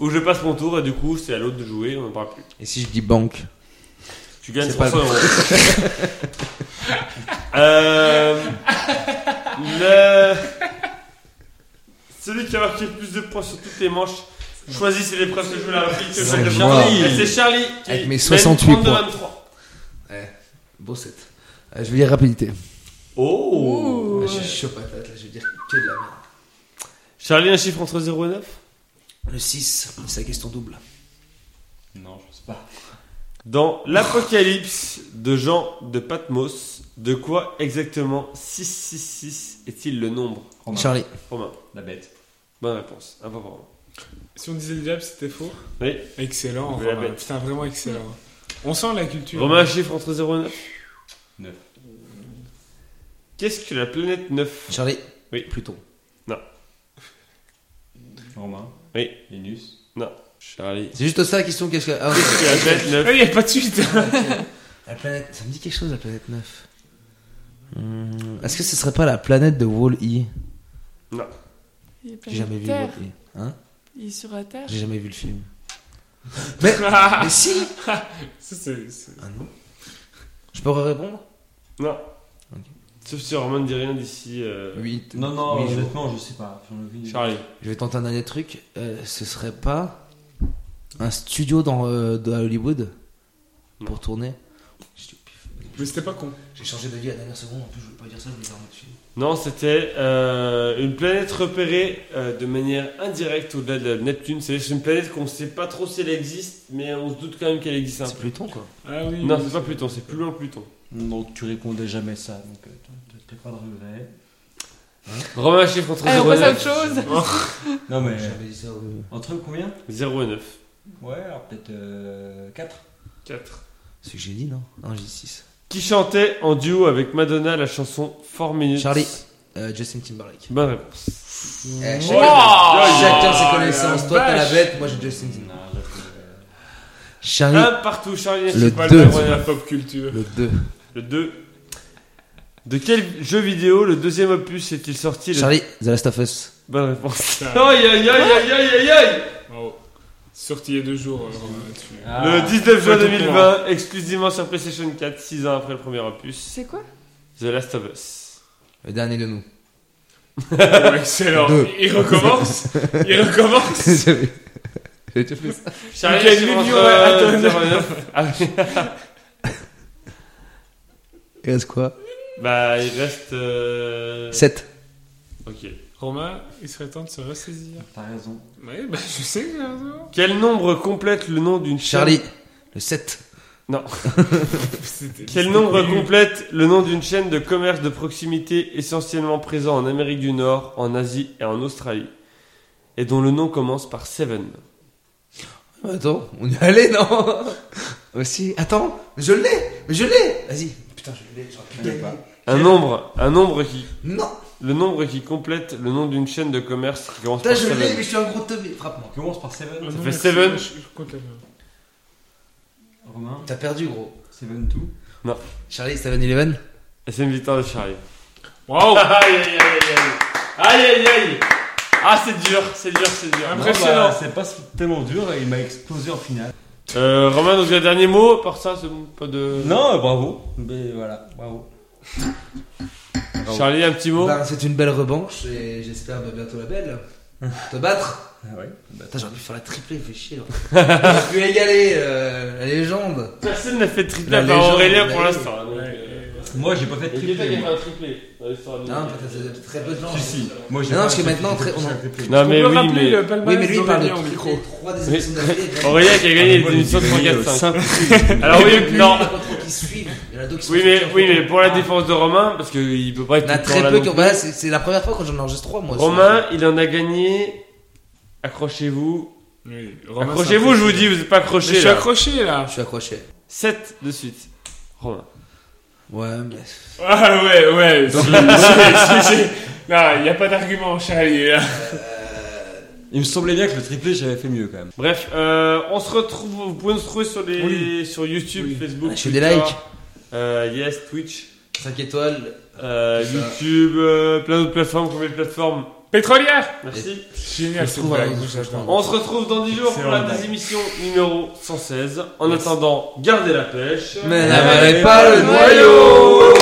[SPEAKER 1] Ou je passe mon tour et du coup, c'est à l'autre de jouer, on n'en parle plus.
[SPEAKER 2] Et si je dis banque
[SPEAKER 1] Tu gagnes
[SPEAKER 2] C'est pas
[SPEAKER 1] 300 euros.
[SPEAKER 2] <laughs>
[SPEAKER 1] Euh, le- Celui qui a marqué le plus de points sur toutes les manches, choisissez l'épreuve que je vous la réplique.
[SPEAKER 2] C'est
[SPEAKER 1] C'est
[SPEAKER 2] moi.
[SPEAKER 1] Charlie. Et c'est Charlie qui
[SPEAKER 2] Avec mes
[SPEAKER 1] mène
[SPEAKER 2] 68 points.
[SPEAKER 1] 32-23.
[SPEAKER 2] Beau set. Euh, je vais dire rapidité.
[SPEAKER 1] Oh
[SPEAKER 2] Ah, je suis chaud patate là, je vais dire que de la merde.
[SPEAKER 1] Charlie, un chiffre entre 0 et 9
[SPEAKER 2] Le 6, c'est la question double.
[SPEAKER 6] Non, je sais pas.
[SPEAKER 1] Dans l'Apocalypse de Jean de Patmos, de quoi exactement 666 est-il le nombre
[SPEAKER 6] Romain.
[SPEAKER 2] Charlie.
[SPEAKER 1] Romain,
[SPEAKER 6] La bête.
[SPEAKER 1] bonne réponse. Un point pour Romain.
[SPEAKER 4] Si on disait le diable, c'était faux.
[SPEAKER 1] Oui.
[SPEAKER 4] Excellent,
[SPEAKER 1] De la
[SPEAKER 4] Romain.
[SPEAKER 1] bête.
[SPEAKER 4] Putain, vraiment excellent. On sent la culture.
[SPEAKER 1] Romain, un chiffre entre 0 et 9
[SPEAKER 6] Neuf.
[SPEAKER 1] Qu'est-ce que la planète 9
[SPEAKER 2] Charlie.
[SPEAKER 1] Oui.
[SPEAKER 2] Pluton.
[SPEAKER 6] Romain.
[SPEAKER 1] Oui.
[SPEAKER 6] Linus.
[SPEAKER 1] Charlie.
[SPEAKER 2] C'est juste ça la question qu'est-ce que. Ah, oui.
[SPEAKER 1] Qu'est-ce que la planète 9
[SPEAKER 4] Ah, il n'y a pas de <laughs> suite.
[SPEAKER 2] La planète. Ça me dit quelque chose la planète 9. Hmm, Est-ce que ce serait pas la planète de Wall-E
[SPEAKER 5] Il est
[SPEAKER 2] J'ai jamais vu
[SPEAKER 5] planétaire.
[SPEAKER 2] Wall-E. Hein
[SPEAKER 5] Il est sur la Terre.
[SPEAKER 2] J'ai jamais vu le film. Mais, mais si
[SPEAKER 4] Ça, c'est- c'est-
[SPEAKER 2] Ah non. Je peux répondre
[SPEAKER 1] Non.
[SPEAKER 2] Ok.
[SPEAKER 1] Sauf si Romain ne dit rien d'ici. euh,
[SPEAKER 2] 8.
[SPEAKER 6] Non, non, honnêtement, je sais pas. J'en ai aucune idée.
[SPEAKER 1] Charlie.
[SPEAKER 2] Je vais tenter un dernier truc. Euh, ce serait pas un studio dans, euh, dans- à Hollywood pour tourner
[SPEAKER 4] Mais c'était pas con.
[SPEAKER 2] J'ai changé d'avis à la dernière seconde, en plus je voulais pas dire ça, je voulais dire dessus.
[SPEAKER 1] Non, c'était euh, une planète repérée euh, de manière indirecte au-delà de Neptune. C'est c'est une planète qu'on ne sait pas trop si elle existe, mais on se doute quand même qu'elle existe un
[SPEAKER 2] C'est
[SPEAKER 1] peu.
[SPEAKER 2] Pluton quoi.
[SPEAKER 4] Ah oui.
[SPEAKER 1] Non, c'est pas Pluton, c'est plus loin que Pluton.
[SPEAKER 6] Donc tu répondais jamais ça, donc euh, t'as- t'as pas de regret.
[SPEAKER 1] Romain un chiffre entre
[SPEAKER 5] Allez, on
[SPEAKER 1] 0 et
[SPEAKER 5] passe à autre
[SPEAKER 1] 9.
[SPEAKER 5] chose.
[SPEAKER 6] Non, mais.
[SPEAKER 2] J'avais dit ça. euh,
[SPEAKER 6] Entre combien
[SPEAKER 1] 0 et 9.
[SPEAKER 6] Ouais, alors peut-être euh, 4.
[SPEAKER 1] 4.
[SPEAKER 2] C'est que j'ai dit, non Non, j'ai dit 6.
[SPEAKER 1] Qui chantait en duo avec Madonna la chanson 4 Minutes
[SPEAKER 2] Charlie. Euh, Justin Timberlake.
[SPEAKER 1] Bonne réponse.
[SPEAKER 2] Eh,
[SPEAKER 1] Oh,
[SPEAKER 2] chacun, chacun ses
[SPEAKER 4] la
[SPEAKER 2] connaissances. Toi, t'as la
[SPEAKER 4] vache.
[SPEAKER 2] bête, moi, j'ai Justin Timberlake.
[SPEAKER 6] euh,
[SPEAKER 2] Charlie.
[SPEAKER 1] Un partout, Charlie.
[SPEAKER 2] Ah Le
[SPEAKER 1] Pas
[SPEAKER 2] deux.
[SPEAKER 1] numéro
[SPEAKER 4] C'est la
[SPEAKER 1] neuf. <laughs>
[SPEAKER 4] pop culture.
[SPEAKER 2] Le 2.
[SPEAKER 1] Le 2. De quel jeu vidéo le deuxième opus est-il sorti le-
[SPEAKER 2] Charlie, The Last of Us.
[SPEAKER 1] Bonne réponse. <laughs>
[SPEAKER 4] Ça,
[SPEAKER 1] Aïe aïe aïe aïe aïe aïe aïe
[SPEAKER 4] bravo. Sorti il y a deux jours. euh, Romain, là-dessus.
[SPEAKER 6] Ah,
[SPEAKER 2] Ah,
[SPEAKER 1] Le 19 juin
[SPEAKER 4] Faut tout
[SPEAKER 1] 2020, exclusivement sur PlayStation 4, 6 ans après le premier opus,
[SPEAKER 5] C'est quoi
[SPEAKER 1] The Last of Us.
[SPEAKER 2] Le dernier de <laughs> nous.
[SPEAKER 4] Oh, <laughs> excellent.
[SPEAKER 2] Deux.
[SPEAKER 4] Il recommence. Il
[SPEAKER 2] <laughs>
[SPEAKER 4] recommence.
[SPEAKER 2] J'avais j'avais tout fait ça.
[SPEAKER 1] Charlie,
[SPEAKER 4] Quel
[SPEAKER 1] je suis
[SPEAKER 4] million
[SPEAKER 1] entre, euh,
[SPEAKER 4] à ton-
[SPEAKER 1] 0,9. <laughs> Ah,
[SPEAKER 2] Il reste quoi
[SPEAKER 1] Bah, il reste. euh,
[SPEAKER 2] 7.
[SPEAKER 1] Ok.
[SPEAKER 4] Romain, il serait temps de se ressaisir.
[SPEAKER 6] T'as raison.
[SPEAKER 4] Oui, bah, je sais. j'ai raison.
[SPEAKER 1] Quel nombre complète le nom d'une chaîne
[SPEAKER 2] Charlie, le 7.
[SPEAKER 4] C'était-
[SPEAKER 1] Quel nombre complète le nom d'une chaîne de commerce de proximité essentiellement présent en Amérique du Nord, en Asie et en Australie, et dont le nom commence par Seven
[SPEAKER 2] Attends, on y allait, non Aussi. Attends, mais je l'ai Mais je l'ai Vas-y. Putain, je l'ai, j'aurais pu
[SPEAKER 6] Je l'ai
[SPEAKER 2] gagner.
[SPEAKER 1] Un nombre, un nombre qui,
[SPEAKER 2] Non
[SPEAKER 1] le nombre qui complète le nom d'une chaîne de commerce qui commence
[SPEAKER 2] Putain,
[SPEAKER 1] par
[SPEAKER 2] je l'ai,
[SPEAKER 1] Seven.
[SPEAKER 2] mais je suis un gros teubé. Frappe-moi.
[SPEAKER 6] Commence par
[SPEAKER 4] Ah
[SPEAKER 6] 7.
[SPEAKER 4] non,
[SPEAKER 1] fait
[SPEAKER 4] merci,
[SPEAKER 1] seven.
[SPEAKER 4] Je, je compte la main.
[SPEAKER 6] Romain,
[SPEAKER 2] T'as perdu, gros.
[SPEAKER 6] 7 tout.
[SPEAKER 2] Charlie, Seven Eleven
[SPEAKER 1] Et C'est une victoire de Charlie.
[SPEAKER 4] Waouh
[SPEAKER 1] <laughs> Aïe aïe aïe aïe aïe aïe aïe Ah c'est dur, c'est dur, c'est dur.
[SPEAKER 4] Impressionnant.
[SPEAKER 6] bah, C'est pas tellement dur et il m'a explosé en finale.
[SPEAKER 1] Euh, Romain, donc le dernier mot, par ça, c'est bon, pas de.
[SPEAKER 6] Non, euh, bravo. Mais voilà, bravo.
[SPEAKER 1] Charlie, un petit mot.
[SPEAKER 2] Ben, c'est une belle revanche et j'espère bah, bientôt la belle. Te battre
[SPEAKER 6] Ah ouais. Bah,
[SPEAKER 2] Putain, j'aurais dû faire la triplée, fait chier. là. <laughs> J'aurais pu égaler euh, la légende.
[SPEAKER 1] Personne n'a fait de triplé
[SPEAKER 2] La
[SPEAKER 1] à part
[SPEAKER 2] légende,
[SPEAKER 1] Aurélien
[SPEAKER 2] la
[SPEAKER 1] pour
[SPEAKER 2] légende.
[SPEAKER 1] l'instant. donc,
[SPEAKER 4] Ouais,
[SPEAKER 1] euh,
[SPEAKER 4] ouais, ouais.
[SPEAKER 6] moi, j'ai pas fait de
[SPEAKER 1] Il y a quelqu'un
[SPEAKER 6] triplé.
[SPEAKER 1] qui a fait un triplé
[SPEAKER 6] moi.
[SPEAKER 1] dans l'histoire de
[SPEAKER 2] Non,
[SPEAKER 1] l'humanité.
[SPEAKER 2] peut-être c'est très peu de gens.
[SPEAKER 6] Si, si. Moi, j'ai
[SPEAKER 2] Non,
[SPEAKER 6] pas
[SPEAKER 2] parce
[SPEAKER 6] fait
[SPEAKER 2] que
[SPEAKER 6] de
[SPEAKER 2] maintenant,
[SPEAKER 6] triplé,
[SPEAKER 2] on-
[SPEAKER 6] j'ai fait un triplé.
[SPEAKER 1] Non, mais
[SPEAKER 4] On peut
[SPEAKER 1] oui,
[SPEAKER 4] rappeler
[SPEAKER 1] mais.
[SPEAKER 4] le palmarès
[SPEAKER 2] Oui, mais lui, il parle de
[SPEAKER 4] d'Aurélien au micro.
[SPEAKER 2] 3 des émissions d'affilée.
[SPEAKER 1] Aurélien qui a gagné les
[SPEAKER 6] Ah, mais
[SPEAKER 1] émissions
[SPEAKER 6] moi, j'ai gagné,
[SPEAKER 1] 3, 4,
[SPEAKER 6] euh,
[SPEAKER 1] 5. <laughs> Alors
[SPEAKER 2] Il y a
[SPEAKER 1] oui,
[SPEAKER 2] plus
[SPEAKER 1] non.
[SPEAKER 2] les contrôles qui suivent. Il y en a d'autres qui sont
[SPEAKER 1] Oui, mais,
[SPEAKER 2] sortis en
[SPEAKER 1] oui,
[SPEAKER 2] photo.
[SPEAKER 1] mais pour la défense de Romain, parce qu'il peut pas être
[SPEAKER 2] Il y en a
[SPEAKER 1] tout le temps là
[SPEAKER 2] très peu
[SPEAKER 1] non
[SPEAKER 2] qui ont. Bah, c'est c'est la première fois quand j'en enregistre 3 moi.
[SPEAKER 1] Romain, il en a gagné. Accrochez-vous.
[SPEAKER 4] Oui, Romain,
[SPEAKER 1] Accrochez-vous,
[SPEAKER 4] c'est
[SPEAKER 1] je vous dis, vous n'êtes pas
[SPEAKER 4] impressionnant. Mais Je
[SPEAKER 1] accrochés
[SPEAKER 4] suis
[SPEAKER 1] là.
[SPEAKER 4] accroché là.
[SPEAKER 2] Je suis accroché.
[SPEAKER 1] 7 de suite. Romain.
[SPEAKER 2] Ouais, mais.
[SPEAKER 4] Ah ouais, ouais. si, si, si, si. Non, il n'y a pas d'argument, hein. Charlie. là.
[SPEAKER 6] Il me semblait bien que le triplé, j'avais fait mieux quand même.
[SPEAKER 1] Bref, euh, on se retrouve. Vous pouvez nous trouver sur, les, sur YouTube,
[SPEAKER 4] Oui.
[SPEAKER 1] Facebook.
[SPEAKER 2] Ah, je fais des
[SPEAKER 1] Twitter,
[SPEAKER 2] likes.
[SPEAKER 1] euh, yes, Twitch,
[SPEAKER 2] 5 étoiles.
[SPEAKER 1] euh,
[SPEAKER 2] C'est ça.
[SPEAKER 1] YouTube, euh, plein d'autres plateformes, combien de plateformes.
[SPEAKER 4] Pétrolière
[SPEAKER 1] Merci.
[SPEAKER 4] Génial,
[SPEAKER 2] Je
[SPEAKER 4] c'est
[SPEAKER 2] trouve,
[SPEAKER 4] vrai.
[SPEAKER 2] hein, je trouve.
[SPEAKER 1] On se retrouve dans 10 jours pour la
[SPEAKER 6] Excellent.
[SPEAKER 1] désémission numéro 116. En attendant, gardez la pêche.
[SPEAKER 2] Mais n'avalez pas le
[SPEAKER 1] noyau.
[SPEAKER 2] noyau